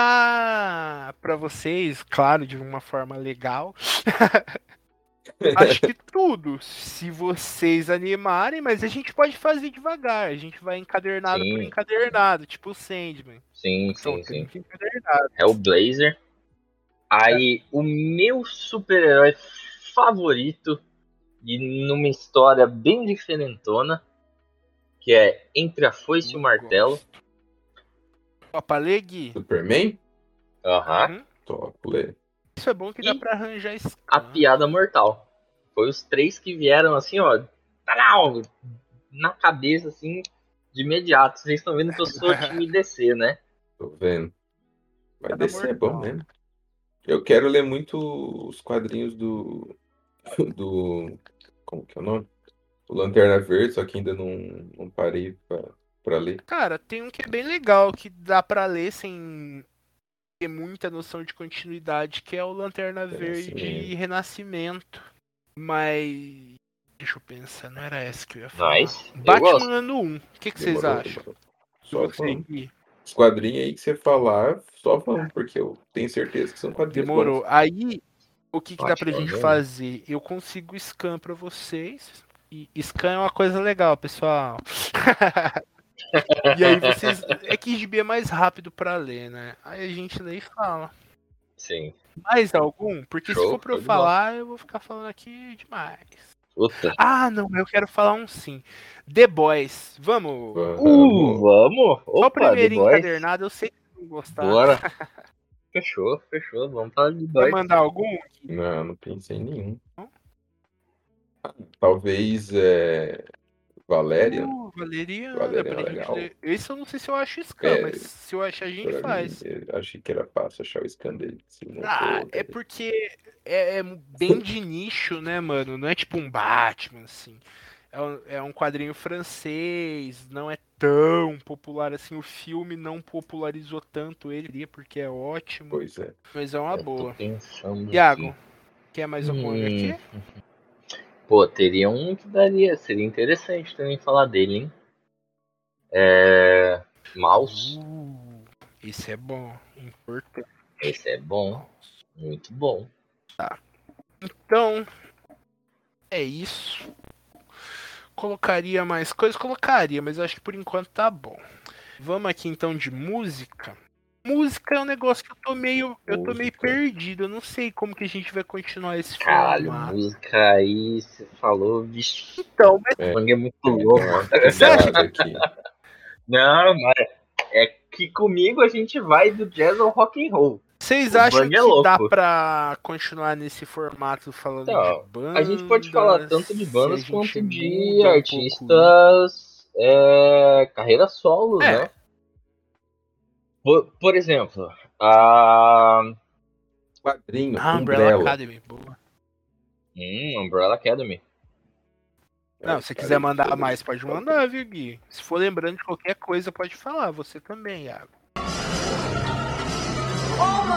Speaker 1: arranjar pra vocês, claro, de uma forma legal.
Speaker 2: [LAUGHS]
Speaker 3: [LAUGHS]
Speaker 1: Acho que tudo, se vocês animarem, mas a gente pode fazer devagar. A gente vai encadernado por
Speaker 3: Sim.
Speaker 1: encadernado, tipo o Sandman.
Speaker 3: Sim,
Speaker 1: São
Speaker 3: sim, sim.
Speaker 1: 30 encadernados.
Speaker 3: Hellblazer. Aí, o meu super-herói favorito, e numa história bem diferentona, que é Entre a Foice e o Martelo.
Speaker 1: Ó, Palegui,
Speaker 2: Superman?
Speaker 3: Aham.
Speaker 2: Top, lê.
Speaker 1: Hum? isso é bom que dá
Speaker 3: Tá. E
Speaker 1: pra arranjar esse.
Speaker 3: A Piada Mortal. Foi os três que vieram assim, ó, tarau, na cabeça, assim, de imediato. Vocês estão vendo que eu
Speaker 1: [LAUGHS]
Speaker 3: sou time DC, né?
Speaker 2: Tô vendo. Vai
Speaker 1: Cada
Speaker 2: descer, é
Speaker 1: mortal.
Speaker 2: bom mesmo. Eu quero ler muito os quadrinhos do. [LAUGHS] do. Como que é o nome? O Lanterna Verde, só que ainda não, não parei pra, pra ler.
Speaker 1: Cara, tem um que é bem legal que dá pra ler sem ter muita noção de continuidade, que é o Lanterna Verde e Renascimento. Mas. Deixa eu pensar, não era essa que eu ia falar.
Speaker 3: Nice. Eu gosto.
Speaker 1: Batman ano 1. O que, que vocês
Speaker 2: Demorou,
Speaker 1: acham?
Speaker 2: demorou.
Speaker 1: Se
Speaker 2: Só
Speaker 1: você
Speaker 2: vamos.
Speaker 1: ir.
Speaker 2: Os quadrinhos aí que você falar, só vamos, porque eu tenho certeza que são quadrinhos.
Speaker 1: É. Demorou. Aí, o que, que dá pra
Speaker 3: Batman
Speaker 1: gente
Speaker 3: ano 1.
Speaker 1: fazer? Eu consigo scan pra vocês. E scan é uma coisa legal, pessoal. [LAUGHS] e aí vocês. É que gibi é mais rápido pra ler, né? Aí a gente lê e fala.
Speaker 3: Sim.
Speaker 1: Mais algum? Porque se
Speaker 3: Show,
Speaker 1: for pra eu
Speaker 3: show de bola.
Speaker 1: falar, eu vou ficar falando aqui demais.
Speaker 3: Puta.
Speaker 1: Ah, não, eu quero falar um sim. The Boys. Vamos.
Speaker 2: Vamos.
Speaker 3: Uh, vamos?
Speaker 1: Só o
Speaker 3: Opa, The
Speaker 1: primeiro
Speaker 3: Boys.
Speaker 1: encadernado, eu sei que vocês vão gostar. [LAUGHS]
Speaker 3: Bora. Fechou, fechou. Vamos falar de
Speaker 1: Vai
Speaker 3: Boys.
Speaker 1: mandar algum?
Speaker 2: Não, não pensei em nenhum. Talvez é... Valéria.
Speaker 1: Uh, Valeriana,
Speaker 2: Valeriana,
Speaker 1: pra gente
Speaker 2: é legal.
Speaker 1: ler. Esse eu não sei se eu acho scan,
Speaker 2: É,
Speaker 1: mas se eu achar, a gente
Speaker 2: pra mim,
Speaker 1: faz.
Speaker 2: eu achei que era fácil achar o scan dele. se não
Speaker 1: Ah,
Speaker 2: for,
Speaker 1: é
Speaker 2: daí-
Speaker 1: porque é, é bem de nicho, né, mano? Não é tipo um Batman, assim. É um, é um quadrinho francês, não é tão popular assim. O filme não popularizou tanto ele, porque é ótimo,
Speaker 2: Pois é. Hum.
Speaker 1: mas é uma
Speaker 3: Eu tô
Speaker 1: boa. um
Speaker 3: pensando aqui. Hum.
Speaker 1: Iago, quer mais algum aqui?
Speaker 3: Pô, teria um que daria. Seria interessante também falar dele, hein? É. Mouse.
Speaker 1: Uh, isso é bom, importante.
Speaker 3: Esse é bom. Muito bom.
Speaker 1: Então, é isso. Colocaria mais coisas? Colocaria, mas eu acho que por enquanto tá bom. Vamos aqui então de música. Música é um negócio que eu tô meio, eu tô meio
Speaker 2: Música.
Speaker 1: perdido. Eu não sei como que a gente vai continuar esse
Speaker 3: Caralho,
Speaker 1: formato.
Speaker 3: música aí, você falou, bicho,
Speaker 1: Então, mas
Speaker 3: o Mangue é muito
Speaker 2: Então,
Speaker 3: louco.
Speaker 2: acho que dá aqui.
Speaker 3: Não, mas é que comigo a gente vai do jazz ao rock and roll.
Speaker 1: vocês
Speaker 3: O
Speaker 1: acham
Speaker 3: Bang
Speaker 1: que
Speaker 3: é
Speaker 1: dá
Speaker 3: louco.
Speaker 1: pra continuar nesse formato falando
Speaker 3: Então,
Speaker 1: de bandas?
Speaker 3: A gente pode falar tanto de
Speaker 1: Se
Speaker 3: bandas
Speaker 1: a gente um
Speaker 3: quanto de
Speaker 1: muda um pouco
Speaker 3: artistas é, carreira solo,
Speaker 1: É.
Speaker 3: né? Por, por exemplo, a
Speaker 2: Quadrinho,
Speaker 1: Ah, Umbrella,
Speaker 2: Umbrella.
Speaker 1: Academy, boa.
Speaker 3: hum, Umbrella Academy.
Speaker 1: Não,
Speaker 3: tá
Speaker 1: se quiser mandar mais, pode mandar, viu, Gui? Se for lembrando de qualquer coisa, pode falar. Você também, Iago.
Speaker 5: Oh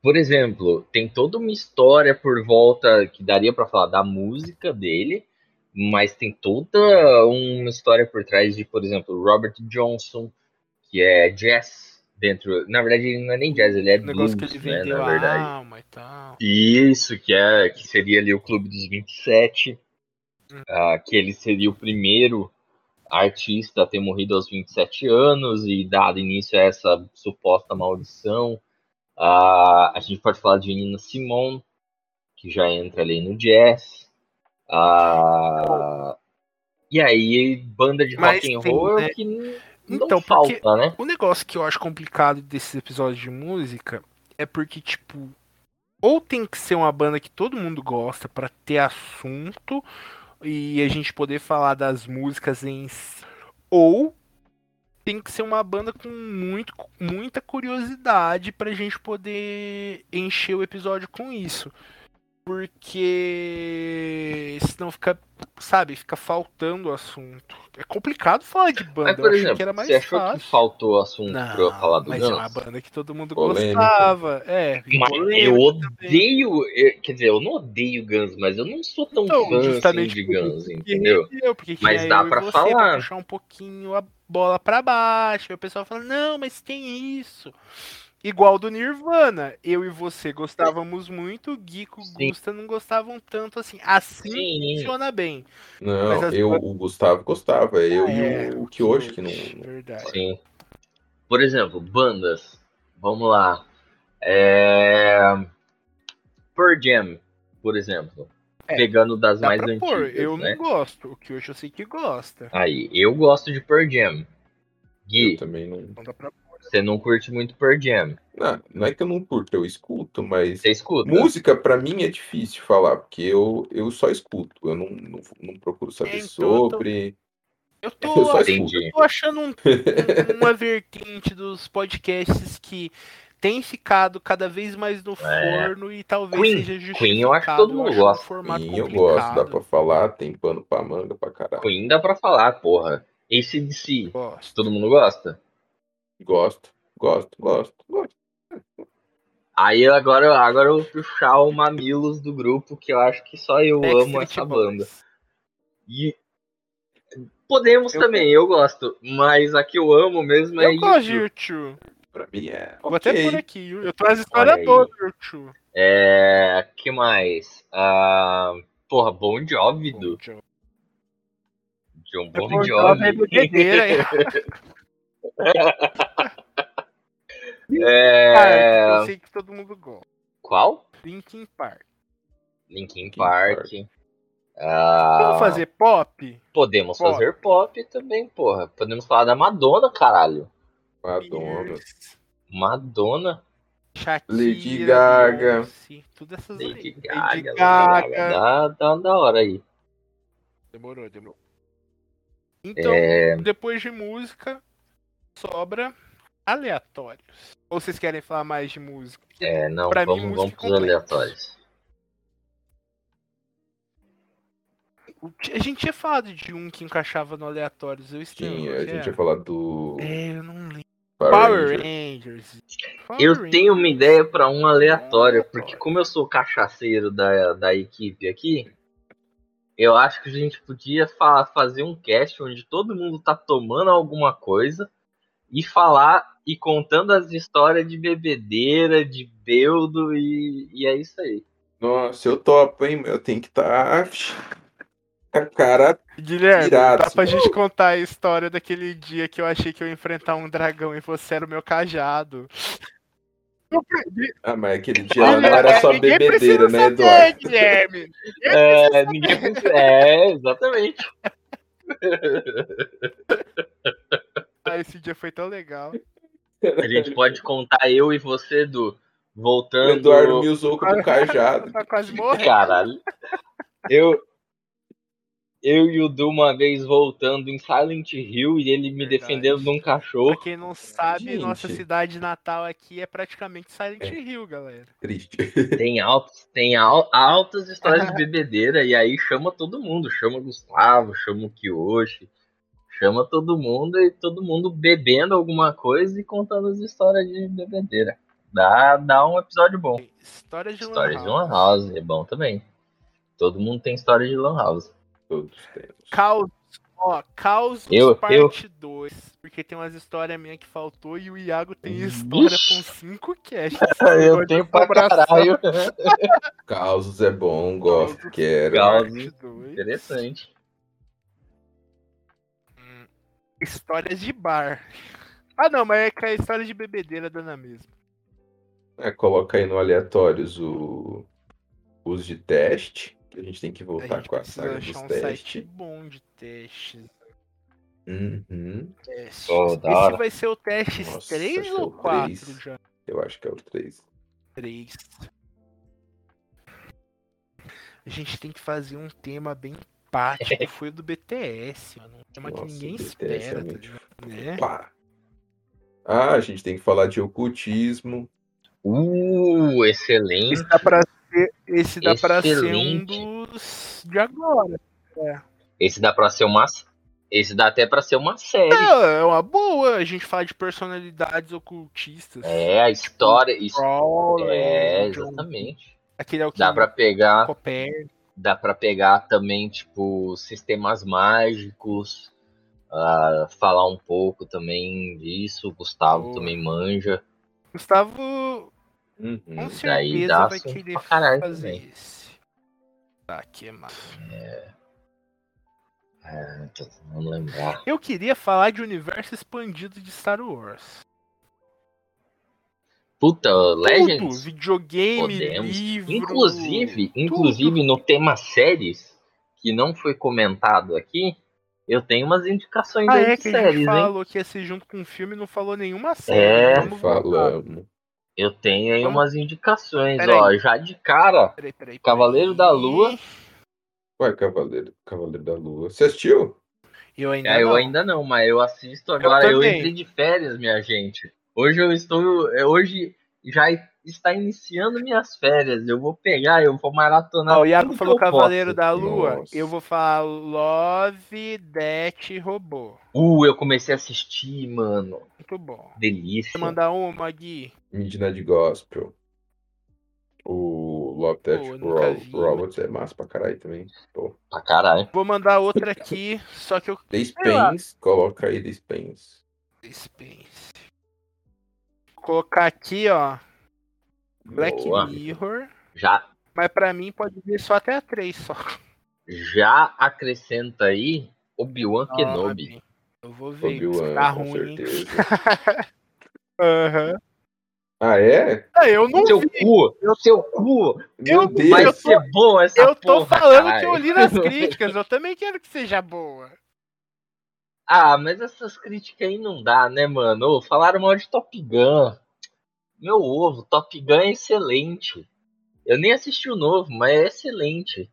Speaker 3: Por exemplo, tem toda uma história por volta que daria pra falar da música dele, mas tem toda uma história por trás de, por exemplo, Robert Johnson, que é jazz dentro. Na verdade, ele não é nem jazz, ele é
Speaker 1: O Um negócio
Speaker 3: blues,
Speaker 1: que ele
Speaker 3: né,
Speaker 1: vendeu
Speaker 3: na
Speaker 1: a
Speaker 3: verdade.
Speaker 1: alma e tal.
Speaker 3: Isso, que é que seria ali o Clube dos 27.
Speaker 1: Uhum.
Speaker 3: ah, que ele seria o primeiro artista a ter morrido aos 27 anos e dado início a essa suposta maldição. Ah, a gente pode falar de Nina Simone, que já entra ali no jazz. Ah, e aí, banda de
Speaker 1: Mas
Speaker 3: rock and
Speaker 1: tem,
Speaker 3: roll é
Speaker 1: né?
Speaker 3: o que n- não
Speaker 1: Então,
Speaker 3: falta,
Speaker 1: porque-
Speaker 3: né?
Speaker 1: O negócio que eu acho complicado desses episódios de música é porque, tipo, ou tem que ser uma banda que todo mundo gosta pra ter assunto e a gente poder falar das músicas em si, ou tem que ser uma banda com muito, muita curiosidade pra gente poder encher o episódio com isso. Porque senão fica, sabe, fica faltando o assunto. É complicado falar de banda,
Speaker 3: Mas,
Speaker 1: eu
Speaker 3: por
Speaker 1: achei que era
Speaker 3: exemplo,
Speaker 1: mais
Speaker 3: você achou
Speaker 1: fácil.
Speaker 3: que faltou assunto
Speaker 1: Não,
Speaker 3: pra eu falar do
Speaker 1: mas é
Speaker 3: Guns?
Speaker 1: uma banda que todo mundo
Speaker 2: Polêmica.
Speaker 1: gostava. É,
Speaker 3: Mas
Speaker 1: polêmica
Speaker 3: eu
Speaker 1: também.
Speaker 3: odeio. eu- quer dizer, eu não odeio Guns, mas eu não sou tão
Speaker 1: Então,
Speaker 3: fã assim,
Speaker 1: justamente
Speaker 3: de
Speaker 1: por
Speaker 3: Guns,
Speaker 1: Que
Speaker 3: entendeu?
Speaker 1: rendeu, porque
Speaker 3: Mas
Speaker 1: tinha
Speaker 3: dá
Speaker 1: eu e
Speaker 3: pra
Speaker 1: você
Speaker 3: falar.
Speaker 1: puxar um pouquinho a bola pra baixo. E o pessoal fala, não, mas tem isso. Igual do Nirvana. Eu e você gostávamos muito, o Gui com o
Speaker 3: Sim.
Speaker 1: Gusta não gostavam tanto assim. Assim
Speaker 3: Sim.
Speaker 1: funciona bem. Mas
Speaker 2: Não,
Speaker 1: as
Speaker 2: eu, o Gustavo gostava, eu
Speaker 1: É,
Speaker 2: e o, o Kyoshi, que não.
Speaker 1: Verdade.
Speaker 3: Sim. Por exemplo, bandas. Vamos lá. É... Pearl Jam, por exemplo.
Speaker 1: É,
Speaker 3: Pegando das
Speaker 1: Dá
Speaker 3: mais
Speaker 1: pra
Speaker 3: antigas,
Speaker 1: pôr, eu não
Speaker 3: né?
Speaker 1: gosto. O que hoje eu sei que gosta.
Speaker 3: Aí, eu gosto de Pearl Jam.
Speaker 2: Eu
Speaker 3: Gui,
Speaker 2: também não.
Speaker 1: Então dá pra
Speaker 3: você não curte muito Pearl Jam.
Speaker 2: Não, não é que eu não curto, eu escuto, mas.
Speaker 3: Você escuta?
Speaker 2: Música, pra mim, é difícil falar, porque eu, eu só escuto, eu não, não, não procuro saber
Speaker 1: Então,
Speaker 2: sobre. [LAUGHS]
Speaker 1: Eu
Speaker 2: Eu
Speaker 1: tô,
Speaker 2: É só
Speaker 1: assim,
Speaker 3: escuto.
Speaker 1: eu tô achando um- um- uma vertente dos podcasts que tem ficado cada vez mais no forno e talvez
Speaker 3: É. Queen.
Speaker 1: seja justificado.
Speaker 3: Queen eu acho que todo mundo
Speaker 1: um
Speaker 3: gosta.
Speaker 1: formato
Speaker 2: Sim, eu gosto, dá
Speaker 1: complicado.
Speaker 2: pra falar, tem pano pra manga pra caralho.
Speaker 3: Queen dá pra falar, porra. Esse de si,
Speaker 1: Gosto.
Speaker 3: todo mundo gosta?
Speaker 2: Gosto, gosto, gosto, gosto.
Speaker 3: Aí eu agora, agora eu vou puxar o Mamilos do grupo, que eu acho que só eu amo
Speaker 1: Backstreet
Speaker 3: essa
Speaker 1: Boys.
Speaker 3: banda. E podemos
Speaker 1: Eu-
Speaker 3: também, eu gosto. Mas a que eu amo mesmo é
Speaker 1: Eu gosto de
Speaker 3: YouTube.
Speaker 1: YouTube.
Speaker 2: Pra mim é.
Speaker 1: Vou até
Speaker 2: ok.
Speaker 1: por aqui. Eu tô as histórias
Speaker 3: aí.
Speaker 1: boas do YouTube.
Speaker 3: É. que mais? Ah, porra, Bon Jovi do John Bon,
Speaker 1: Bon Jovi é
Speaker 3: Jovi.
Speaker 1: doideira,
Speaker 3: [LAUGHS]
Speaker 1: hein?
Speaker 3: É,
Speaker 1: Ah, Eu sei que todo mundo gosta.
Speaker 3: Qual?
Speaker 1: Linkin Park.
Speaker 3: Linkin Park.
Speaker 2: Park.
Speaker 3: Ah,
Speaker 1: Vamos fazer pop?
Speaker 3: Podemos
Speaker 1: Pop.
Speaker 3: fazer pop também, porra. Podemos falar da Madonna, caralho.
Speaker 2: Madonna.
Speaker 3: Madonna.
Speaker 1: Shakira,
Speaker 2: Lady Gaga.
Speaker 1: Beyoncé, Tudo essas
Speaker 3: Lady
Speaker 1: aí.
Speaker 3: Gaga,
Speaker 1: Lady
Speaker 3: Lady
Speaker 1: Gaga.
Speaker 3: Gaga. Dá, dá uma da hora aí.
Speaker 1: Demorou, demorou. Então,
Speaker 3: É.
Speaker 1: depois de música, sobra aleatórios. Ou vocês querem falar mais de música?
Speaker 3: É,
Speaker 1: então,
Speaker 3: não,
Speaker 1: Pra mim,
Speaker 3: vamos,
Speaker 1: música
Speaker 3: vamos pros
Speaker 1: completa.
Speaker 3: aleatórios.
Speaker 1: O que- A gente tinha falado de um que encaixava no aleatórios, eu estranho.
Speaker 2: Tinha,
Speaker 1: qual
Speaker 2: a
Speaker 1: que
Speaker 2: gente
Speaker 1: era?
Speaker 2: ia falar do
Speaker 1: É, eu não lembro.
Speaker 2: Power
Speaker 1: Power
Speaker 2: Ranger.
Speaker 1: Rangers.
Speaker 3: Eu tenho uma ideia pra um aleatório,
Speaker 1: Aleatório.
Speaker 3: porque como eu sou o cachaceiro da, da equipe aqui, eu acho que a gente podia fa- fazer um cast onde todo mundo tá tomando alguma coisa e falar e contando as histórias de bebedeira, de beudo e, e é isso aí.
Speaker 2: Nossa, eu topo, hein? Eu tenho que estar. A cara.
Speaker 1: Guilherme,
Speaker 2: Irado,
Speaker 1: dá pra
Speaker 2: assim.
Speaker 1: gente contar a história daquele dia que eu achei que eu ia enfrentar um dragão e você era o meu cajado. Eu perdi
Speaker 2: Ah, mas aquele dia lá não era só
Speaker 1: Ninguém
Speaker 2: bebedeira,
Speaker 1: precisa
Speaker 2: né,
Speaker 1: saber,
Speaker 2: Eduardo?
Speaker 1: Guilherme.
Speaker 3: É, ninguém pensa- é exatamente.
Speaker 1: Ah, esse dia foi tão legal.
Speaker 3: A gente pode contar eu e você, do
Speaker 2: O
Speaker 3: voltando.
Speaker 2: Eduardo me usou como cajado.
Speaker 1: Tá
Speaker 2: [LAUGHS]
Speaker 1: quase morrendo.
Speaker 3: Caralho. Eu. Eu e o Du uma vez voltando em Silent Hill e ele me
Speaker 1: Verdade.
Speaker 3: defendendo de um
Speaker 1: Pra
Speaker 3: cachorro.
Speaker 1: quem não sabe,
Speaker 2: Gente.
Speaker 1: nossa cidade natal aqui é praticamente Silent Hill, galera. [LAUGHS]
Speaker 2: Triste.
Speaker 3: Tem altas, tem al- altas histórias de bebedeira e aí chama todo mundo. Chama o Gustavo, chama o Kiyoshi, chama todo mundo e todo mundo bebendo alguma coisa e contando as histórias de bebedeira. Dá, dá um episódio bom.
Speaker 1: História de
Speaker 3: Histórias de
Speaker 1: Lan
Speaker 3: Lan House é bom também. Todo mundo tem história de Lan House.
Speaker 2: Todos temos.
Speaker 1: Caos, ó, Caos
Speaker 3: Eu- eu-
Speaker 1: parte 2. Porque tem umas histórias minhas que faltou e o Iago tem história
Speaker 3: Vixe.
Speaker 1: com 5 casts.
Speaker 3: É, Eu tenho
Speaker 1: um
Speaker 3: pra
Speaker 1: Abração.
Speaker 3: [LAUGHS] caralho.
Speaker 2: Causos é bom, gosto, quero.
Speaker 3: Caos.
Speaker 1: Parte dois.
Speaker 3: Interessante.
Speaker 1: Histórias de bar. Ah não, mas é que a história de bebedeira dando a mesma.
Speaker 2: É, coloca aí no aleatórios o os de teste. que A gente tem que
Speaker 1: A
Speaker 2: voltar
Speaker 1: gente
Speaker 2: com a
Speaker 1: precisa
Speaker 2: saga dos
Speaker 1: achar um site
Speaker 2: testes.
Speaker 1: bom de testes.
Speaker 2: Uhum.
Speaker 1: testes.
Speaker 3: Oh, da
Speaker 1: Esse
Speaker 3: hora.
Speaker 1: vai ser o teste
Speaker 2: Nossa,
Speaker 1: 3
Speaker 2: acho que é
Speaker 1: ou
Speaker 2: o
Speaker 1: 4
Speaker 2: três.
Speaker 1: já?
Speaker 2: Eu acho que é o 3.
Speaker 1: 3. A gente tem que fazer um tema bem empático. Foi o do BTS, mano. Um tema que ninguém espera, tá ligado? né?
Speaker 2: Pá. Ah, a gente tem que falar de ocultismo.
Speaker 3: Uh, excelente.
Speaker 1: Esse dá pra ser, esse dá pra ser um
Speaker 3: Excelente.
Speaker 1: dos de agora.
Speaker 3: Esse dá pra ser uma. Esse dá até pra ser uma série.
Speaker 1: Ah, é uma boa a gente falar de personalidades ocultistas.
Speaker 3: É, a história. Isso,
Speaker 1: Crowley,
Speaker 3: é,
Speaker 1: John-
Speaker 3: exatamente.
Speaker 1: Aquele é o que
Speaker 3: Dá pra pegar.
Speaker 1: Copérnico.
Speaker 3: Dá pra pegar também, tipo, sistemas mágicos. ah, falar um pouco também disso. O Gustavo
Speaker 1: Boa.
Speaker 3: também manja.
Speaker 1: Gustavo com Hum,
Speaker 2: Uhum.
Speaker 3: daí
Speaker 1: certeza
Speaker 3: dá
Speaker 1: vai
Speaker 3: assunto
Speaker 1: querer
Speaker 3: pra caralho
Speaker 1: fazer
Speaker 3: também.
Speaker 1: esse. Tá, que massa.
Speaker 3: Ah, tô tentando lembrar.
Speaker 1: Eu queria falar de universo expandido de Star Wars.
Speaker 3: Puta,
Speaker 1: Tudo,
Speaker 3: Legends?
Speaker 1: videogame,
Speaker 3: Podemos.
Speaker 1: livro.
Speaker 3: Inclusive, inclusive no tema séries, que não foi comentado aqui, eu tenho umas indicações
Speaker 1: Ah,
Speaker 3: aí
Speaker 1: é
Speaker 3: de
Speaker 1: que a
Speaker 3: séries,
Speaker 1: gente
Speaker 3: hein?
Speaker 1: falou que ia ser junto com o filme e não falou nenhuma
Speaker 3: É.
Speaker 1: série. né?
Speaker 2: Não
Speaker 1: Vamos voltar.
Speaker 2: falamos.
Speaker 3: Eu tenho aí
Speaker 1: Vamos-
Speaker 3: umas indicações,
Speaker 1: Pera
Speaker 3: ó. Já de cara,
Speaker 1: Peraí, peraí,
Speaker 3: Cavaleiro
Speaker 1: peraí.
Speaker 3: da Lua.
Speaker 2: Ué, Cavaleiro, Cavaleiro da Lua. Você assistiu?
Speaker 1: Eu ainda
Speaker 3: é, eu
Speaker 1: não.
Speaker 3: ainda não, mas eu assisto agora. Eu,
Speaker 1: também.
Speaker 3: entrei de férias, minha gente. Hoje eu estou. é, Hoje já está iniciando minhas férias. Eu vou pegar, eu vou maratonar.
Speaker 1: Ó, o Iago
Speaker 3: tudo que
Speaker 1: falou
Speaker 3: eu
Speaker 1: Cavaleiro
Speaker 3: posso.
Speaker 1: da Lua.
Speaker 2: Nossa.
Speaker 1: Eu vou falar Love, Death e Robô.
Speaker 3: Uh, eu comecei a assistir, mano.
Speaker 1: Muito bom.
Speaker 3: Delícia.
Speaker 1: Quer mandar uma, Gui?
Speaker 2: Midnight Gospel. O Love Death
Speaker 1: eu nunca
Speaker 2: Ro-
Speaker 1: vi,
Speaker 2: Robots é massa pra caralho também. Pô.
Speaker 3: Pra caralho.
Speaker 1: Vou mandar outra aqui, só que eu.
Speaker 2: The
Speaker 1: lá.
Speaker 2: Spence, coloca aí The Spence.
Speaker 1: Dispense. Vou Colocar aqui, ó. Black
Speaker 3: Boa.
Speaker 1: Mirror.
Speaker 3: Já,
Speaker 1: Mas pra mim pode vir só até a 3
Speaker 3: [LAUGHS]
Speaker 1: só.
Speaker 3: já acrescenta aí Obi-Wan Kenobi.
Speaker 1: Sabe? Eu vou ver.
Speaker 2: Obi-Wan,
Speaker 1: tá
Speaker 2: com
Speaker 1: ruim. hein?
Speaker 2: certeza.
Speaker 1: Aham.
Speaker 2: [LAUGHS] Ah, é?
Speaker 1: Ah, eu não
Speaker 3: Seu
Speaker 1: vi.
Speaker 3: cu, seu cu
Speaker 2: Meu
Speaker 1: Eu-
Speaker 2: Deus!
Speaker 3: vai
Speaker 1: eu tô-
Speaker 3: ser bom essa
Speaker 1: Eu tô
Speaker 3: porra,
Speaker 1: falando
Speaker 3: caralho.
Speaker 1: que eu li
Speaker 3: [LAUGHS]
Speaker 1: nas críticas. Eu também quero que seja boa.
Speaker 3: Ah, mas essas críticas aí não dá, né, mano? Ô, falaram mal de Top Gun. Meu ovo, Top Gun é excelente. Eu nem assisti o novo, mas é excelente.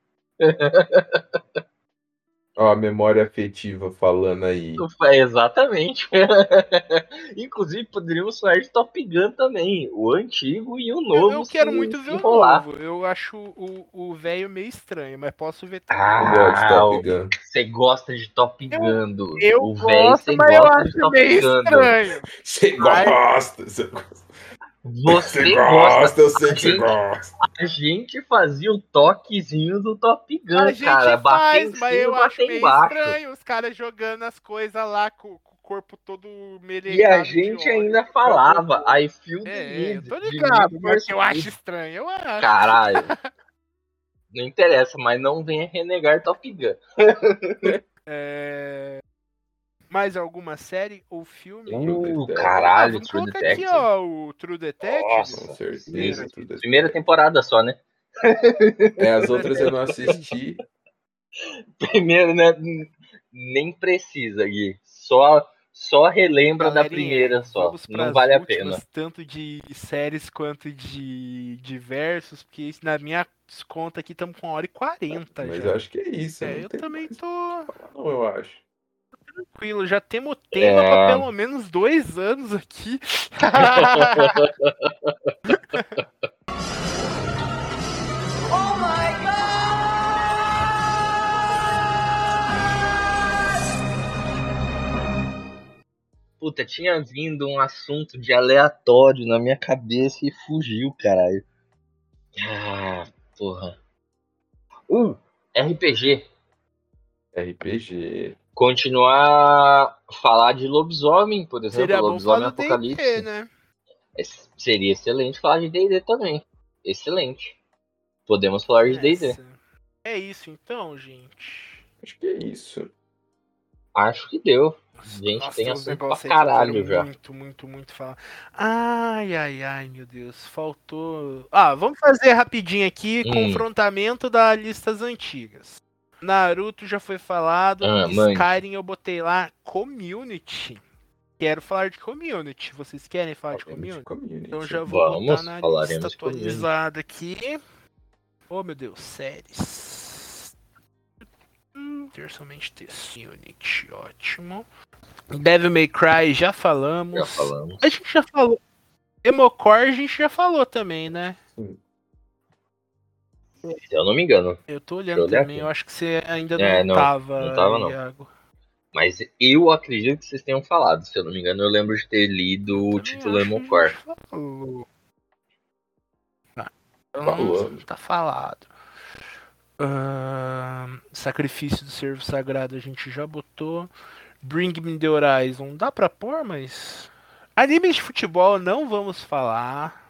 Speaker 2: Ó, a memória afetiva falando aí.
Speaker 3: Eu fa- É, Exatamente. [LAUGHS] Inclusive, poderíamos falar de Top Gun também. O antigo e o
Speaker 1: Eu,
Speaker 3: novo.
Speaker 1: eu quero
Speaker 3: se-
Speaker 1: muito
Speaker 3: se
Speaker 1: ver o
Speaker 3: rolar.
Speaker 1: novo. Eu acho o o velho meio estranho, mas posso ver. também.
Speaker 2: Eu gosto de
Speaker 3: Ah,
Speaker 2: Top
Speaker 3: o-
Speaker 2: Gun.
Speaker 3: Você gosta de Top
Speaker 1: Eu-
Speaker 3: Gun, Du.
Speaker 1: Eu
Speaker 3: o véi,
Speaker 1: gosto,
Speaker 3: você
Speaker 1: mas eu
Speaker 3: gosta de
Speaker 1: acho
Speaker 3: Top
Speaker 1: meio
Speaker 3: Gun. Du.
Speaker 1: estranho.
Speaker 2: Você
Speaker 1: Ai.
Speaker 2: gosta! Você gosta,
Speaker 3: Você
Speaker 2: você
Speaker 3: gosta.
Speaker 2: gosta, eu sei que
Speaker 3: Gente,
Speaker 2: você gosta.
Speaker 3: A gente fazia o toquezinho do Top Gun,
Speaker 1: a gente
Speaker 3: cara. Bater em
Speaker 1: faz,
Speaker 3: cima,
Speaker 1: mas eu acho
Speaker 3: bater
Speaker 1: meio
Speaker 3: embaixo.
Speaker 1: estranho os caras jogando as coisas lá com, com o corpo todo melecado.
Speaker 3: E a
Speaker 1: de
Speaker 3: gente
Speaker 1: óleo.
Speaker 3: ainda falava, I feel the
Speaker 1: É, é, eu
Speaker 3: need.
Speaker 1: tô
Speaker 3: de
Speaker 1: ligado,
Speaker 3: need for
Speaker 1: mas eu acho
Speaker 3: speed."
Speaker 1: estranho, eu acho.
Speaker 3: Caralho. Não interessa, mas não venha renegar Top Gun.
Speaker 1: É... Mais alguma série ou filme?
Speaker 3: Uh,
Speaker 2: Detective.
Speaker 1: Ah,
Speaker 3: caralho,
Speaker 1: vamos
Speaker 3: True
Speaker 1: colocar
Speaker 3: Detective.
Speaker 1: aqui, ó, o True Detective.
Speaker 3: Nossa.
Speaker 2: Com certeza. tudo é-
Speaker 3: Primeira temporada só, né?
Speaker 2: É, as outras eu não
Speaker 1: [LAUGHS]
Speaker 2: assisti.
Speaker 3: Primeiro, né? n- Nem precisa, Gui. Só, só relembra da
Speaker 1: Galerinha,
Speaker 3: primeira só.
Speaker 1: vamos
Speaker 3: Não
Speaker 1: pras
Speaker 3: vale a
Speaker 1: últimas,
Speaker 3: pena.
Speaker 1: Tanto de séries quanto de, de versos, porque na minha conta aqui estamos com 1 hora e 40 Tá
Speaker 2: Mas
Speaker 1: já.
Speaker 2: eu acho que é isso.
Speaker 1: É,
Speaker 2: não
Speaker 1: eu
Speaker 2: tem
Speaker 1: também
Speaker 2: mais
Speaker 1: tô
Speaker 2: o que falar, Não, eu acho.
Speaker 1: tranquilo, já temos tema
Speaker 3: É.
Speaker 1: pra pelo menos dois anos
Speaker 3: [LAUGHS]
Speaker 1: aqui.
Speaker 3: Puta, tinha vindo um assunto de aleatório na minha cabeça e fugiu, caralho. Ah, porra. Uh, RPG.
Speaker 2: RPG.
Speaker 3: Continuar a falar de lobisomem, por exemplo.
Speaker 1: Seria bom
Speaker 3: lobisomem
Speaker 1: falar do
Speaker 3: apocalipse.
Speaker 1: D&D, né?
Speaker 3: É, Seria excelente falar de D&D também. Excelente. Podemos falar de D&D.
Speaker 1: Essa. É isso então, gente.
Speaker 2: Acho que é isso.
Speaker 3: Acho que deu. Gente, tem
Speaker 1: uns
Speaker 3: assunto
Speaker 1: negócios aí
Speaker 3: pra
Speaker 1: que eu
Speaker 3: caralho
Speaker 1: quero
Speaker 3: já.
Speaker 1: Muito, muito, muito falar. Ai, ai, ai, meu Deus. Faltou. Ah, vamos fazer rapidinho aqui
Speaker 3: Hum.
Speaker 1: confrontamento das listas antigas. Naruto já foi falado.
Speaker 3: Ah, mãe.
Speaker 1: Skyrim eu botei lá community. Quero falar de community. Vocês querem falar de
Speaker 2: Community,
Speaker 1: community?
Speaker 2: community.
Speaker 1: Então já vou botar
Speaker 3: Vamos,
Speaker 1: na lista
Speaker 3: falaremos de community.
Speaker 1: atualizada aqui. Oh meu Deus, séries. Hum, ter somente texto. Unity, ótimo. Devil May Cry, já falamos.
Speaker 3: Já falamos.
Speaker 1: A gente já falou. Emocore a gente já falou também, né?
Speaker 3: Se eu não me engano.
Speaker 1: Eu tô
Speaker 3: Deixa eu
Speaker 1: olhando
Speaker 3: olhar
Speaker 1: também,
Speaker 3: aqui.
Speaker 1: eu acho que você ainda
Speaker 3: É,
Speaker 1: não,
Speaker 3: não,
Speaker 1: tava,
Speaker 3: não tava, não.
Speaker 1: Iago.
Speaker 3: Mas eu acredito que vocês tenham falado. Se eu não me engano, eu lembro de ter lido o
Speaker 1: Também
Speaker 3: título
Speaker 1: acho né? que a gente
Speaker 3: Emocore.
Speaker 1: falou. Tá.
Speaker 2: Falou.
Speaker 1: Não tá falado. Ahn, sacrifício do servo sagrado a gente já botou. Bring Me the Horizon dá pra pôr, mas. Animes de futebol não vamos falar.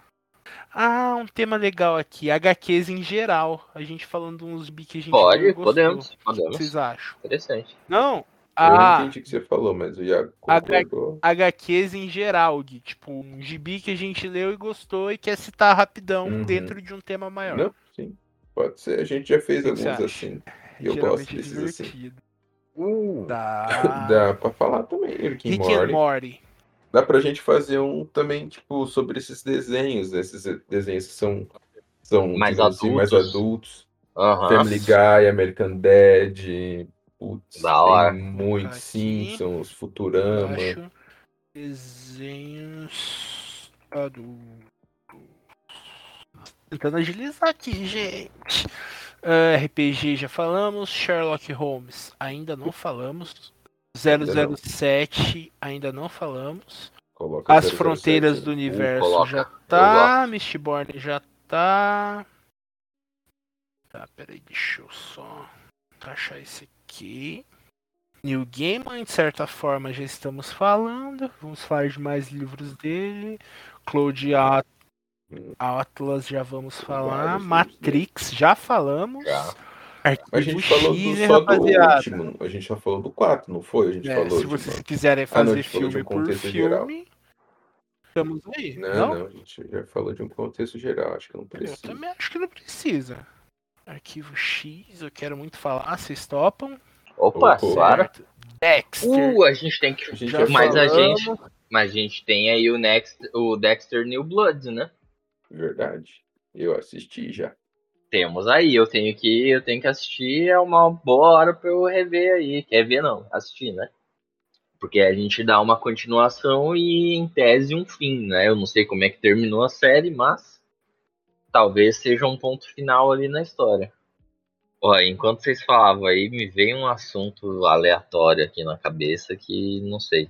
Speaker 1: Ah, um tema legal aqui. HQs em geral. A gente falando uns bi que a gente
Speaker 3: Pode,
Speaker 1: não gostou.
Speaker 3: podemos.
Speaker 1: O que
Speaker 3: Podemos.
Speaker 1: vocês acham?
Speaker 3: Interessante.
Speaker 1: Não!
Speaker 2: Eu não
Speaker 1: Ah,
Speaker 2: entendi o que você falou, mas o Iago
Speaker 1: A-
Speaker 2: concordou.
Speaker 1: HQs em geral, Gui. Tipo, um gibi que a gente leu e gostou e quer citar rapidão
Speaker 2: Uhum.
Speaker 1: dentro de um tema maior.
Speaker 2: Não, sim. Pode ser. A gente já fez
Speaker 1: O que você
Speaker 2: alguns
Speaker 1: acha?
Speaker 2: assim. E eu
Speaker 1: Geralmente
Speaker 2: gosto
Speaker 1: é
Speaker 2: desses assim.
Speaker 1: divertido.
Speaker 3: Uh,
Speaker 1: Dá.
Speaker 2: [LAUGHS] Dá pra falar também, Rick and
Speaker 1: Rick and
Speaker 2: Morty.
Speaker 1: Morty.
Speaker 2: Dá pra gente fazer um também, tipo, sobre esses desenhos, né? Esses desenhos que são, são
Speaker 3: Mais
Speaker 2: digamos assim, mais
Speaker 3: adultos.
Speaker 2: adultos.
Speaker 3: Aham.
Speaker 2: Family Guy, American Dad, putz,
Speaker 3: Da hora.
Speaker 2: tem muito
Speaker 1: Aqui.
Speaker 2: Simpsons,
Speaker 1: Eu
Speaker 2: Futurama.
Speaker 1: acho. Desenhos. adultos. Tentando agilizar aqui, gente. Ah, RPG já falamos. Sherlock Holmes ainda não falamos.
Speaker 2: Ainda
Speaker 1: 007 ainda não falamos.
Speaker 2: Coloca
Speaker 1: As
Speaker 2: 007,
Speaker 1: Fronteiras do
Speaker 2: né?
Speaker 1: Universo
Speaker 3: coloca,
Speaker 1: já
Speaker 3: eu
Speaker 1: tá, Mistborn já tá. Tá, peraí, deixa eu só achar esse aqui. New Gaiman, de certa forma, já estamos falando. Vamos falar de mais livros dele. Claude At-
Speaker 2: Hum.
Speaker 1: Atlas, já vamos falar.
Speaker 2: vários livros
Speaker 1: Matrix, já falamos.
Speaker 3: Já.
Speaker 2: A
Speaker 1: Arquivo
Speaker 2: gente falou do-
Speaker 1: X, né,
Speaker 2: só
Speaker 1: rapaziada?
Speaker 2: do último. A gente já falou do 4, não foi? A gente
Speaker 1: É,
Speaker 2: falou
Speaker 1: se
Speaker 2: de
Speaker 1: vocês [LAUGHS]
Speaker 2: uma-
Speaker 1: quiserem
Speaker 2: Ah, não, a
Speaker 1: fazer
Speaker 2: gente falou de
Speaker 1: filme
Speaker 2: um
Speaker 1: por
Speaker 2: contexto geral.
Speaker 1: filme, estamos aí.
Speaker 2: Não,
Speaker 1: não?
Speaker 2: não, a gente já falou de um contexto geral, acho que não
Speaker 1: Eu
Speaker 2: precisa.
Speaker 1: também acho que não precisa. Arquivo X, eu quero muito falar, Ah, vocês topam?
Speaker 3: Opa,
Speaker 2: Opa.
Speaker 3: claro.
Speaker 1: Certo. Dexter.
Speaker 3: Uh, a gente tem que.
Speaker 2: A gente é
Speaker 1: já
Speaker 2: já
Speaker 3: Mas a
Speaker 2: falou,
Speaker 1: falamos.
Speaker 3: gente, mas a gente tem aí o, Next, o Dexter New Blood, né?
Speaker 2: verdade. Eu assisti já.
Speaker 3: Temos aí, eu tenho que, eu tenho que assistir, é uma boa hora pra eu rever aí. Quer ver não, assistir, né? Porque a gente dá uma continuação e em tese um fim, né? Eu não sei como é que terminou a série, mas talvez seja um ponto final ali na história. Ó, enquanto vocês falavam aí, me veio um assunto aleatório aqui na cabeça que não sei.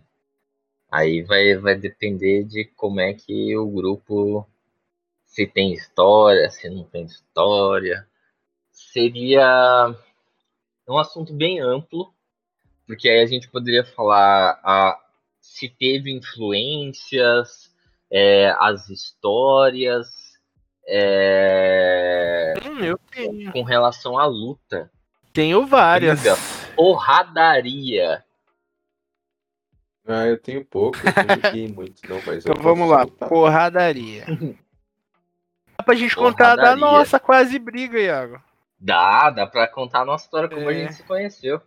Speaker 3: Aí vai, vai depender de como é que o grupo se tem história, se não tem história. Seria um assunto bem amplo, porque aí a gente poderia falar a, se teve influências, é, as histórias, é,
Speaker 1: Hum, eu tenho.
Speaker 3: com relação à luta,
Speaker 1: Tenho várias.
Speaker 3: Briga. porradaria.
Speaker 2: Ah, eu tenho pouco, eu não liguei muito, não, mas eu
Speaker 1: Então vamos
Speaker 2: posso
Speaker 1: lá,
Speaker 2: soltar. [LAUGHS]
Speaker 1: porradaria. Dá pra gente contar da
Speaker 3: Porradaria.
Speaker 1: nossa quase briga, Iago.
Speaker 3: Dá, dá pra contar a nossa história como a
Speaker 1: É.
Speaker 3: gente se conheceu.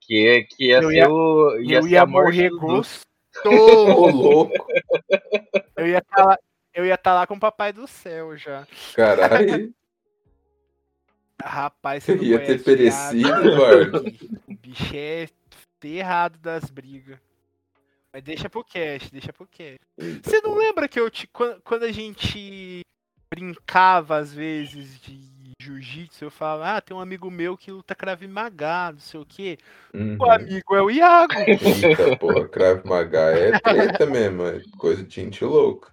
Speaker 3: Que, que ia
Speaker 1: Eu
Speaker 3: ser
Speaker 1: ia-
Speaker 3: o. Ia
Speaker 1: Eu
Speaker 3: ser
Speaker 1: ia
Speaker 3: a morte
Speaker 1: morrer
Speaker 3: dos dois.
Speaker 2: Ô,
Speaker 1: gostoso.
Speaker 2: louco,
Speaker 1: Eu ia estar lá, eu ia tá lá com o papai do céu já.
Speaker 2: caralho.
Speaker 1: Rapaz, você
Speaker 2: [LAUGHS] Eu
Speaker 1: não
Speaker 2: ia ter
Speaker 1: conhece
Speaker 2: perecido,
Speaker 1: Thiago.
Speaker 2: Eduardo.
Speaker 1: O bicho é ferrado das brigas. Mas deixa pro cast, deixa pro cast.
Speaker 2: Eita,
Speaker 1: Você não
Speaker 2: porra.
Speaker 1: lembra que eu te, quan- quando a gente brincava às vezes de jiu-jitsu, eu falava, ah, tem um amigo meu que luta crave magá, não sei o quê.
Speaker 2: Uhum.
Speaker 1: O amigo é o Iago.
Speaker 2: Eita, porra, Krav Maga é treta mesmo, é coisa de gente louca.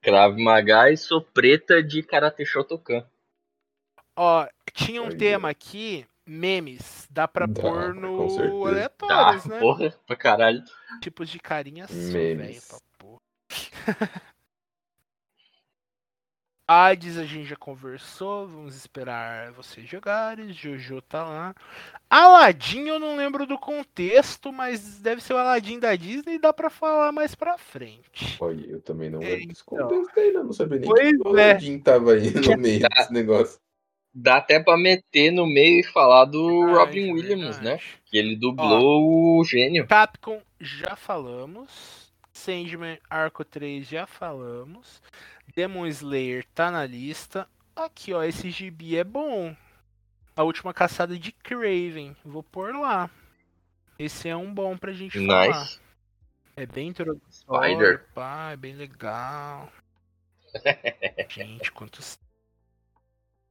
Speaker 3: Krav Maga e sou preta de Karate Shotokan.
Speaker 1: Ó, tinha um
Speaker 2: Aí, ó.
Speaker 1: tema aqui, memes. Dá pra
Speaker 2: Dá,
Speaker 1: pôr
Speaker 2: com
Speaker 1: no
Speaker 2: certeza.
Speaker 3: Tá,
Speaker 1: aleatórios, né?
Speaker 3: porra, pra caralho.
Speaker 1: Tipos de carinha só,
Speaker 2: Memes.
Speaker 1: velho, pra porra. [LAUGHS] Hades a gente já conversou, vamos esperar vocês jogarem, Jojo tá lá. Aladim eu não lembro do contexto, mas deve ser o Aladim da Disney, dá pra falar mais pra frente.
Speaker 2: Olha, eu também não lembro desse
Speaker 1: Então.
Speaker 2: contexto aí, não, não sabia nem
Speaker 1: Pois
Speaker 2: que o
Speaker 1: é. tá.
Speaker 2: Aladdin tava aí no meio desse negócio.
Speaker 3: Dá até pra meter no meio e falar do Robin
Speaker 1: Ai, é
Speaker 3: Williams, né?
Speaker 1: verdade.
Speaker 3: Que ele dublou o gênio.
Speaker 1: Capcom já falamos. Sandman Arco 3 já falamos. Demon Slayer tá na lista. Aqui, ó, esse gibi é bom. A última caçada de Craven. Vou pôr lá. Esse é um bom pra gente falar.
Speaker 3: Nice.
Speaker 1: É bem introdutório,
Speaker 3: Spider.
Speaker 1: pá, é bem
Speaker 3: [LAUGHS]
Speaker 1: legal. Gente, quantos.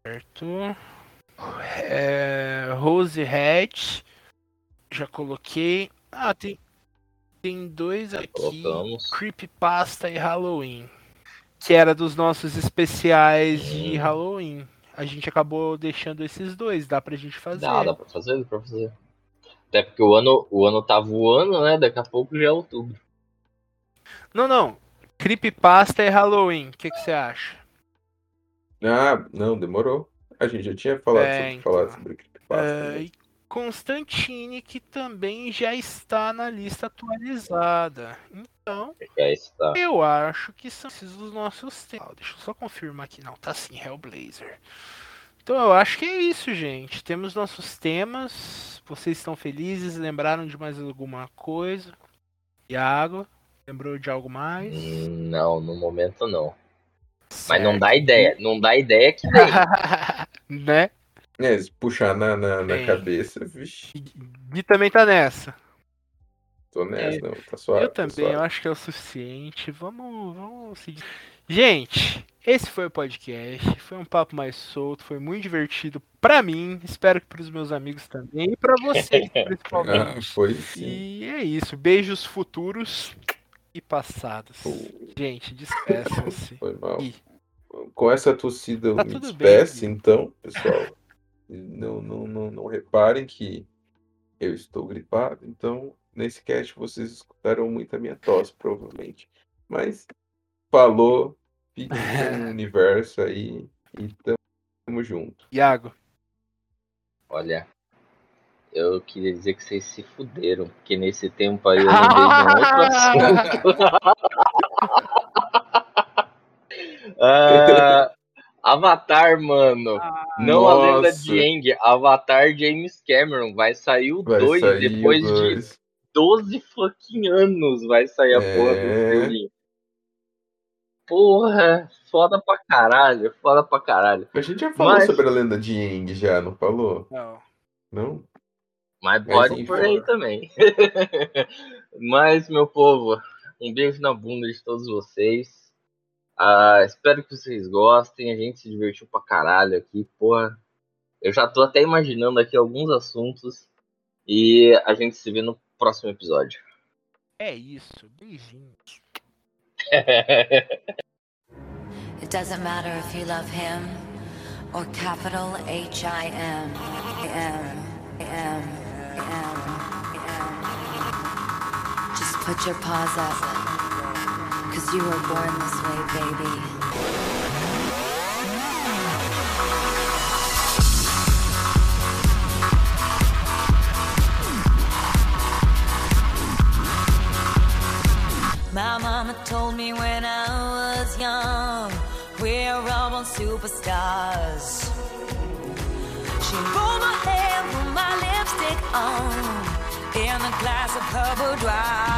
Speaker 1: Certo. É, Rose Hatch. Já coloquei. Ah, tem, tem dois aqui.
Speaker 3: Colocamos.
Speaker 1: Creepypasta e Halloween. Que era dos nossos especiais de
Speaker 3: Hum.
Speaker 1: Halloween. A gente acabou deixando esses dois, dá pra gente fazer.
Speaker 3: Dá, dá pra fazer, dá pra fazer. Até porque o ano, o ano tá voando, né? Daqui a pouco já é outubro.
Speaker 1: Não, não. Creepypasta e Halloween. O que que você acha?
Speaker 2: Ah, não, demorou. A gente já tinha falado
Speaker 1: É,
Speaker 2: sobre,
Speaker 1: então.
Speaker 2: falado sobre creepypasta.
Speaker 1: É,
Speaker 2: né?
Speaker 1: e Constantine, que também já está na lista atualizada. Então,
Speaker 3: É, Já está.
Speaker 1: eu acho que são esses os nossos temas. Deixa eu só confirmar aqui. Não, tá sim, Hellblazer. Então, eu acho que é isso, gente. Temos nossos temas. Vocês estão felizes? Lembraram de mais alguma coisa? Iago, lembrou de algo mais?
Speaker 3: Hum, Não, no momento não. Mas não dá ideia. Não dá ideia que vem.
Speaker 1: Certo. [LAUGHS] né?
Speaker 2: É, se puxar na, na, na
Speaker 1: Sim.
Speaker 2: cabeça, vixe,
Speaker 1: E Gui também tá nessa.
Speaker 2: tô nessa,
Speaker 1: É,
Speaker 2: não, tá suave.
Speaker 1: eu
Speaker 2: tá
Speaker 1: também,
Speaker 2: suave.
Speaker 1: eu acho que é o suficiente. Vamos, vamos seguir. Gente, esse foi o podcast. Foi um papo mais solto, foi muito divertido pra mim. Espero que pros meus amigos também e pra
Speaker 2: [LAUGHS]
Speaker 1: vocês,
Speaker 2: Ah,
Speaker 1: principalmente.
Speaker 2: foi sim.
Speaker 1: E é isso. Beijos futuros e passados.
Speaker 2: Oh.
Speaker 1: Gente, despeçam-se.
Speaker 2: Foi mal.
Speaker 1: Ih.
Speaker 2: Com essa tossida eu
Speaker 1: Tá
Speaker 2: me
Speaker 1: tudo bem,
Speaker 2: despeço,
Speaker 1: Gui.
Speaker 2: então, pessoal. Não, não, não, não reparem que eu estou gripado, então nesse cast vocês escutaram muito a minha tosse, provavelmente. Mas falou, fique com
Speaker 1: [LAUGHS]
Speaker 2: o universo aí e tamo, tamo junto.
Speaker 1: Iago,
Speaker 3: Olha, eu queria dizer que vocês se fuderam, porque nesse tempo aí eu lembrei de um
Speaker 1: [LAUGHS]
Speaker 3: outro assunto. Ah, Avatar, mano. Não a lenda
Speaker 2: Nossa.
Speaker 3: de Aang, Avatar James Cameron. Vai sair o
Speaker 2: Vai
Speaker 3: 2
Speaker 2: sair
Speaker 3: depois
Speaker 2: o
Speaker 3: de
Speaker 2: dois.
Speaker 3: 12 fucking anos vai sair a
Speaker 2: É.
Speaker 3: porra do filme. Porra, foda pra caralho, foda pra caralho.
Speaker 2: A gente já falou
Speaker 3: Mas-
Speaker 2: sobre a lenda de Aang, já, não falou?
Speaker 1: não.
Speaker 2: Não?
Speaker 3: Mas
Speaker 2: Mas
Speaker 3: pode
Speaker 2: enfim.
Speaker 3: por aí também. [LAUGHS] Mas, meu povo, um beijo na bunda de todos vocês. Ah, espero que vocês gostem. A gente se divertiu pra caralho aqui, porra. Eu já tô até imaginando aqui alguns assuntos. E a gente se vê no próximo episódio. [LAUGHS]
Speaker 1: É isso. Beijinho.
Speaker 5: It doesn't matter if you love him or capital H I M. M. M. M. M. Just put your paws up. Cause you were born this way, baby. My mama told me when I was young, we're all on superstars. She pulled my hair, put my lipstick on, in the glass of her boudoir.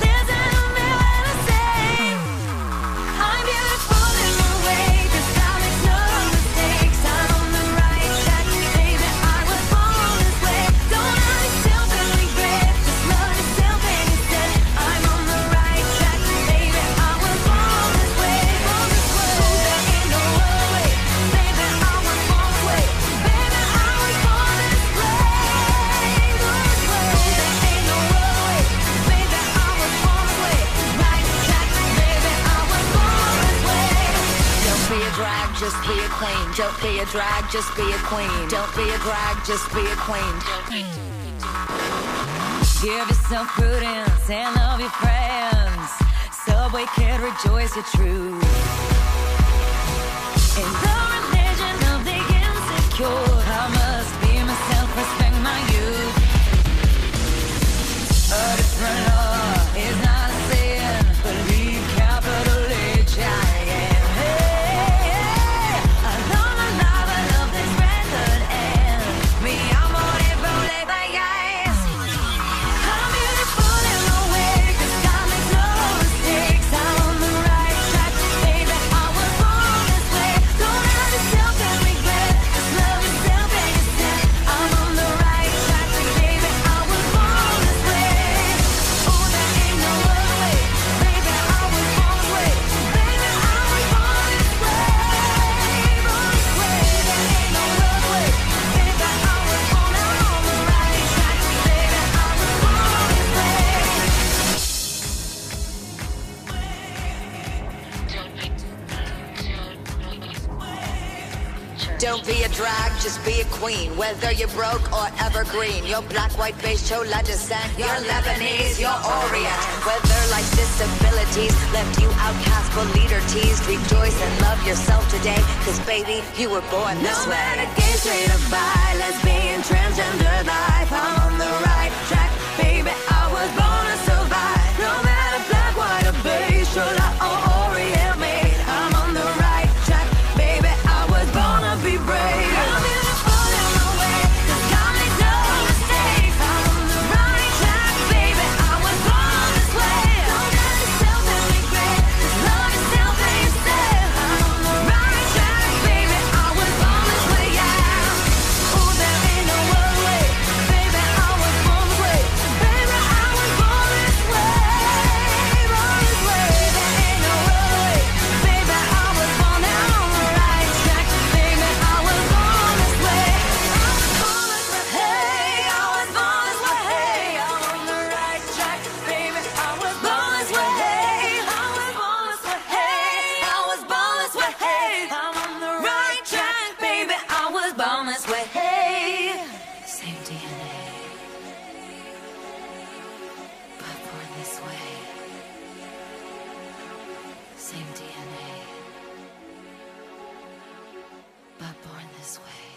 Speaker 5: There's an mirror to say. I'm beautiful in my way, cause I make no mistakes. I'm on the right track, baby. I was born this way. Don't let yourself in regret. Just love yourself and instead. I'm on the right track, baby. I was born this way. Born this way. There ain't no other way. Baby, I was born this way. Baby, I was born this way. This way. There ain't no other way. Baby, I was born this way. Right track, baby. I was born this way. Don't be a drag, just be a queen. Don't be a drag, just be a queen. Don't be a drag, just be a queen. Give yourself prudence and love your friends. Subway can rejoice your truth. In the religion of the insecure, I must be myself, respect my youth. A different law is not a sin. Believe capital H I N. Hey, I love my life, I love this record, and me, I'm on it, roll it, my eyes. I'm beautiful in my way, cause I make no mistakes. I'm on the right track, baby. I was born this way. Don't let yourself in regret. Just love yourself and instead. I'm on the right track, baby. I was born this way. Oh, there ain't no other way, baby. I was born this way, baby. I was born this way, born this way. There ain't no other way, baby. I was born on the right track, baby. I was born this way. Don't be a drag, just be a queen. Whether you're broke or evergreen, you're black, white, beige, chola descent, you're Lebanese, you're Orient. Whether life's disabilities left you outcast but leader teased, rejoice and love yourself today, cause baby, you were born this way. No matter gay, straight or bi, lesbian, transgender life, I'm on the right track, baby, I was born to survive. No matter black, white, or beige, chola or Orient, mate, I'm on the right track, baby, I was born to be brave. I'm beautiful in my way, 'cause God made no mistakes. I'm on the right track, baby, I was born this way. Don't let yourself in regret, just love yourself and yourself. I'm on the right track, baby, I was born this way, yeah. Oh, there ain't no other way, baby, I was born this way. Baby, I was born this way, born this way. There ain't no other way, baby, I was born on the right track, baby, I was born this way. I was born this way, hey, I was born this way, hey, I'm on the right track, baby, I was born this way, hey, I was born this way, hey, I was born this way, hey, I'm on the right track, baby, I was born this way, hey. Same DNA, but born this way. Same DNA, but born this way.